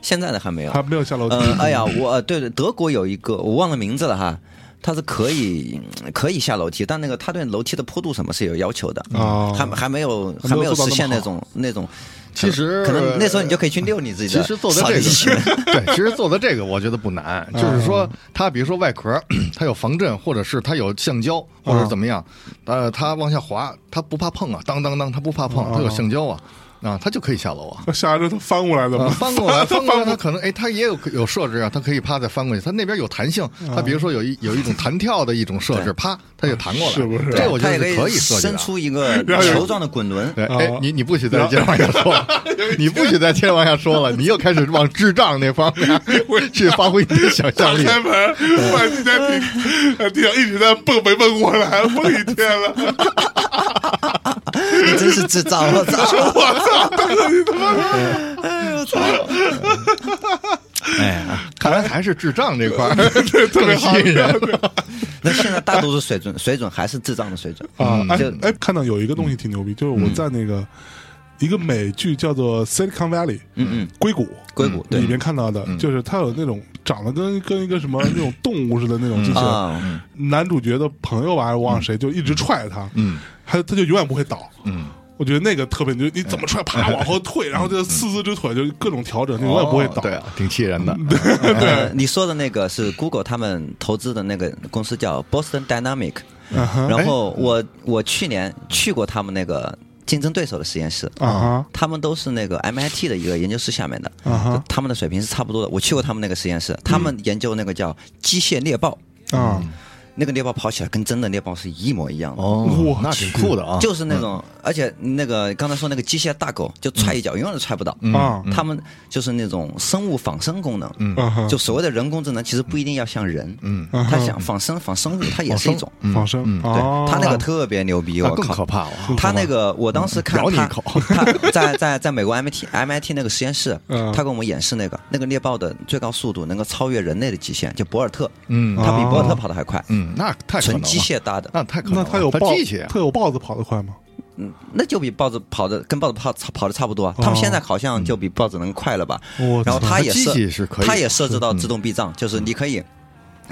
Speaker 3: 现在的还没有
Speaker 1: 还，没有下楼梯。
Speaker 2: 嗯
Speaker 3: 呃，哎呀，我呃对对，德国有一个我忘了名字了哈，它是可以嗯可以下楼梯，但那个它对楼梯的坡度什么是有要求的，
Speaker 2: 啊
Speaker 1: 哦
Speaker 3: 还还没有
Speaker 1: 还没有
Speaker 3: 没有
Speaker 1: 做到
Speaker 3: 实现
Speaker 1: 那么
Speaker 3: 那种那种
Speaker 2: 其实
Speaker 3: 可能那时候你就可以去遛你自己
Speaker 2: 其
Speaker 3: 的
Speaker 2: 实做的
Speaker 3: 扫
Speaker 2: 这
Speaker 3: 地机 器人。
Speaker 2: 个， 对，其实做的这个我觉得不难，就是说它比如说外壳， 它有防震，或者是它有橡胶，或者是怎么样，呃，它往下滑，它不怕碰啊，当当当，它不怕碰，它有橡胶啊，啊，它就可以下楼啊。
Speaker 1: 下来之后它翻过来的
Speaker 2: 啊
Speaker 1: 吗？
Speaker 2: 翻过来，翻过来，
Speaker 1: 不
Speaker 2: 它可能哎，它也有有设置啊，它可以啪再翻过去，它那边有弹性，它比如说有一有一种弹跳的一种设置，啪，它就弹过来，
Speaker 1: 是不是
Speaker 2: 这我觉
Speaker 3: 它也
Speaker 2: 得是可
Speaker 3: 可
Speaker 2: 以设计
Speaker 3: 伸
Speaker 2: 的。啊
Speaker 3: 出 一个
Speaker 1: 然后有
Speaker 3: 球状的滚轮，
Speaker 2: 对，
Speaker 1: 啊
Speaker 2: 哎，你你不许再接着往下 说了，你不许再接着往下说了，你又开始往智障那方面去发挥你的想
Speaker 1: 打
Speaker 2: 象力。
Speaker 1: 开门，
Speaker 2: 嗯
Speaker 1: 发现在地呃地上一直在蹦，没蹦过 来，蹦一天了。
Speaker 3: 你真是智障！ 我操！
Speaker 1: 我操！大哥，你他妈哎
Speaker 3: 哎
Speaker 2: 看来还是智障这 块儿更吸引人。
Speaker 3: 那现在大多数 水准水准还是智障的水准
Speaker 2: 嗯
Speaker 1: 啊！哎
Speaker 3: 就
Speaker 1: 哎，看到有一个东西挺牛逼，就是我在那个一个美剧叫做《Silicon Valley》，
Speaker 3: 嗯嗯，
Speaker 1: 硅谷。
Speaker 3: 硅谷
Speaker 1: 里
Speaker 3: 对
Speaker 1: 边看到的，
Speaker 2: 嗯
Speaker 1: 就是它有那种长得跟跟一个什么那种动物似的那种机器人，
Speaker 3: 啊，嗯
Speaker 1: 男主角的朋友吧，还是我忘了谁，就一直踹他，
Speaker 2: 嗯
Speaker 1: 他他就永远不会倒。
Speaker 2: 嗯，
Speaker 1: 我觉得那个特别，你就你怎么踹， 啪往后退，然后就四肢之腿就各种调整，你永远不会倒。
Speaker 2: 哦对啊，挺气人的。
Speaker 3: 呃你说的那个是 Google 他们投资的那个公司叫 Boston Dynamic，
Speaker 1: 啊哈
Speaker 3: 然后我我去年去过他们那个竞争对手的实验室，
Speaker 1: 啊哈
Speaker 3: 他们都是那个 MIT 的一个研究室下面的，
Speaker 1: 啊哈
Speaker 3: 他们的水平是差不多的。我去过他们那个实验室，他
Speaker 1: 嗯
Speaker 3: 们研究那个叫机械猎豹，
Speaker 1: 啊！
Speaker 3: 那个猎豹跑起来跟真的猎豹是一模一样的。
Speaker 2: 哦，那挺酷的啊。
Speaker 3: 就是那种，而且那个刚才说那个机械大狗，就踹一脚永远都踹不到。
Speaker 2: 嗯
Speaker 1: 啊
Speaker 3: 他们就是那种生物仿生功能，
Speaker 1: 啊哈
Speaker 3: 就所谓的人工智能，其实不一定要像人，
Speaker 2: 嗯
Speaker 3: 它想仿生仿生物，它也是一种。
Speaker 1: 仿生，
Speaker 3: 嗯对
Speaker 1: 哦，
Speaker 3: 它那个特别牛逼，
Speaker 2: 那
Speaker 3: 我
Speaker 2: 更可
Speaker 3: 靠！
Speaker 2: 怕了。啊
Speaker 3: 它那个我当时看
Speaker 2: 咬你一
Speaker 3: 它
Speaker 2: 口，
Speaker 3: 它在在在美国 MIT MIT 那个实验室
Speaker 1: 嗯，
Speaker 3: 它给我们演示那个那个猎豹的最高速度能够超越人类的极限，就博尔特，
Speaker 2: 嗯
Speaker 3: 它比博尔特跑得还快，
Speaker 2: 嗯，那太可能
Speaker 3: 纯
Speaker 2: 了
Speaker 3: 机，械搭的，
Speaker 2: 那太可能
Speaker 1: 那
Speaker 2: 了。
Speaker 1: 它有
Speaker 2: 它
Speaker 1: 豹
Speaker 2: 机
Speaker 3: 啊
Speaker 2: 器，啊
Speaker 1: 它有豹子跑得快吗？
Speaker 3: 嗯，那就比豹子跑的跟豹子跑跑的差不多
Speaker 2: 哦
Speaker 3: 啊。他们现在好像就比豹子能快了吧？
Speaker 1: 我
Speaker 3: 然后它也
Speaker 2: 它机器
Speaker 3: 设，
Speaker 2: 是嗯可以
Speaker 3: 它也设置到自动避障，就是你可以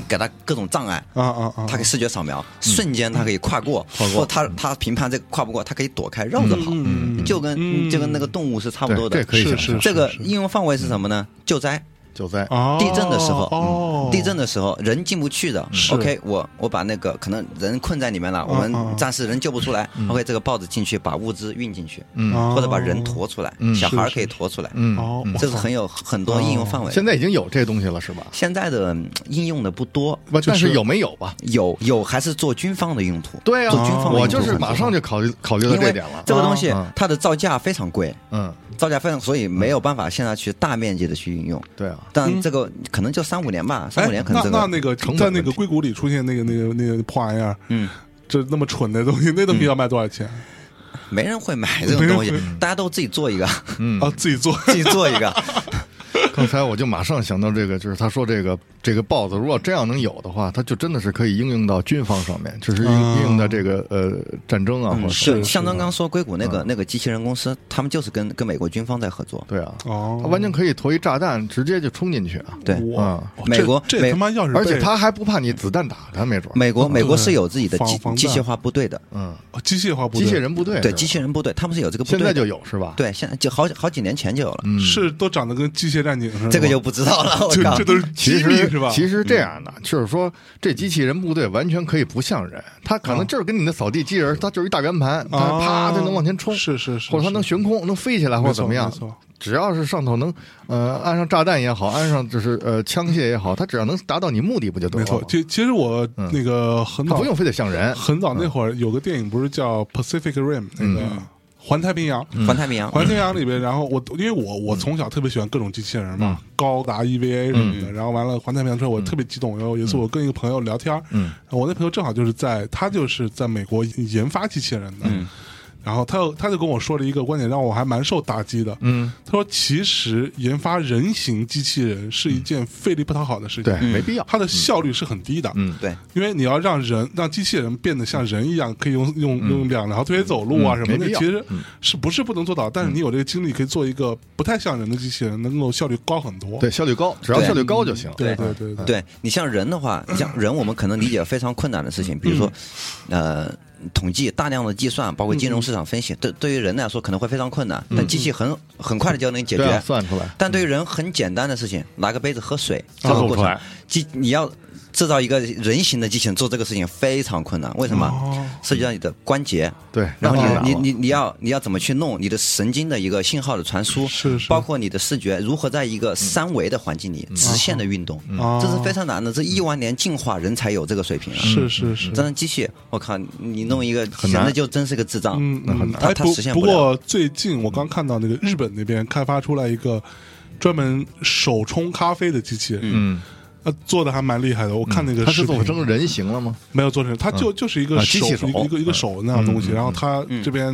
Speaker 3: 给它各种障碍。
Speaker 1: 啊啊
Speaker 2: 哦
Speaker 1: 啊！
Speaker 3: 它可以视觉扫描，
Speaker 2: 嗯
Speaker 3: 瞬间它可以跨过，或它它评判这个跨不过，它可以躲开绕着跑，
Speaker 2: 嗯
Speaker 3: 就跟就跟那个动物是差不多
Speaker 2: 对，
Speaker 3: 的
Speaker 2: 这。可以
Speaker 1: 是
Speaker 2: 想
Speaker 1: 是
Speaker 2: 象。嗯
Speaker 3: 这个应用范围是什么呢？救灾，
Speaker 2: 救灾，
Speaker 1: 哦
Speaker 3: 地震的时候嗯
Speaker 1: 哦，
Speaker 3: 地震的时候人进不去的。OK，我我把那个可能人困在里面了，我
Speaker 1: 嗯嗯
Speaker 3: 们暂时人救不出来。OK，这个
Speaker 2: 嗯
Speaker 3: 豹子进去把物资运进去，
Speaker 1: 哦
Speaker 3: 嗯或者把人驮出来，小孩儿可以驮出来。
Speaker 2: 嗯，哦
Speaker 1: 哦，
Speaker 3: 这是很有很多应用范围。
Speaker 2: 现在已经有这东西了是吧？
Speaker 3: 现在的嗯应用的不多，
Speaker 2: 不，但
Speaker 1: 就是
Speaker 2: 是有没有吧？
Speaker 3: 有有还是做军方的用途。
Speaker 2: 对啊
Speaker 3: 做军方的
Speaker 2: 我
Speaker 3: 用途
Speaker 2: 就是
Speaker 3: 很
Speaker 2: 马
Speaker 3: 多
Speaker 2: 上就考虑考虑到
Speaker 3: 因
Speaker 2: 这
Speaker 3: 为
Speaker 2: 点了。
Speaker 3: 这个东西
Speaker 2: 啊
Speaker 3: 它的造价非常贵，
Speaker 2: 嗯，
Speaker 3: 造价非常，所以没有办法现在去大面积的去应用。
Speaker 2: 对啊，
Speaker 3: 但这个可能就三五年吧，
Speaker 1: 哎
Speaker 3: 三五年可能这
Speaker 1: 那那
Speaker 3: 个
Speaker 1: 那个
Speaker 2: 成本
Speaker 1: 在那个
Speaker 2: 问题
Speaker 1: 硅谷里出现那个那个那个破玩意儿，
Speaker 3: 嗯，
Speaker 1: 这那么蠢的东西，那东西要卖多少钱
Speaker 3: 没人会买这种东西，大家都自己做一个，
Speaker 1: 啊？自己做
Speaker 3: 自己做一个。
Speaker 2: 刚才我就马上想到这个，就是他说这个这个豹子，如果真要能有的话，它就真的是可以应用到军方上面，就是应
Speaker 1: 啊
Speaker 2: 应用到这个呃战争啊，或者
Speaker 3: 嗯是像刚刚说硅谷那个那个机器人公司，他们就是跟跟美国军方在合作。
Speaker 2: 对啊，
Speaker 1: 哦
Speaker 2: 它完全可以投一炸弹直接就冲进去啊，
Speaker 3: 对，
Speaker 1: 哇
Speaker 3: 嗯美国
Speaker 1: 这这
Speaker 3: 美
Speaker 1: 他妈要是被
Speaker 2: 而且它还不怕你子弹打它，没准儿
Speaker 3: 美国美国是有自己的
Speaker 1: 防
Speaker 3: 机
Speaker 1: 防弹
Speaker 3: 机械化部队的，
Speaker 2: 嗯，
Speaker 1: 哦机械化部
Speaker 2: 机
Speaker 1: 队
Speaker 2: 器人部队
Speaker 3: 对
Speaker 2: 是吧
Speaker 3: 机器人部队，他们是有这个部队
Speaker 2: 现
Speaker 3: 的，
Speaker 2: 在就有是吧？，
Speaker 3: 对，现在就好好几年前就有了，
Speaker 1: 是都长得跟机械战警似的吗，
Speaker 3: 这个就不知道了。我
Speaker 1: 嗯 这
Speaker 3: 靠
Speaker 1: 这，都是
Speaker 2: 其
Speaker 1: 机密
Speaker 2: 实
Speaker 1: 是吧？
Speaker 2: 其实这样的，就是说这机器人部队完全可以不像人，它可能就是跟你的扫地机器人，它就是一大圆盘，它
Speaker 1: 啊
Speaker 2: 啪就能往前冲，
Speaker 1: 是是是
Speaker 2: 或者它能
Speaker 1: 是
Speaker 2: 悬空能飞起来或者
Speaker 1: 没错
Speaker 2: 怎么样
Speaker 1: 没错，
Speaker 2: 只要是上头能呃安上炸弹也好，安上就是呃枪械也好，它只要能达到你目的不就得
Speaker 1: 没
Speaker 2: 了
Speaker 1: 错
Speaker 2: 吗？。
Speaker 1: 其其实我那个很
Speaker 2: 它
Speaker 1: 早
Speaker 2: 不用非得像人，
Speaker 1: 很早那会儿有个电影不是叫《Pacific Rim》那个环太平洋。
Speaker 3: 环太平洋，
Speaker 1: 环太平洋里边，然后我因为我我从小特别喜欢各种机器人嘛，高达 EVA 什么的，然后完了环太平洋之后，我特别激动。然后有一次我跟一个朋友聊天，嗯，我那朋友正好就是在他就是在美国研发机器人的，然后他又他就跟我说了一个观点，让我还蛮受打击的，嗯，他说其实研发人形机器人是一件费力不讨好的事情，
Speaker 2: 对，没必要。
Speaker 1: 它的效率是很低的，嗯
Speaker 3: 对，
Speaker 1: 因为你要让人让机器人变得像人一样，可以用用用两条腿走路啊什
Speaker 2: 嗯
Speaker 1: 么
Speaker 2: 没
Speaker 1: 的，
Speaker 2: 必要
Speaker 1: 其实是不是不能做到？但是你有这个精力，可以做一个不太像人的机器人，能够效率高很多。
Speaker 2: 对，效率高，只要
Speaker 3: 对
Speaker 2: 效率高就行。
Speaker 1: 对对
Speaker 2: 嗯
Speaker 1: 对对
Speaker 2: 嗯
Speaker 3: 对你像人的话，像人我们可能理解非常困难的事情，比如说，呃，统计、大量的计算，包括金融市场
Speaker 2: 嗯
Speaker 3: 分析，对对于人来说可能会非常困难，但机器很很快的就能解
Speaker 2: 对啊
Speaker 3: 决。
Speaker 2: 算出来
Speaker 3: 但对于人很简单的事情，拿个杯子喝水
Speaker 2: 嗯
Speaker 3: 这
Speaker 5: 做不
Speaker 3: 个过
Speaker 5: 出
Speaker 3: 程
Speaker 5: 来，
Speaker 3: 机你要制造一个人形的机器人做这个事情非常困难，为什么？
Speaker 2: 哦
Speaker 3: 涉及到你的关节，
Speaker 2: 对
Speaker 3: 然后
Speaker 2: 那当然
Speaker 3: 你
Speaker 2: 了
Speaker 3: 你你你要你要怎么去弄你的神经的一个信号的传输，
Speaker 1: 是是
Speaker 3: 包括你的视觉如何在一个三维的环境里直线的运动，
Speaker 1: 哦
Speaker 3: 这是非常难的，这亿万年进化人才有这个水平啊。
Speaker 2: 嗯
Speaker 1: 是是是，
Speaker 3: 真的机器，我靠，你弄一个
Speaker 2: 难
Speaker 3: 真的就真是个智障，
Speaker 1: 嗯嗯，
Speaker 3: 他
Speaker 1: 哎，
Speaker 3: 他
Speaker 1: 不
Speaker 3: 实现
Speaker 1: 不
Speaker 3: 了。
Speaker 1: 过最近我刚看到那个日本那边开发出来一个专门手冲咖啡的机器人，
Speaker 2: 嗯，
Speaker 1: 呃，做的还蛮厉害的。我看那个
Speaker 2: 他
Speaker 1: 视
Speaker 2: 是
Speaker 1: 频
Speaker 2: 做成人形了吗？
Speaker 1: 没有做成，它就就是一个
Speaker 2: 啊
Speaker 1: 手
Speaker 2: 机器手
Speaker 1: 一个一个一个
Speaker 2: 嗯
Speaker 1: 手那样东西，
Speaker 2: 嗯嗯
Speaker 1: 然后它
Speaker 3: 嗯
Speaker 1: 这边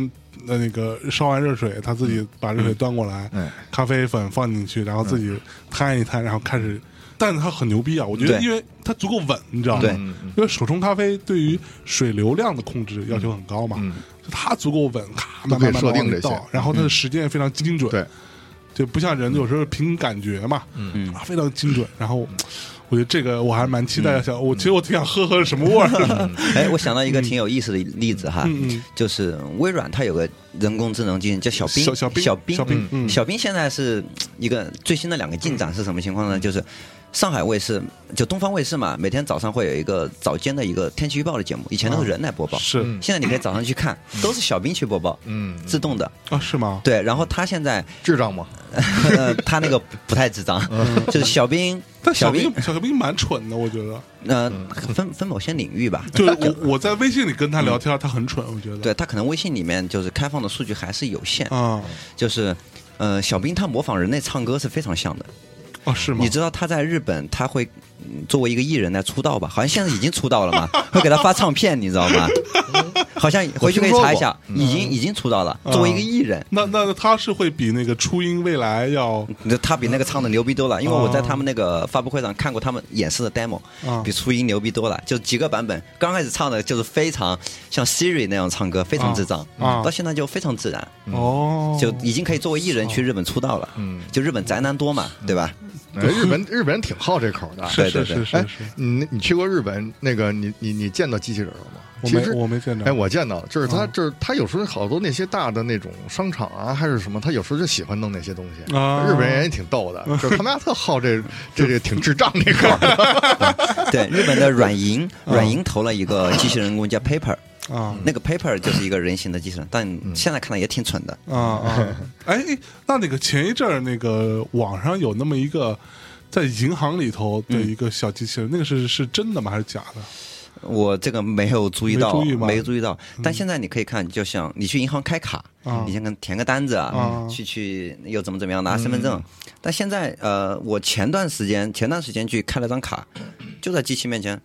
Speaker 1: 呃那个烧完热水，它自己把热水端过来
Speaker 2: 嗯哎，
Speaker 1: 咖啡粉放进去，然后自己摊一摊，然后开始。但是它很牛逼啊！我觉得，
Speaker 3: 对
Speaker 1: 因为它足够稳，你知道吗？
Speaker 3: 对
Speaker 1: 因为手冲咖啡对于水流量的控制要求很高嘛，就它足够稳，咔，慢慢慢慢
Speaker 2: 嗯都可以设定
Speaker 1: 往里
Speaker 2: 这些嗯
Speaker 1: 倒然后它的时间也非常精准，
Speaker 2: 对，
Speaker 1: 就不像人有时候凭感觉嘛，
Speaker 3: 嗯
Speaker 1: 啊，非常精准。然后我觉得这个我还蛮期
Speaker 2: 嗯
Speaker 1: 待，想我其实我挺想喝喝是什么味儿的，
Speaker 3: 哎，我想到一个挺有意思的例子哈，
Speaker 1: 嗯嗯
Speaker 3: 就是微软它有个人工智能机器人叫小冰，
Speaker 1: 小小冰
Speaker 3: 小冰，
Speaker 1: 小冰嗯
Speaker 3: 小冰现在是一个最新的两个进展是什么情况
Speaker 1: 嗯
Speaker 3: 呢？就是上海卫视就东方卫视嘛，每天早上会有一个早间的一个天气预报的节目，以前都是人来播报，
Speaker 1: 啊是嗯
Speaker 3: 现在你可以早上去看，都是小冰去播报，
Speaker 2: 嗯，
Speaker 3: 自动的。
Speaker 1: 啊，是吗？
Speaker 3: 对，然后它现在
Speaker 2: 智障吗？
Speaker 3: 呃，他那个不太智障， 就是小兵，
Speaker 1: 嗯但小嗯
Speaker 3: 兵
Speaker 1: 兵，小兵蛮蠢的，我觉得。
Speaker 3: 呃，分分某些领域吧，
Speaker 1: 就是我我在微信里跟他聊天，他很蠢，我觉得。
Speaker 3: 对他可能微信里面就是开放的数据还是有限，
Speaker 1: 啊，
Speaker 3: 就是。呃，小兵他模仿人类唱歌是非常像的。
Speaker 1: 哦，是吗
Speaker 3: 你？知道他在日本，他会嗯作为一个艺人来出道吧？好像现在已经出 道了嘛，会给他发唱片，你知道吗？好像回去可以查一下，
Speaker 1: 嗯
Speaker 3: 已经已经出道了。作为一个艺人，
Speaker 1: 那那他是会比那个初音未来要
Speaker 3: 他比那个唱的牛逼多
Speaker 1: 嗯
Speaker 3: 了，因为我在他们那个发布会上看过他们演示的 demo，、
Speaker 1: 啊
Speaker 3: 比初音牛逼多了。就几个版本，刚开始唱的就是非常像 Siri 那样唱歌，非常智障，
Speaker 1: 啊啊
Speaker 3: 到现在就非常自然，
Speaker 1: 哦，
Speaker 3: 嗯就已经可以作为艺人去日本出道了。
Speaker 2: 嗯
Speaker 3: 就日本宅男多嘛，
Speaker 1: 嗯
Speaker 3: 对吧？
Speaker 2: 哎日本日本人挺好这口的。
Speaker 1: 是是
Speaker 3: 对对
Speaker 1: 是
Speaker 3: 对
Speaker 1: 是
Speaker 2: 哎
Speaker 1: 是，，
Speaker 2: 你你去过日本？那个你你你见到机器人了吗？
Speaker 1: 我
Speaker 2: 其
Speaker 1: 没
Speaker 2: 实
Speaker 1: 我没见着嗯
Speaker 2: 哎，我见到了，就是他，就是他有时候好多那些大的那种商场啊，还是什么，他有时候就喜欢弄那些东西。
Speaker 1: 啊
Speaker 2: 日本人也挺逗的，就是他们家特 好这这这挺智障这块儿的。
Speaker 3: 对，日本的软银，软银投了一个机器人工叫 Paper，
Speaker 1: 啊
Speaker 3: 那个 Paper 就是一个人形的机器人，但现在看来也挺蠢的。
Speaker 1: 啊 啊！哎，那那个前一阵儿那个网上有那么一个。在银行里头的
Speaker 3: 嗯
Speaker 1: 一个小机器人，那个是是真的吗？还是假的？
Speaker 3: 我这个没有注意到，
Speaker 1: 没注意吗
Speaker 3: 意到。但现在你可以看，就像你去银行开卡，
Speaker 1: 啊
Speaker 3: 你先跟填个单子啊，
Speaker 1: 啊
Speaker 3: 去去又怎么怎么样拿身份证。但现在呃，我前段时间前段时间去开了张卡，就在机器面前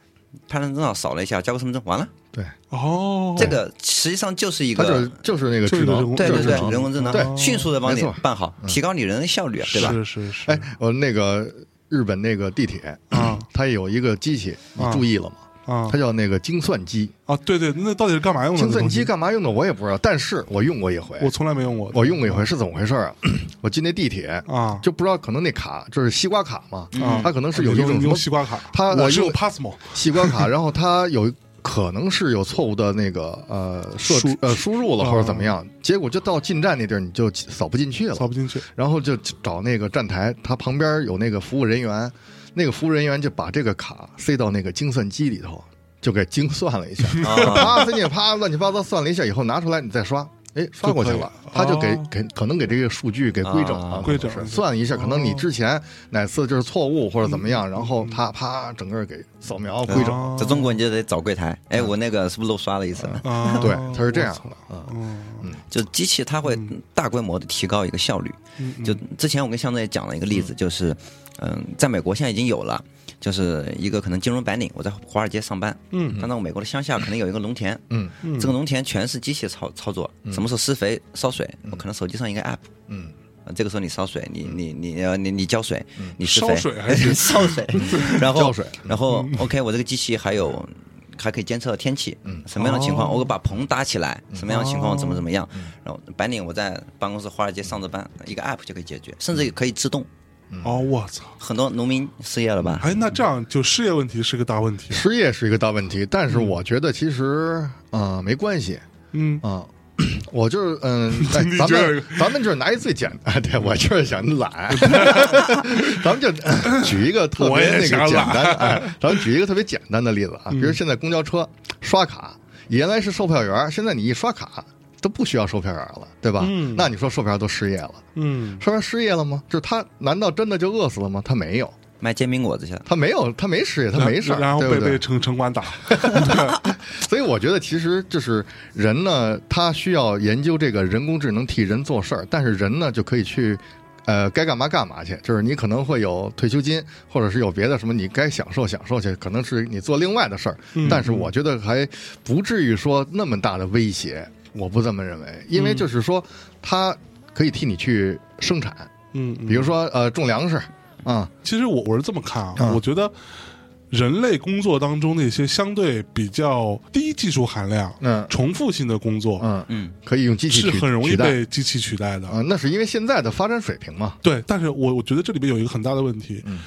Speaker 3: 拍张照，扫了一下，交个身份证，完了。
Speaker 2: 对，
Speaker 1: 哦，
Speaker 3: 这个实际上就是一
Speaker 2: 他就
Speaker 3: 个
Speaker 2: 是。就是那个
Speaker 1: 就是
Speaker 2: 智能，
Speaker 3: 对
Speaker 2: 就
Speaker 3: 对
Speaker 2: 是
Speaker 3: 对
Speaker 2: 智，能
Speaker 3: 人工智能
Speaker 2: 对，
Speaker 3: 迅速的帮
Speaker 2: 没
Speaker 3: 你
Speaker 2: 错
Speaker 3: 办好，提高你人的效率，啊对吧？
Speaker 1: 是是是，
Speaker 2: 哎，我那个日本那个地铁
Speaker 1: 啊，
Speaker 2: 它有一个机器，你
Speaker 1: 啊
Speaker 2: 注意了吗？
Speaker 1: 啊
Speaker 2: 它叫那个精算机。
Speaker 1: 啊，对对，那到底是干嘛用的？
Speaker 2: 精
Speaker 1: 那
Speaker 2: 算
Speaker 1: 东西
Speaker 2: 机干嘛用的我也不知道，但是我用过一回，
Speaker 1: 我从来没用过，
Speaker 2: 我用过一回是怎么回事啊？ 我进那地铁
Speaker 1: 啊
Speaker 2: 就不知道可能那卡就是西瓜卡嘛，
Speaker 1: 啊，
Speaker 2: 它可能是有一种
Speaker 1: 你
Speaker 2: 什
Speaker 1: 用
Speaker 2: 么
Speaker 1: 西瓜卡，
Speaker 2: 它呃
Speaker 1: 我是用
Speaker 2: 用
Speaker 1: Passmo
Speaker 2: 西瓜 卡，然后它有可能是有错误的那个呃设
Speaker 1: 输
Speaker 2: 呃输入了
Speaker 1: 啊
Speaker 2: 或者怎么样，结果就到进站那地儿你就扫不进去了
Speaker 1: 扫，不进去，
Speaker 2: 然后就找那个站台，它旁边有那个服务人员，那个服务人员就把这个卡塞到那个精算机里头，就给精算了一下，
Speaker 1: 啊
Speaker 2: 啪塞进去，啪乱七八糟算了一下以后拿出来你再刷。哎，刷过去了，他就给
Speaker 1: 哦
Speaker 2: 给可能给这个数据给规整了，
Speaker 3: 啊
Speaker 2: 可能
Speaker 1: 规
Speaker 2: 是
Speaker 1: 整了
Speaker 2: 算一下，可能你
Speaker 1: 哦
Speaker 2: 之前哪次就是错误或者怎么样，然后他啪整个给扫描规整，
Speaker 1: 哦嗯
Speaker 3: 在中国你就得找柜台，哎，我那个是不是漏刷了一次？
Speaker 1: 啊，
Speaker 2: 对，他是这样
Speaker 1: 我操
Speaker 2: 的啊，
Speaker 1: 嗯
Speaker 3: 就机器它会大规模的提高一个效率。
Speaker 1: 嗯嗯
Speaker 3: 就之前我跟向总也讲了一个例子，就是，嗯，在美国现在已经有了，就是一个可能金融白领，我在华尔街上班，
Speaker 1: 嗯，
Speaker 3: 但到美国的乡下可能有一个农田，
Speaker 2: 嗯
Speaker 1: 嗯
Speaker 3: 这个农田全是机器操操作，什么时候施肥、烧水，我可能手机上一个 app，
Speaker 2: 嗯，
Speaker 3: 呃这个时候你烧水，你你你呃你你浇水，你施
Speaker 1: 嗯烧
Speaker 3: 肥
Speaker 1: 水还是 嗯
Speaker 3: 烧水，然后
Speaker 2: 浇水
Speaker 3: 然后 OK，我这个机器还有。还可以监测天气，什么样的情况，
Speaker 1: 哦
Speaker 3: 我把棚搭起来，什么样的情
Speaker 1: 哦
Speaker 3: 况怎么怎么
Speaker 1: 嗯
Speaker 3: 样。然后白领我在办公室华尔街上着班，一个 app 就可以解决，甚至也可以自动。
Speaker 1: 哦，我操！
Speaker 3: 很多农民失业了吧？
Speaker 1: 哎，那这样就失业问题是个大问题。
Speaker 2: 失业是一个大问题，但是我觉得其实啊、呃没关系
Speaker 1: 嗯，
Speaker 2: 啊、 我就是嗯，哎
Speaker 1: 你
Speaker 2: 咱
Speaker 1: 这个
Speaker 2: 们咱们就是拿一最简单， 对我就是想 懒， 咱们就呃举一个特
Speaker 1: 我
Speaker 2: 别
Speaker 1: 也
Speaker 2: 那个
Speaker 1: 想
Speaker 2: 简
Speaker 1: 懒嗯
Speaker 2: 单的，哎，咱们举一个特别简单的例子啊，比如现在公交车刷卡，原来是售票员，现在你一刷卡都不需要售票员了，对吧？
Speaker 1: 嗯
Speaker 2: 那你说售票员都失业了，
Speaker 1: 嗯，
Speaker 2: 售票员失业了吗？就是他难道真的就饿死了吗？他没有。
Speaker 3: 卖煎饼果子去了。
Speaker 2: 他没有，他没失业，他没事儿，
Speaker 1: 然后
Speaker 2: 对不
Speaker 1: 被
Speaker 2: 对
Speaker 1: 被城城管打。
Speaker 2: 所以我觉得，其实就是人呢，他需要研究这个人工智能替人做事儿，但是人呢就可以去，呃，该干嘛干嘛去。就是你可能会有退休金，或者是有别的什么，你该享受享受去，可能是你做另外的事儿。
Speaker 1: 嗯
Speaker 2: 但是我觉得还不至于说那么大的威胁，我不这么认为，因为就是说，它可以替你去生产，
Speaker 1: 嗯，嗯
Speaker 2: 比如说呃，种粮食啊，
Speaker 1: 其实我我是这么看啊，
Speaker 2: 啊
Speaker 1: 我觉得人类工作当中那些相对比较低技术含量、
Speaker 2: 嗯
Speaker 1: 重复性的工作，
Speaker 2: 嗯，
Speaker 3: 嗯，
Speaker 2: 可以用机器
Speaker 1: 是
Speaker 2: 取
Speaker 1: 很容易
Speaker 2: 取代
Speaker 1: 被机器取代的。
Speaker 2: 啊、那是因为现在的发展水平嘛。
Speaker 1: 对，但是我我觉得这里面有一个很大的问题，
Speaker 2: 嗯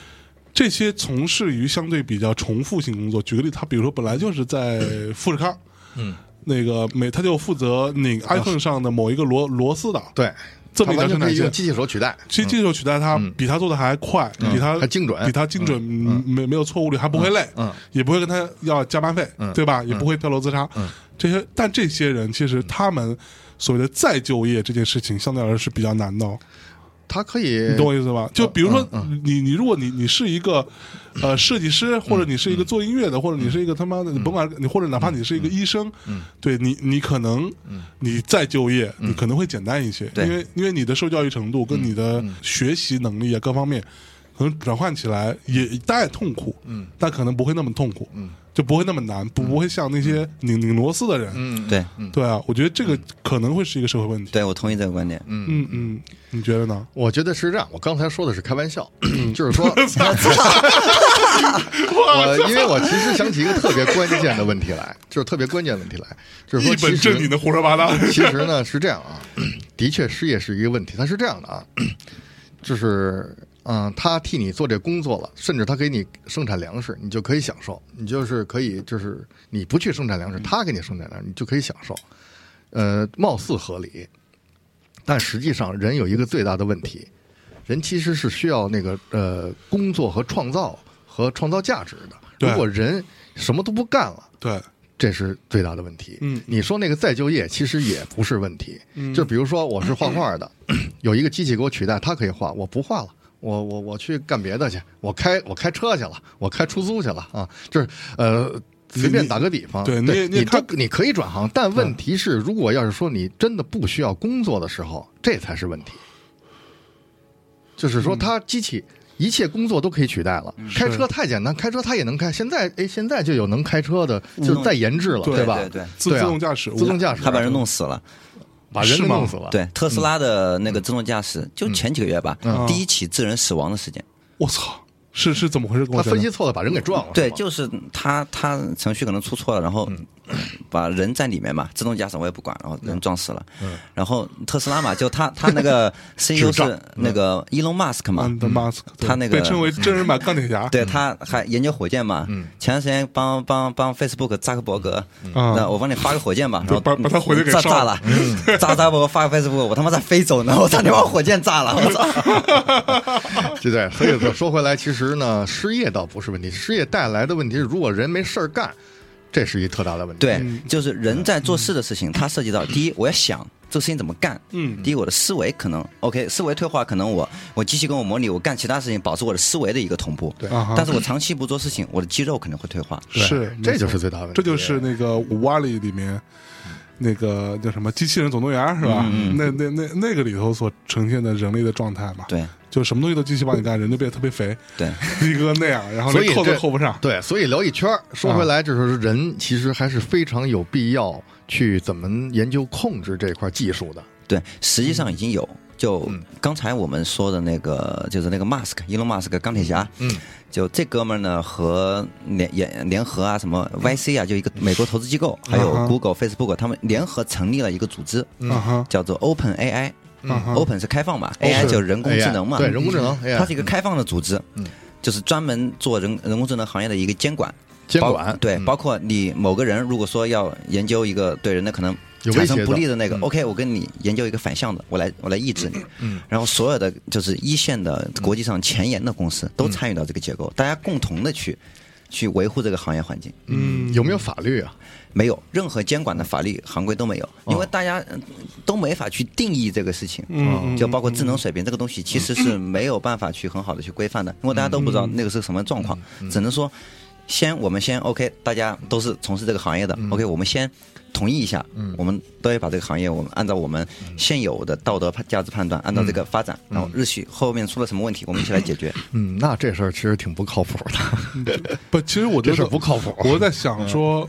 Speaker 1: 这些从事于相对比较重复性工作，举个例，他比如说本来就是 在富士康，
Speaker 2: 嗯，啊
Speaker 1: 那个每他就负责拧 iPhone 上的某一个螺螺丝的，
Speaker 2: 对，
Speaker 1: 这么一条
Speaker 2: 它完
Speaker 1: 生
Speaker 2: 全可
Speaker 1: 产
Speaker 2: 以用
Speaker 1: 线。
Speaker 2: 机器手取代。
Speaker 1: 其实技术取代他，
Speaker 2: 嗯
Speaker 1: 比他做的还快，
Speaker 2: 嗯
Speaker 1: 比他
Speaker 2: 还精准嗯
Speaker 1: 比他精准，嗯没没有错误率，还不会累，
Speaker 2: 嗯嗯
Speaker 1: 也不会跟他要加班费，
Speaker 2: 嗯
Speaker 1: 对吧？也不会跳楼自杀，
Speaker 2: 嗯
Speaker 1: 这些。但这些人其实他们所谓的再就业这件事情，相对来说是比较难的哦。
Speaker 2: 它可以
Speaker 1: 你懂我意思吧？就比如说
Speaker 2: 嗯
Speaker 1: 你你如果你你是一个呃设计师，或者你是一个
Speaker 2: 嗯
Speaker 1: 做音乐的，或者你是一个他妈的，你甭管你或者哪怕你是一个医生，
Speaker 2: 嗯
Speaker 1: 对你你可能你再就业，你可能会简单一些，
Speaker 3: 对
Speaker 1: 因为因为你的受教育程度
Speaker 2: 嗯
Speaker 1: 跟你的学习能力啊各方面，可能转换起来也当然痛苦，嗯，但可能不会那么痛苦，嗯，就不会那么难，不不会像那些拧拧螺丝的人，
Speaker 2: 嗯，
Speaker 3: 对，
Speaker 1: 对啊，我觉得这个可能会是一个社会问题，
Speaker 3: 对我同意这个观点。
Speaker 1: 嗯嗯，你觉得呢？
Speaker 2: 我觉得是这样。我刚才说的是开玩笑，
Speaker 1: 嗯
Speaker 2: 就是 说， 我因为我其实想起一个特别关键的问题来，就是特别关键的问题来，就是说，
Speaker 1: 一
Speaker 2: 其
Speaker 1: 本正经
Speaker 2: 实
Speaker 1: 的胡说八道，
Speaker 2: 其实呢是这样啊， 的确失业是一个问题，它是这样的啊， 就是。嗯，他替你做这工作了，甚至他给你生产粮食，你就可以享受，你就是可以，就是你不去生产粮食，他给你生产粮食，你就可以享受。呃，貌似合理，但实际上人有一个最大的问题，人其实是需要那个呃工作和创造和创造价值的。
Speaker 1: 对
Speaker 2: 如果人什么都不干了。
Speaker 1: 对。
Speaker 2: 这是最大的问题。
Speaker 1: 嗯
Speaker 2: 你说那个再就业其实也不是问题。就比如说我是画画的， 有一个机器给我取代，它可以画，我不画了。我我我去干别的去，我开我开车去了，我开出租去了啊，就是呃。随便打个比方，
Speaker 1: 对你也
Speaker 2: 对
Speaker 1: 你也
Speaker 2: 你都
Speaker 1: 看嗯
Speaker 2: 你可以转行，但问题是，如果要是说你真的不需要工作的时候，这才是问题。就是
Speaker 3: 嗯
Speaker 2: 说，它机器一切工作都可以取代了。开车太简单，开车它也能开。现在哎，现在就有能开车的，就是再研制了，
Speaker 1: 对
Speaker 2: 吧？
Speaker 3: 嗯对对
Speaker 1: 自
Speaker 2: 对啊
Speaker 1: 自动驾驶
Speaker 2: 自动驾驶，
Speaker 3: 他把人弄死了。
Speaker 2: 把人
Speaker 1: 是
Speaker 2: 给
Speaker 1: 吗
Speaker 2: 弄死了。
Speaker 3: 对，特斯拉的那个自动驾驶，就前几个月吧
Speaker 1: 嗯，
Speaker 3: 第一起致人死亡的事件。
Speaker 1: 我操，是是怎么回事？跟
Speaker 2: 他
Speaker 1: 我讲
Speaker 2: 分
Speaker 1: 讲
Speaker 2: 析错了，把人给撞了。
Speaker 3: 对，
Speaker 2: 哦是吗嗯
Speaker 3: 就是他他程序可能出错了，然后 把人在里面嘛，自动驾驶我也不管，然后人撞死了。
Speaker 2: 嗯
Speaker 3: 然后特斯拉嘛，就他他 那个 CEO
Speaker 2: 智障
Speaker 3: 是那个 Elon Musk 嘛，
Speaker 2: 嗯
Speaker 1: Elon Musk，对嗯
Speaker 3: 他那个
Speaker 1: 被称为真人版钢铁侠，
Speaker 3: 对，他还研究火箭嘛。
Speaker 2: 嗯
Speaker 3: 前段时间帮帮帮 Facebook 扎克伯格，
Speaker 1: 啊
Speaker 3: 那我帮你发个火箭
Speaker 2: 嗯
Speaker 3: 吧，然后
Speaker 1: 把把他火箭给
Speaker 3: 炸
Speaker 1: 烧了
Speaker 3: 炸了， 炸扎克伯格发个 Facebook，我他妈在非洲呢，我差点把火箭炸了，我操！
Speaker 2: 对对。所以说说回来，其实呢，失业倒不是问题，失业带来的问题是，如果人没事儿干，这是一特大的问题。
Speaker 3: 对，
Speaker 1: 嗯
Speaker 3: 就是人在做事的事情，它涉及到第一，我要想这个事情怎么干。
Speaker 1: 嗯
Speaker 3: 第一，我的思维可能 OK，思维退化，可能我我机器跟我模拟，我干其他事情保持我的思维的一个同步。
Speaker 2: 对
Speaker 1: 啊哈
Speaker 3: 但是我长期不做事情，我的肌肉可能会退化。
Speaker 2: 对，
Speaker 1: 是没
Speaker 2: 这
Speaker 1: 错
Speaker 2: 就是最大的问题。
Speaker 1: 这就是那个五瓦里里面那个叫什么《机器人总动员》是吧？
Speaker 3: 嗯
Speaker 1: 那那那那个里头所呈现的人类的状态嘛，
Speaker 3: 对
Speaker 1: 就什么东西都机器帮你干，人就变得特别肥，
Speaker 3: 对，
Speaker 1: 逼哥那样，然后
Speaker 2: 所以
Speaker 1: 连扣都
Speaker 2: 这
Speaker 1: 扣不上，啊
Speaker 2: 对，所以聊一圈儿说回来，就是人其实还是非常有必要去怎么研究控制这块技术的。
Speaker 3: 对，实际上已经
Speaker 1: 嗯
Speaker 3: 有。就刚才我们说的那个，就是那个 Mask，伊隆马斯克钢铁侠，嗯，就这哥们儿呢和联联联合啊，什么 YC 啊，就一个美国投资机构，还有
Speaker 1: 嗯啊哈
Speaker 3: Google、Facebook，他们联合成立了一个组织，
Speaker 1: 啊哈，
Speaker 3: 叫做 Open AI。
Speaker 2: 啊
Speaker 3: ，Open 是开放嘛
Speaker 2: 哦
Speaker 1: 是
Speaker 3: ，AI 就是人工智能嘛，嗯
Speaker 2: 对人工智能，嗯哎呀
Speaker 3: 它是一个开放的组织，就是专门做人人工智能行业的一个监管。
Speaker 2: 监
Speaker 3: 包
Speaker 2: 管
Speaker 3: 对，
Speaker 2: 嗯
Speaker 3: 包括你某个人，如果说要研究一个对人的可能
Speaker 2: 有威
Speaker 3: 产
Speaker 2: 胁
Speaker 3: 生不
Speaker 2: 的
Speaker 3: 利的那个
Speaker 2: 嗯
Speaker 3: ，OK，我跟你研究一个反向的，我来我来抑制你。
Speaker 2: 嗯，
Speaker 3: 然后所有的就是一线的国际上前沿的公
Speaker 2: 嗯
Speaker 3: 司都参与到这个结构，大家共同的去去维护这个行业环境。
Speaker 2: 嗯，有没有法律啊？
Speaker 3: 没有任何监管的法律行规都没有，因为大家嗯都没法去定义这个事情。
Speaker 1: 哦
Speaker 3: 哦
Speaker 1: 嗯，嗯
Speaker 3: 就包括智能水平这个东西，其实是没有办法去很好的去规范的，因为大家都不知道那个是什么状况，只能说先我们先 OK，大家都是从事这个行业的，OK，我
Speaker 1: 嗯
Speaker 3: 们先同意一下，我们都要把这个行业，我们按照我们现有的道德判价值判断，按照这个
Speaker 1: 嗯
Speaker 3: 发展，然后日续后面出了什么问题，我们一起来 解决。
Speaker 2: 嗯，那这事儿其实挺不靠谱的。
Speaker 1: 不，其实我觉
Speaker 2: 这事
Speaker 1: 得
Speaker 2: 儿不嗯靠谱
Speaker 1: 我在想说，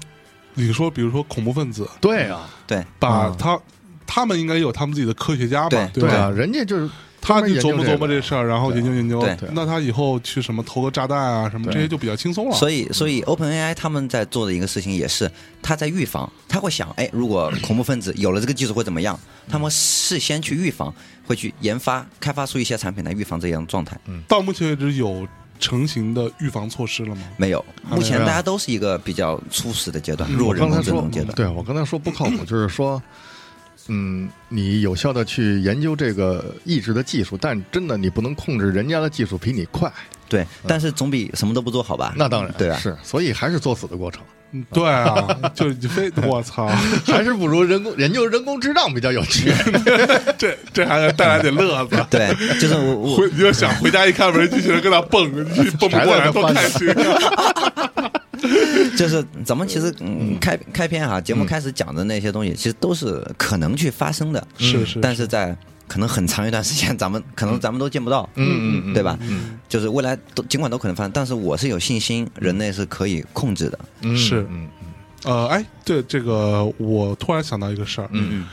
Speaker 1: 你说比如说恐怖分子，
Speaker 2: 对啊，
Speaker 3: 对，
Speaker 1: 把
Speaker 2: 啊
Speaker 1: 他他们应该有他们自己的科学家嘛，
Speaker 3: 对
Speaker 1: 对
Speaker 2: 对
Speaker 1: 吧？
Speaker 2: 啊，人家就是
Speaker 1: 他就
Speaker 2: 专门研究
Speaker 1: 琢磨琢磨
Speaker 2: 这
Speaker 1: 这
Speaker 2: 个
Speaker 1: 事儿，然后研究研究
Speaker 3: 对，
Speaker 1: 那他以后去什么投个炸弹啊什么
Speaker 2: 对
Speaker 1: 这些就比较轻松了。
Speaker 3: 所以，所以 OpenAI 他们在做的一个事情也是，他在预防，他会想，哎，如果恐怖分子有了这个技术会怎么样？他们事先去预防，会去研发、开发出一些产品来预防这样的状
Speaker 2: 嗯
Speaker 3: 态。
Speaker 1: 到目前为止有成型的预防措施了吗？
Speaker 3: 没有，目前
Speaker 2: 没有
Speaker 3: 大家都是一个比较初始的阶段，弱
Speaker 2: 我
Speaker 3: 人
Speaker 2: 刚才
Speaker 3: 工智
Speaker 2: 说
Speaker 3: 能阶，段。
Speaker 2: 对我刚才说不靠谱，就是说，嗯，你有效的去研究这个抑制的技术，但真的你不能控制人家的技术比你快，
Speaker 3: 对，但是总比什么都不做好吧？
Speaker 2: 那当然
Speaker 3: 对吧？啊
Speaker 2: 是，所以还是作死的过程，
Speaker 1: 嗯对啊， 就你非我操，
Speaker 2: 还是不如人工研究人工智障比较有趣。
Speaker 1: 这这还能带来点乐 子。
Speaker 3: 对，就是我我
Speaker 1: 回你就想回家一看门，机器人跟他蹦，你蹦不过来，多开心啊！
Speaker 3: 就是咱们其实嗯开开篇哈，节目开始讲的那些东西，其实都是可能去发生的，
Speaker 1: 是是
Speaker 3: 但是在可能很长一段时间，咱们可能咱们都见不到，
Speaker 2: 嗯嗯嗯
Speaker 3: 对吧？就是未来都尽管都可能发生，但是我是有信心，人类是可以控制的。
Speaker 2: 嗯
Speaker 1: 是
Speaker 2: 嗯
Speaker 1: 呃，哎，对这个，我突然想到一个事儿，
Speaker 3: 嗯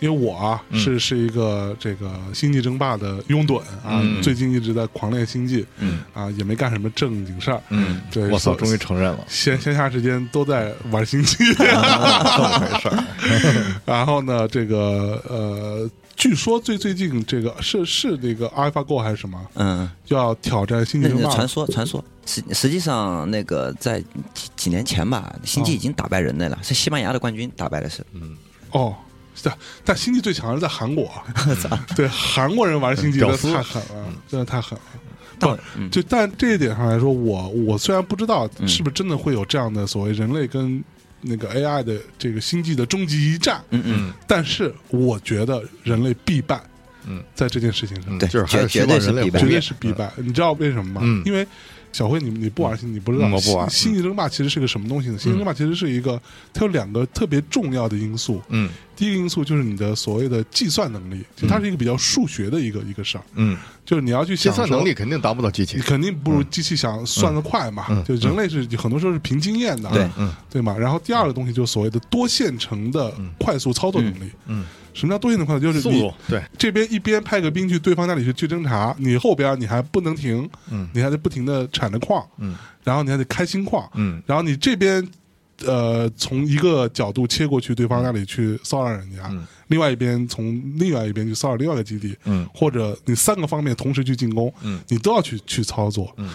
Speaker 1: 因为我啊是
Speaker 2: 嗯
Speaker 1: 是一个这个《星际争霸》的拥趸啊，
Speaker 2: 嗯
Speaker 1: 最近一直在狂练《星际》，
Speaker 3: 嗯
Speaker 1: 啊，也没干什么正经事儿，
Speaker 2: 嗯
Speaker 1: 对，
Speaker 2: 我操，
Speaker 1: 所
Speaker 2: 终于承认了，
Speaker 1: 闲闲暇时间都在玩《星 际》
Speaker 2: 这么回事儿。
Speaker 1: 然后呢，这个呃，据说最最近这个是是那个 AlphaGo 还是什么，
Speaker 3: 嗯，
Speaker 1: 要挑战《星际
Speaker 3: 那个
Speaker 1: 争霸
Speaker 3: 传》说传说，实实际上那个在几几年前吧，星际已经打败人类了，是西班牙的冠军打败的是。
Speaker 1: 哦。对，但星际最强是在韩国，啊 对韩国人玩星际真的
Speaker 2: 屌丝嗯
Speaker 1: 太狠了，真的太狠了。
Speaker 3: 但
Speaker 1: 不，就但这一点上来说，我我虽然不知道
Speaker 2: 嗯
Speaker 1: 是不是真的会有这样的所谓人类跟那个 AI 的这个星际的终极一战，
Speaker 3: 嗯嗯，
Speaker 1: 但是我觉得人类必败。
Speaker 2: 嗯，
Speaker 1: 在这件事情上，
Speaker 2: 嗯
Speaker 3: 对
Speaker 2: 就是还是希
Speaker 3: 绝
Speaker 2: 望
Speaker 3: 绝对是
Speaker 2: 人类
Speaker 3: 必
Speaker 2: 活
Speaker 3: 败
Speaker 1: 绝
Speaker 2: 跃
Speaker 1: 对是必败。你知道为什么吗？
Speaker 2: 嗯
Speaker 1: 因为小辉，你你不玩星际，你不知道
Speaker 2: 嗯我嗯不玩
Speaker 1: 星星际争霸其实是个什么东西呢？星际争霸其实是一个，它有两个特别重要的因素。
Speaker 2: 嗯
Speaker 1: 第一个因素就是你的所谓的计算能力，就它是一个比较数学的一个一个事儿，
Speaker 2: 嗯，
Speaker 1: 就是你要去
Speaker 2: 计
Speaker 1: 想
Speaker 2: 算
Speaker 1: 说
Speaker 2: 能力肯定达不到机器
Speaker 1: 你。肯定不如机器想算得快嘛。
Speaker 2: 嗯
Speaker 1: 就人类是很多时候是凭经验的，啊
Speaker 3: 对
Speaker 2: 嗯
Speaker 1: 对嘛。然后第二个东西就是所谓的多线程的快速操作能力。
Speaker 2: 嗯，
Speaker 1: 什么叫多线程快速？就是
Speaker 2: 速
Speaker 1: 你
Speaker 2: 度对，
Speaker 1: 这边一边派个兵去对方那里去去侦察，你后边你还不能停，
Speaker 2: 嗯
Speaker 1: 你还得不停的产着矿，
Speaker 2: 嗯
Speaker 1: 然后你还得开新矿，
Speaker 2: 嗯
Speaker 1: 然后你这边。呃，从一个角度切过去对方那里去骚扰人家，
Speaker 2: 嗯
Speaker 1: 另外一边从另外一边去骚扰另外一个基地，
Speaker 2: 嗯
Speaker 1: 或者你三个方面同时去进攻，
Speaker 2: 嗯
Speaker 1: 你都要去去操作。
Speaker 2: 嗯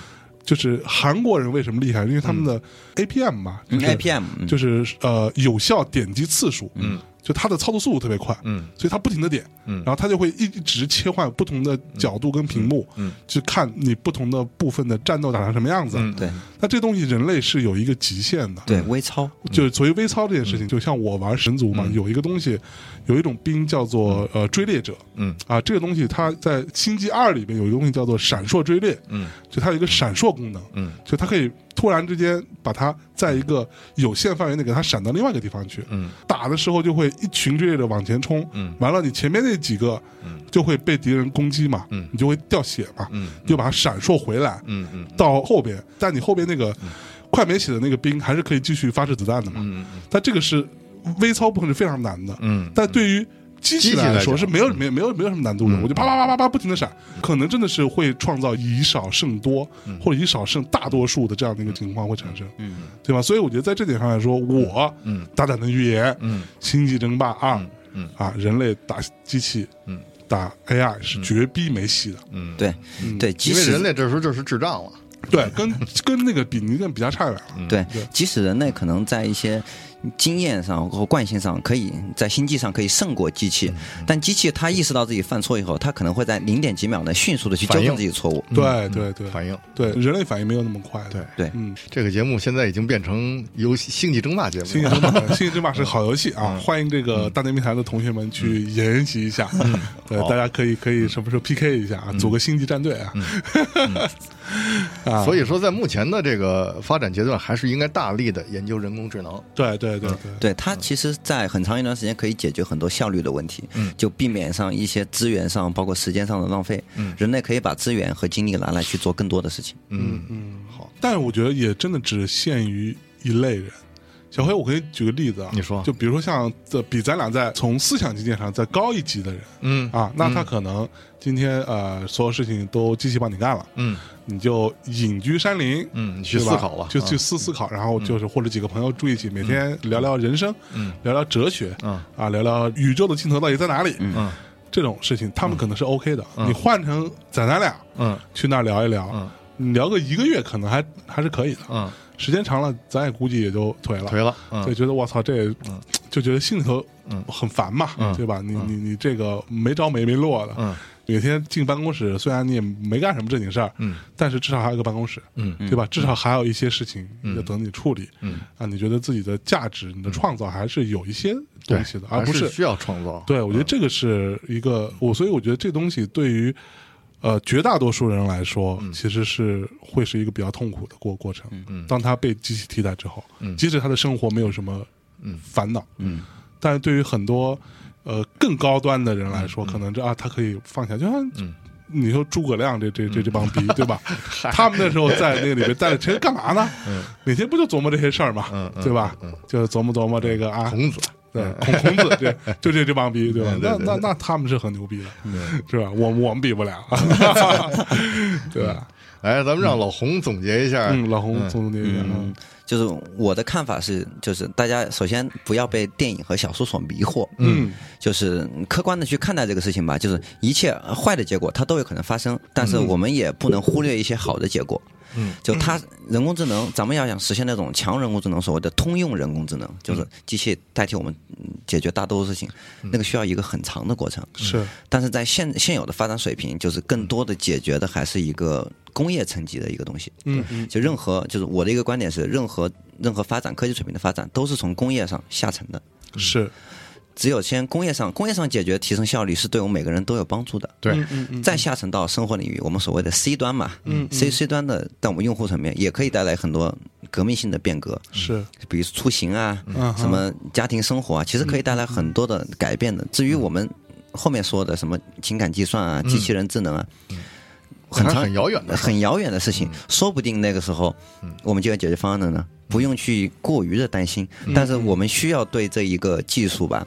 Speaker 1: 就是韩国人为什么厉害？因为他们的 APM 嘛、
Speaker 3: 嗯
Speaker 1: 就是
Speaker 3: ，APM 嗯
Speaker 1: 就是呃有效点击次数，
Speaker 2: 嗯，
Speaker 1: 就它的操作速度特别快，
Speaker 2: 嗯
Speaker 1: 所以它不停的点，
Speaker 2: 嗯
Speaker 1: 然后它就会一直切换不同的角度跟屏幕，
Speaker 2: 嗯嗯
Speaker 1: 去看你不同的部分的战斗打成什么样子。
Speaker 2: 嗯
Speaker 3: 对
Speaker 1: 那这东西人类是有一个极限的，
Speaker 3: 对，微操，
Speaker 1: 就是所谓微操这件
Speaker 2: 嗯
Speaker 1: 事情，就像我玩神族嘛，有一个东西，有一种兵叫做呃追猎者，
Speaker 2: 嗯
Speaker 1: 啊，这个东西它在《星际二》里面有一个东西叫做闪烁追猎，
Speaker 2: 嗯
Speaker 1: 就它有一个闪烁功能，
Speaker 2: 嗯
Speaker 1: 就它可以突然之间把它在一个有限范围内给它闪到另外一个地方去，
Speaker 2: 嗯
Speaker 1: 打的时候就会一群追猎者往前冲，
Speaker 2: 嗯
Speaker 1: 完了你前面那几个
Speaker 2: 嗯
Speaker 1: 就会被敌人攻击嘛，
Speaker 2: 嗯
Speaker 1: 你就会掉血嘛，
Speaker 2: 嗯
Speaker 1: 就把它闪烁回来，
Speaker 2: 嗯嗯
Speaker 1: 到后边，但你后边那个快没血的那个兵还是可以继续发射子弹的嘛，
Speaker 2: 嗯
Speaker 1: 但这个是微操部分是非常难的，
Speaker 2: 嗯，
Speaker 1: 但对于机器
Speaker 2: 机器来
Speaker 1: 来说
Speaker 2: 讲
Speaker 1: 是没有没有没有没有什么难度的，
Speaker 2: 嗯
Speaker 1: 我就啪啪啪啪啪不停的闪，可能真的是会创造以少胜多
Speaker 2: 嗯
Speaker 1: 或者以少胜大多数的这样的一个情况会产生，
Speaker 3: 嗯，
Speaker 1: 对吧？所以我觉得在这点上来说，我
Speaker 2: 嗯
Speaker 1: 大胆的预言，
Speaker 2: 嗯
Speaker 1: 星际争霸二》
Speaker 2: 嗯
Speaker 1: 啊，人类打机器，
Speaker 2: 嗯，
Speaker 1: 打 AI 是绝逼没戏的。
Speaker 2: 嗯，
Speaker 3: 对对，即
Speaker 2: 因为
Speaker 3: 使
Speaker 2: 人类这时候就是智障了，
Speaker 1: 对， 跟跟那个比，你那比较差远了。
Speaker 2: 嗯
Speaker 3: 对
Speaker 1: 嗯对，
Speaker 3: 即使人类可能在一些经验上或惯性上，可以在星际上可以胜过机器，
Speaker 1: 嗯
Speaker 3: 但机器它意识到自己犯错以后，它可能会在零点几秒内迅速的去纠
Speaker 2: 反应
Speaker 3: 正自己的错误。
Speaker 1: 对对对
Speaker 2: 嗯反应。
Speaker 1: 对，人类反应没有那么快的。
Speaker 2: 对
Speaker 3: 对
Speaker 1: 嗯，
Speaker 2: 这个节目现在已经变成游戏星际争霸节
Speaker 1: 星
Speaker 2: 目
Speaker 1: 际
Speaker 2: 了。
Speaker 1: 争霸，星际争霸
Speaker 2: 嗯
Speaker 1: 是个好游戏啊！欢迎这个大内密谈的同学们去研习一下。
Speaker 2: 嗯
Speaker 1: 对，大家可以可以什么时候 PK 一下啊，组个星际战队啊。
Speaker 2: 嗯所以说，在目前的这个发展阶段，还是应该大力的研究人工智能。嗯
Speaker 1: 对对对对
Speaker 3: 对它其实，在很长一段时间可以解决很多效率的问题，
Speaker 1: 嗯
Speaker 3: 就避免上一些资源上，包括时间上的浪费。
Speaker 1: 嗯
Speaker 3: 人类可以把资源和精力拿来去做更多的事情。
Speaker 2: 嗯嗯，
Speaker 1: 但是我觉得也真的只限于一类人。小黑，我可以举个例子啊，
Speaker 2: 你说
Speaker 1: 就比如说像这比咱俩在从思想境界上再高一级的人，
Speaker 2: 嗯
Speaker 1: 啊，那他可能今天呃所有事情都机器帮你干了，
Speaker 2: 嗯
Speaker 1: 你就隐居山林，
Speaker 2: 嗯你去
Speaker 1: 对吧
Speaker 2: 思考吧
Speaker 1: 就
Speaker 2: 啊
Speaker 1: 去思思考，然后就是或者几个朋友住一起，每天聊聊人生，
Speaker 2: 嗯
Speaker 1: 聊聊哲学，
Speaker 2: 嗯
Speaker 1: 啊，聊聊宇宙的尽头到底在哪里，
Speaker 2: 嗯
Speaker 1: 这种事情他们可能是 OK 的，你换成咱咱俩
Speaker 2: 嗯
Speaker 1: 去那儿聊一聊，
Speaker 2: 嗯
Speaker 1: 你聊个一个月可能还还是可以的，
Speaker 2: 嗯，
Speaker 1: 时间长了，咱也估计也就颓了，
Speaker 2: 颓了。嗯
Speaker 1: 对，觉得我操，这就觉得心里头
Speaker 2: 嗯
Speaker 1: 很烦嘛，
Speaker 2: 嗯
Speaker 1: 对吧？你你你这个没着没没落的，
Speaker 2: 嗯
Speaker 1: 每天进办公室，虽然你也没干什么正经事儿，
Speaker 2: 嗯
Speaker 1: 但是至少还有个办公室，
Speaker 2: 嗯
Speaker 1: 对吧？至少还有一些事情要等你处理，
Speaker 2: 嗯
Speaker 1: 啊，你觉得自己的价值、你的创造还是有一些
Speaker 2: 对
Speaker 1: 东西的，，而
Speaker 2: 还
Speaker 1: 不
Speaker 2: 需要创造。
Speaker 1: 对，我觉得这个是一个我，所以我觉得这东西对于呃绝大多数人来说，
Speaker 2: 嗯
Speaker 1: 其实是会是一个比较痛苦的过过程。嗯，当他被机器替代之后，
Speaker 2: 嗯
Speaker 1: 即使他的生活没有什么
Speaker 2: 嗯
Speaker 1: 烦恼，
Speaker 3: 嗯，
Speaker 1: 但是对于很多呃更高端的人来说，可能这啊他可以放下，就像。
Speaker 2: 嗯
Speaker 1: 你说诸葛亮这这这这帮 逼对吧？他们那时候在那里边待着，其实干嘛呢？每天不就琢磨这些事儿嘛，
Speaker 2: 嗯嗯嗯
Speaker 1: 对吧？就琢磨琢磨这个啊，
Speaker 2: 孔子。
Speaker 1: 对，孔孔子 对，就这这帮逼，对吧？
Speaker 2: 嗯对
Speaker 1: 那
Speaker 2: 对
Speaker 1: 那
Speaker 2: 对
Speaker 1: 那他们是很牛逼的，是吧？我我们比不了， 对吧？
Speaker 2: 来，哎咱们让老红总结一下。
Speaker 1: 嗯，老洪总结一下，嗯
Speaker 3: 就是我的看法是，就是大家首先不要被电影和小说所迷惑，
Speaker 1: 嗯，
Speaker 3: 就是客观的去看待这个事情吧。就是一切坏的结果它都有可能发生，但是
Speaker 1: 嗯
Speaker 3: 我们也不能忽略一些好的结果。
Speaker 2: 嗯，
Speaker 3: 就它人工智能，咱们要想实现那种强人工智能，所谓的通用人工智
Speaker 1: 嗯
Speaker 3: 能，就是机器代替我们嗯解决大多数事情，那个需要一个很长的过程。
Speaker 1: 嗯是
Speaker 3: 但是在现现有的发展水平，就是更多的解决的还是一个工业层级的一个东西。
Speaker 1: 嗯嗯
Speaker 3: 就任何就是我的一个观点是，任何任何发展科技水平的发展都是从工业上下沉的。嗯
Speaker 1: 是，
Speaker 3: 只有先工业上，工业上解决提升效率是对我们每个人都有帮助的。
Speaker 2: 对，
Speaker 1: 嗯嗯嗯，
Speaker 3: 再下沉到生活领域，我们所谓的 C 端嘛，
Speaker 1: 嗯嗯
Speaker 3: c C 端的，在我们用户层面也可以带来很多革命性的变革，
Speaker 1: 是
Speaker 3: 比如出行啊，
Speaker 1: 嗯
Speaker 3: 什么家庭生活啊，其实可以带来很多的改变的。
Speaker 1: 嗯
Speaker 3: 至于我们后面说的什么情感计算啊、
Speaker 1: 嗯
Speaker 3: 机器人智能啊，很
Speaker 2: 还是
Speaker 3: 长
Speaker 2: 很遥远的事儿。
Speaker 3: 很遥远的事情，
Speaker 1: 嗯
Speaker 3: 说不定那个时候我们就有解决方案了呢，不用去过于的担心。
Speaker 1: 嗯
Speaker 3: 但是我们需要对这一个技术吧，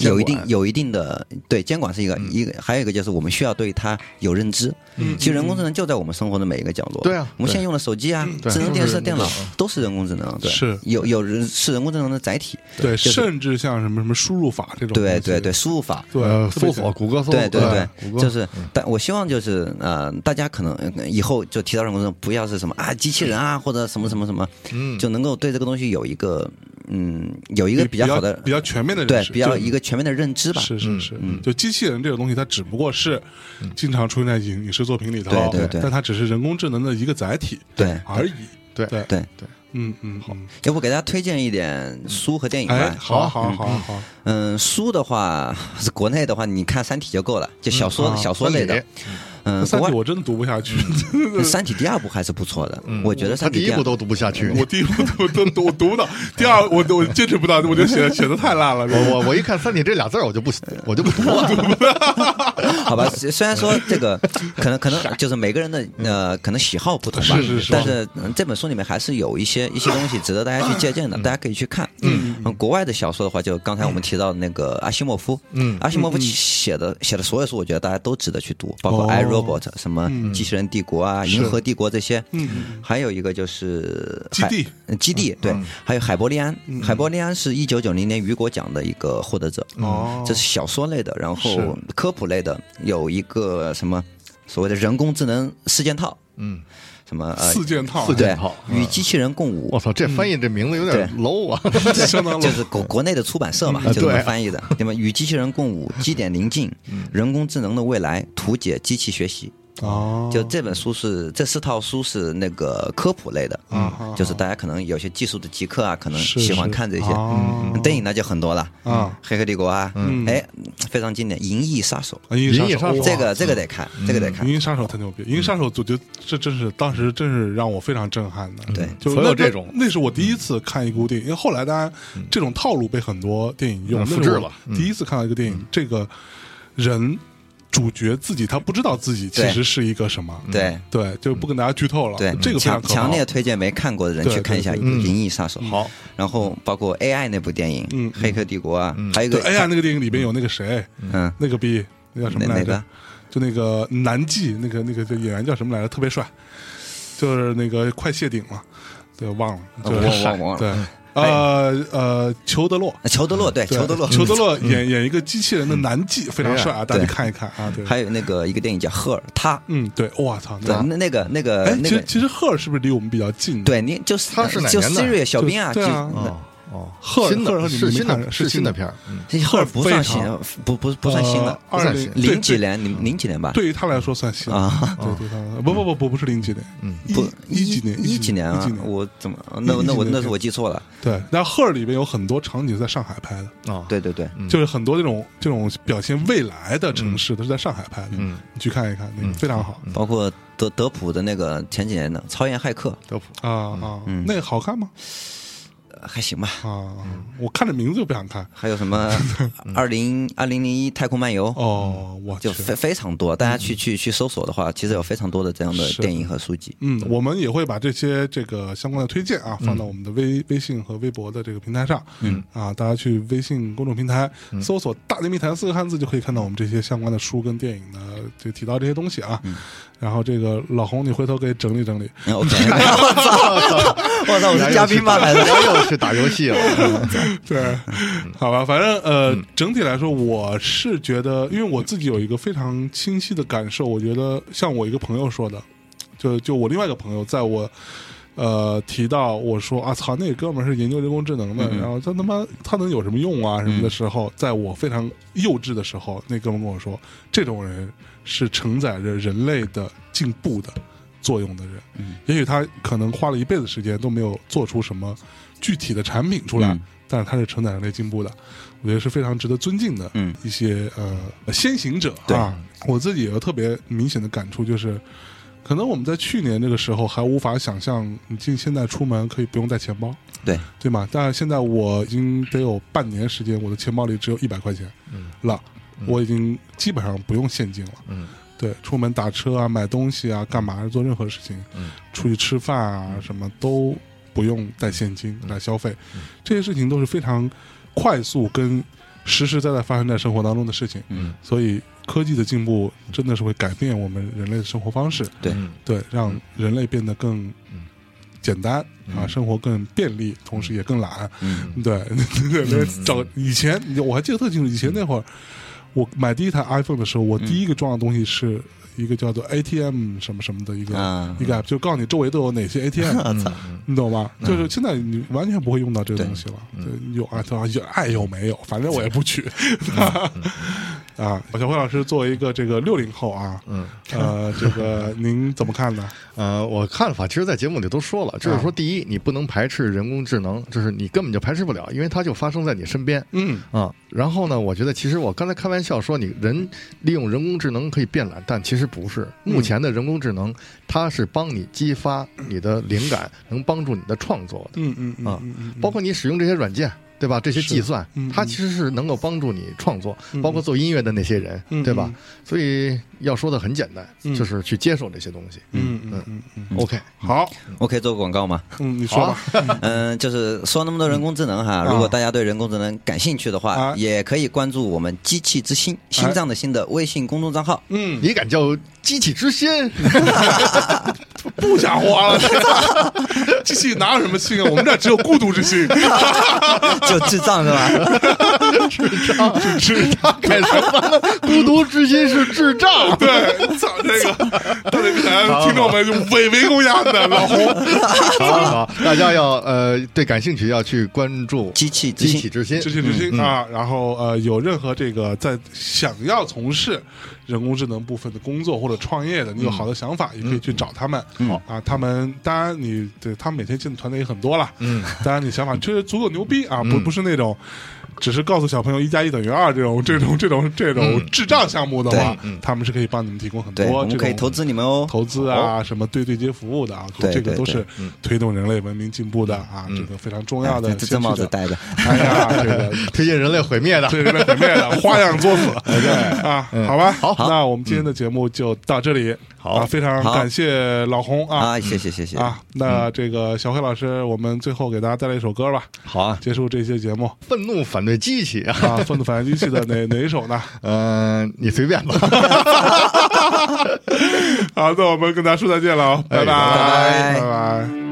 Speaker 2: 监
Speaker 3: 有一定
Speaker 2: 管
Speaker 3: 有一定的对监管是一个一个，还有一个就是我们需要对它有认知。
Speaker 1: 嗯
Speaker 3: 其实人工智能就在我们生活的每一个角落。
Speaker 2: 对啊
Speaker 3: 我们现在用的手机啊、
Speaker 2: 对
Speaker 3: 智能电
Speaker 2: 都是
Speaker 3: 视、
Speaker 2: 人工
Speaker 3: 电脑
Speaker 2: 智能
Speaker 3: 都是人工智能，对，
Speaker 1: 是
Speaker 3: 有有人是人工智能的载体。
Speaker 1: 对，
Speaker 3: 就是
Speaker 1: 甚至像什么什么输入法这种东西，
Speaker 3: 对对对，输入法。
Speaker 1: 对
Speaker 2: 呃，，搜索谷歌搜
Speaker 3: 对对
Speaker 2: 对
Speaker 3: 对，
Speaker 2: 谷歌
Speaker 3: 就是，但我希望就是呃，大家可能呃以后就提到人工智能，不要是什么啊机器人啊，或者什么什么什么，
Speaker 2: 嗯
Speaker 3: 就能够对这个东西有一个嗯有一
Speaker 1: 一
Speaker 3: 个比较好
Speaker 1: 比
Speaker 3: 的
Speaker 1: 较全面的
Speaker 3: 对
Speaker 1: 认识，
Speaker 3: 比较
Speaker 1: 就
Speaker 3: 一个全面的认知吧。嗯
Speaker 1: 是是是，就机器人这种东西，它只不过是经常出现在影影视作品里头，
Speaker 3: 对对对
Speaker 1: 但它只是人工智能的一个载体，
Speaker 3: 对
Speaker 1: 而已，
Speaker 2: 对
Speaker 1: 对，
Speaker 3: 对，
Speaker 1: 嗯嗯，好，
Speaker 3: 要不给大家推荐一点书和电影
Speaker 1: 哎
Speaker 3: 吧，？
Speaker 1: 好好好好，
Speaker 3: 嗯，书的话 是国内的话，你看《三体》就够了，就小说
Speaker 1: 啊
Speaker 3: 小说类的。嗯，
Speaker 1: 三
Speaker 3: 国
Speaker 1: 体呃
Speaker 3: 外
Speaker 1: 我真的读不下去，
Speaker 3: 《三体》第二部还是不错的，
Speaker 1: 嗯
Speaker 3: 我觉得《
Speaker 2: 他
Speaker 3: 三体》
Speaker 2: 第一
Speaker 3: 二
Speaker 2: 步都读不下去。
Speaker 1: 我第一部都都都我读不到，第二我我坚持不到，我觉得写的写的太烂了。
Speaker 2: 我我我一看“三体”这俩字儿，我就不我就不读 了。
Speaker 3: 好吧，虽虽然说这个 可能可能就是每个人的呃可能喜好不同吧，
Speaker 1: 是是是
Speaker 3: 但是、嗯这本书里面还是有一些一些东西值得大家去借鉴的，大家可以去看。嗯，国外的小说的话，就刚才我们
Speaker 1: 嗯
Speaker 3: 提到的那个阿西莫夫，嗯，阿西莫夫写的写的所有书，我觉得大家都值得去读，包括
Speaker 1: 哦
Speaker 3: 《I Robot》 Robot，什么机器人帝国啊、银河帝国这些。
Speaker 1: 嗯，
Speaker 3: 还有一个就是
Speaker 1: 基
Speaker 3: 海
Speaker 1: 地，嗯
Speaker 3: 呃基地对，还有海伯利安。海伯利安是一九九零年雨果奖的一个获得者。
Speaker 1: 哦
Speaker 3: 这是小说类的，然
Speaker 2: 是
Speaker 3: 后科普类的有一个什么所谓的人工智能四件套，
Speaker 2: 嗯，
Speaker 3: 什么 呃
Speaker 1: 四件套，哦
Speaker 2: 四件
Speaker 3: 对
Speaker 2: 套
Speaker 3: 与机器人共舞
Speaker 2: 我，操，这翻译这名字有点 low 啊！
Speaker 1: 相当
Speaker 3: 就是国国内的出版社嘛，
Speaker 2: 嗯
Speaker 3: 就这么
Speaker 2: 对
Speaker 3: 翻译的，对吧？与机器人 共舞，基点临近，
Speaker 1: 嗯
Speaker 3: 人工智能的未来，图解机器学习。
Speaker 1: 哦，
Speaker 3: 就这本书是这四套书是那个科普类的，嗯
Speaker 1: 啊
Speaker 3: 就是大家可能有些技术的极客啊，可能
Speaker 1: 是
Speaker 3: 喜欢
Speaker 1: 是
Speaker 3: 看这些。嗯
Speaker 1: 哦
Speaker 3: 电影那就很多了，嗯
Speaker 1: 啊
Speaker 3: 黑客帝国》啊，
Speaker 1: 嗯
Speaker 3: 哎，非常经典，《银翼杀手》
Speaker 1: 啊银
Speaker 2: 银翼杀手哇
Speaker 3: 这个这个得看，这个得看
Speaker 1: 银。翼杀手太牛逼，银翼杀手我觉得这真是当时真是让我非常震撼的。
Speaker 3: 对嗯
Speaker 1: 就
Speaker 2: 所有
Speaker 1: 那
Speaker 2: 这种
Speaker 1: 那，那是我第一次看一部电影，因为后来大家这种套路被很多电影用，
Speaker 2: 嗯
Speaker 1: 那是
Speaker 2: 复制了
Speaker 1: 我
Speaker 2: 嗯
Speaker 1: 第一次看到一个电影，这个人主角自己他不知道自己其
Speaker 3: 对
Speaker 1: 实是一个什么，
Speaker 3: 对
Speaker 1: 对，就不跟大家剧透了。
Speaker 3: 对，
Speaker 1: 这个非常
Speaker 3: 强
Speaker 1: 可怕
Speaker 3: 强烈推荐没看过的人
Speaker 1: 对
Speaker 3: 去看一下《
Speaker 1: 对嗯
Speaker 2: 对
Speaker 3: 银翼杀手》。
Speaker 2: 好，
Speaker 3: 然后包括 AI 那部电影
Speaker 1: 嗯嗯
Speaker 3: 《黑客帝国》啊，还有一
Speaker 1: 对
Speaker 3: 个，
Speaker 1: 哎呀，那个电影里边有那个谁，
Speaker 3: 嗯，
Speaker 1: 那个逼，那叫什么
Speaker 3: 哪
Speaker 1: 来
Speaker 3: 哪
Speaker 1: 着
Speaker 3: 个？
Speaker 1: 就那个南纪，那个那个这演员叫什么来着？特别帅，就是那个快谢顶了，对，忘了，
Speaker 3: 呃
Speaker 1: 就是
Speaker 3: 我忘忘
Speaker 1: 对
Speaker 3: 了。，
Speaker 1: 呃呃，裘德洛，
Speaker 3: 裘德洛对，
Speaker 1: 对
Speaker 3: 哎裘德洛，嗯
Speaker 1: 裘德洛演演一个机器人的南纪，非常帅啊，大家
Speaker 3: 对
Speaker 1: 去看一看
Speaker 3: 哎
Speaker 1: 啊，对，
Speaker 3: 还有那个一个电影叫《赫尔》，他，
Speaker 1: 嗯，对，我操，
Speaker 3: 对，
Speaker 1: 那
Speaker 3: 那那个那个
Speaker 1: 哎，
Speaker 3: 那
Speaker 1: 其实
Speaker 3: 个，
Speaker 1: 其实赫尔是不是离我们比较近？，
Speaker 3: 嗯对，你就是呃
Speaker 2: 他是哪
Speaker 3: 就
Speaker 2: 年的
Speaker 3: Siri 小兵啊，
Speaker 1: 就
Speaker 3: 就
Speaker 1: 对啊
Speaker 3: 那
Speaker 2: 哦哦，
Speaker 1: 赫
Speaker 2: 新
Speaker 1: 赫尔
Speaker 2: 的
Speaker 1: 你
Speaker 2: 是
Speaker 1: 没
Speaker 2: 新
Speaker 1: 看
Speaker 2: 的，
Speaker 1: 是新
Speaker 2: 是新
Speaker 1: 的
Speaker 2: 的片儿，嗯
Speaker 3: 这赫尔不算新
Speaker 1: 赫尔，
Speaker 3: 不不不算新的，
Speaker 1: 呃二
Speaker 2: 算
Speaker 1: 零
Speaker 2: 新
Speaker 1: 对
Speaker 3: 零几
Speaker 1: 对
Speaker 3: 年零零几年吧，
Speaker 1: 对于他来说算新
Speaker 3: 啊，
Speaker 1: 对对他来说不不不不不是零几年，
Speaker 2: 嗯
Speaker 1: 一
Speaker 3: 不
Speaker 1: 一几年
Speaker 3: 一
Speaker 1: 几
Speaker 3: 几年
Speaker 1: 一
Speaker 3: 啊
Speaker 1: 几，年，
Speaker 3: 我怎么那
Speaker 1: 一几
Speaker 3: 那我
Speaker 1: 年
Speaker 3: 那是
Speaker 1: 对
Speaker 3: 我记错了，
Speaker 1: 对，那《赫尔》里边有很多场景是在上海拍的，
Speaker 2: 啊，
Speaker 3: 对对对，
Speaker 2: 嗯
Speaker 1: 就是很多这种这种表现未来的城市都是在上海拍的，
Speaker 2: 嗯
Speaker 1: 你去看一看，那个非常好
Speaker 3: 包括德德普的那个前几年的《超验骇客
Speaker 2: 德普
Speaker 1: 啊啊，
Speaker 3: 嗯
Speaker 1: 那个好看吗？》
Speaker 3: 呃，还行吧。
Speaker 1: 啊，
Speaker 2: 嗯
Speaker 1: 我看着名字就不想看。
Speaker 3: 还有 什么二零二零零一太空漫游，
Speaker 1: 哦，
Speaker 2: 嗯
Speaker 1: 我去
Speaker 3: 就，非非常多。大家去去去搜索的话，其实有非常多的这样的
Speaker 1: 是
Speaker 3: 电影和 书籍。
Speaker 1: 嗯，我们也会把这些这个相关的推荐啊，放到我们的微微信和微博的这个平台上。嗯，啊，大家去微信公众平台搜索“大内密谈”四个汉字，就可以看到我们这些相关的书跟电影的，就提到这些东西啊。然后这个老红，你回头给整理整 理。
Speaker 3: 嗯 OK，我 操，我操，我是嘉宾吧？还是
Speaker 2: 然后又去打游戏了， 嗯
Speaker 1: 对，好吧，反正呃，整体来说，我是觉得，因为我自己有一个非常清晰的感受，我觉得像我一个朋友说的，就就我另外一个朋友，在我呃提到我说啊操，那哥们儿是研究人工智能
Speaker 3: 嗯
Speaker 1: 的，然后他他妈他能有什么用啊什么的时候，在我非常幼稚的时候，那哥们儿跟我说，这种人是承载着人类的进步的作用的人，
Speaker 3: 嗯
Speaker 1: 也许他可能花了一辈子时间都没有做出什么具体的产品出来，
Speaker 3: 嗯
Speaker 1: 但是他是承载人类进步的，我觉得是非常值得尊敬的
Speaker 3: 嗯
Speaker 1: 一些、呃先行者
Speaker 3: 对
Speaker 1: 啊。我自己有个特别明显的感触就是。可能我们在去年这个时候还无法想象，你进现在出门可以不用带钱包，
Speaker 3: 对，
Speaker 1: 对吗？但是现在我已经得有半年时间，我的钱包里只有一百块钱
Speaker 2: 嗯
Speaker 1: 了，我已经基本上不用现金了。
Speaker 2: 嗯
Speaker 1: 对，出门打车啊、买东西啊、干嘛做任何事情，
Speaker 2: 嗯
Speaker 1: 出去吃饭啊，什么都不用带现金来消费，
Speaker 2: 嗯
Speaker 1: 这些事情都是非常快速跟实实在在发生在生活当中的事情。
Speaker 3: 嗯，
Speaker 1: 所以科技的进步真的是会改变我们人类的生活方式，
Speaker 3: 对
Speaker 2: 嗯
Speaker 1: 对，让人类变得更
Speaker 2: 嗯
Speaker 1: 简单啊，
Speaker 2: 嗯
Speaker 1: 生活更便利，同时也更懒。
Speaker 3: 嗯
Speaker 1: 对 对
Speaker 2: 嗯
Speaker 1: 对，找以前我还记得特清楚，以前那会儿我买第一台 iPhone 的时候，我第一个装的东西是一个叫做 ATM 什么什么的一个、
Speaker 3: 啊
Speaker 1: 一个 app，就告诉你周围都有哪些 ATM。
Speaker 3: 我操，
Speaker 2: 嗯
Speaker 1: 你懂吧？就是现在你完全不会用到这个东西了，
Speaker 2: 对嗯
Speaker 1: 对有啊，对吧？有爱有没有？反正我也不取。
Speaker 2: 嗯
Speaker 1: 啊，小辉老师作为一个这个六零后啊，
Speaker 2: 嗯。
Speaker 1: 呃，这个您怎么看呢？
Speaker 2: 呃，我看法其实，在节目里都说了，就是说，第一，你不能排斥人工智能，就是你根本就排斥不了，因为它就发生在你身边
Speaker 1: 嗯，
Speaker 2: 啊、然后呢，我觉得其实我刚才开玩笑说，你人利用人工智能可以变懒，但其实不是。目前的人工智能，它是帮你激发你的灵感，能帮助你的创作的
Speaker 1: 嗯嗯嗯
Speaker 2: 啊
Speaker 1: 嗯嗯，
Speaker 2: 包括你使用这些软件，对吧？这些
Speaker 1: 是
Speaker 2: 计算
Speaker 1: 嗯，
Speaker 2: 它
Speaker 1: 嗯
Speaker 2: 其实是能够帮助你创作，
Speaker 1: 嗯
Speaker 2: 包括做音乐的那些人，
Speaker 1: 嗯
Speaker 2: 对吧
Speaker 1: 嗯？
Speaker 2: 所以要说的很简单，
Speaker 1: 嗯
Speaker 2: 就是去接受这些东西。
Speaker 1: 嗯嗯嗯嗯，
Speaker 2: OK，
Speaker 1: 好，
Speaker 3: 我可以做个广告吗？
Speaker 1: 嗯，你说吧，
Speaker 3: 嗯，就是说那么多人工智能哈，
Speaker 1: 嗯
Speaker 3: 如果大家对人工智能感兴趣的话，
Speaker 1: 啊
Speaker 3: 也可以关注我们“机器之心”心脏的心的微信公众账号。
Speaker 1: 嗯，
Speaker 2: 你敢叫机器 之心？
Speaker 1: 不想活了，这戏哪有什么心啊？我们这只有孤独之 心，
Speaker 3: 就智障是吧？
Speaker 1: 是
Speaker 2: 他改 什么了？孤独之心是智障。
Speaker 1: 对， 操这个，到底可能听众们就围围攻压的老红，
Speaker 2: 好好，好大家要呃，对感兴趣要去关注
Speaker 3: 机器之
Speaker 2: 机
Speaker 3: 心
Speaker 2: 器之心。
Speaker 1: 知
Speaker 3: 嗯
Speaker 1: 心知心啊，然后呃，有任何这个在想要从事人工智能部分的工作或者创业的，
Speaker 3: 嗯
Speaker 1: 你有好的想法，也可以去找他们。啊，他们当然你对他们每天进的团队也很多了，嗯， 当然你想法确实足够牛逼啊，
Speaker 3: 嗯
Speaker 1: 不不是那种。只是告诉小朋友一加一等于二这种这种这种这种智障项目的话
Speaker 3: 嗯对，嗯
Speaker 1: 他们是可以帮你们提供很
Speaker 3: 对，我
Speaker 1: 多
Speaker 3: 们
Speaker 1: 这
Speaker 3: 可以
Speaker 1: 种
Speaker 3: 投资你们哦。
Speaker 1: 投资啊，什么对对接服务的啊，
Speaker 3: 对
Speaker 1: 这个
Speaker 3: 对
Speaker 1: 都
Speaker 3: 对嗯
Speaker 1: 是推动人类文明进步的啊，这个非常重要
Speaker 3: 哎
Speaker 1: 的先驱
Speaker 3: 这
Speaker 1: 者。
Speaker 3: 这帽子戴的，
Speaker 1: 哎呀，这个
Speaker 2: 推进人类毁灭 的。
Speaker 1: 这个毁灭的花样作死，对啊，好吧，好，那我们今天的节目就到这里，
Speaker 2: 好
Speaker 1: 啊非常
Speaker 3: 好
Speaker 1: 感谢老红啊
Speaker 3: 啊，谢谢谢谢，
Speaker 1: 啊，那这个小黑老师，我们最后给大家带来一首歌吧，
Speaker 2: 好啊，
Speaker 1: 结束这期节目
Speaker 2: 愤怒反对机器啊，
Speaker 1: 啊，愤怒反应机器的哪哪一首呢？
Speaker 3: 呃
Speaker 2: 嗯，你随便吧。
Speaker 1: 好，那我们跟大家说再见了，拜
Speaker 2: 哎拜
Speaker 1: 拜拜
Speaker 3: 拜
Speaker 1: 拜。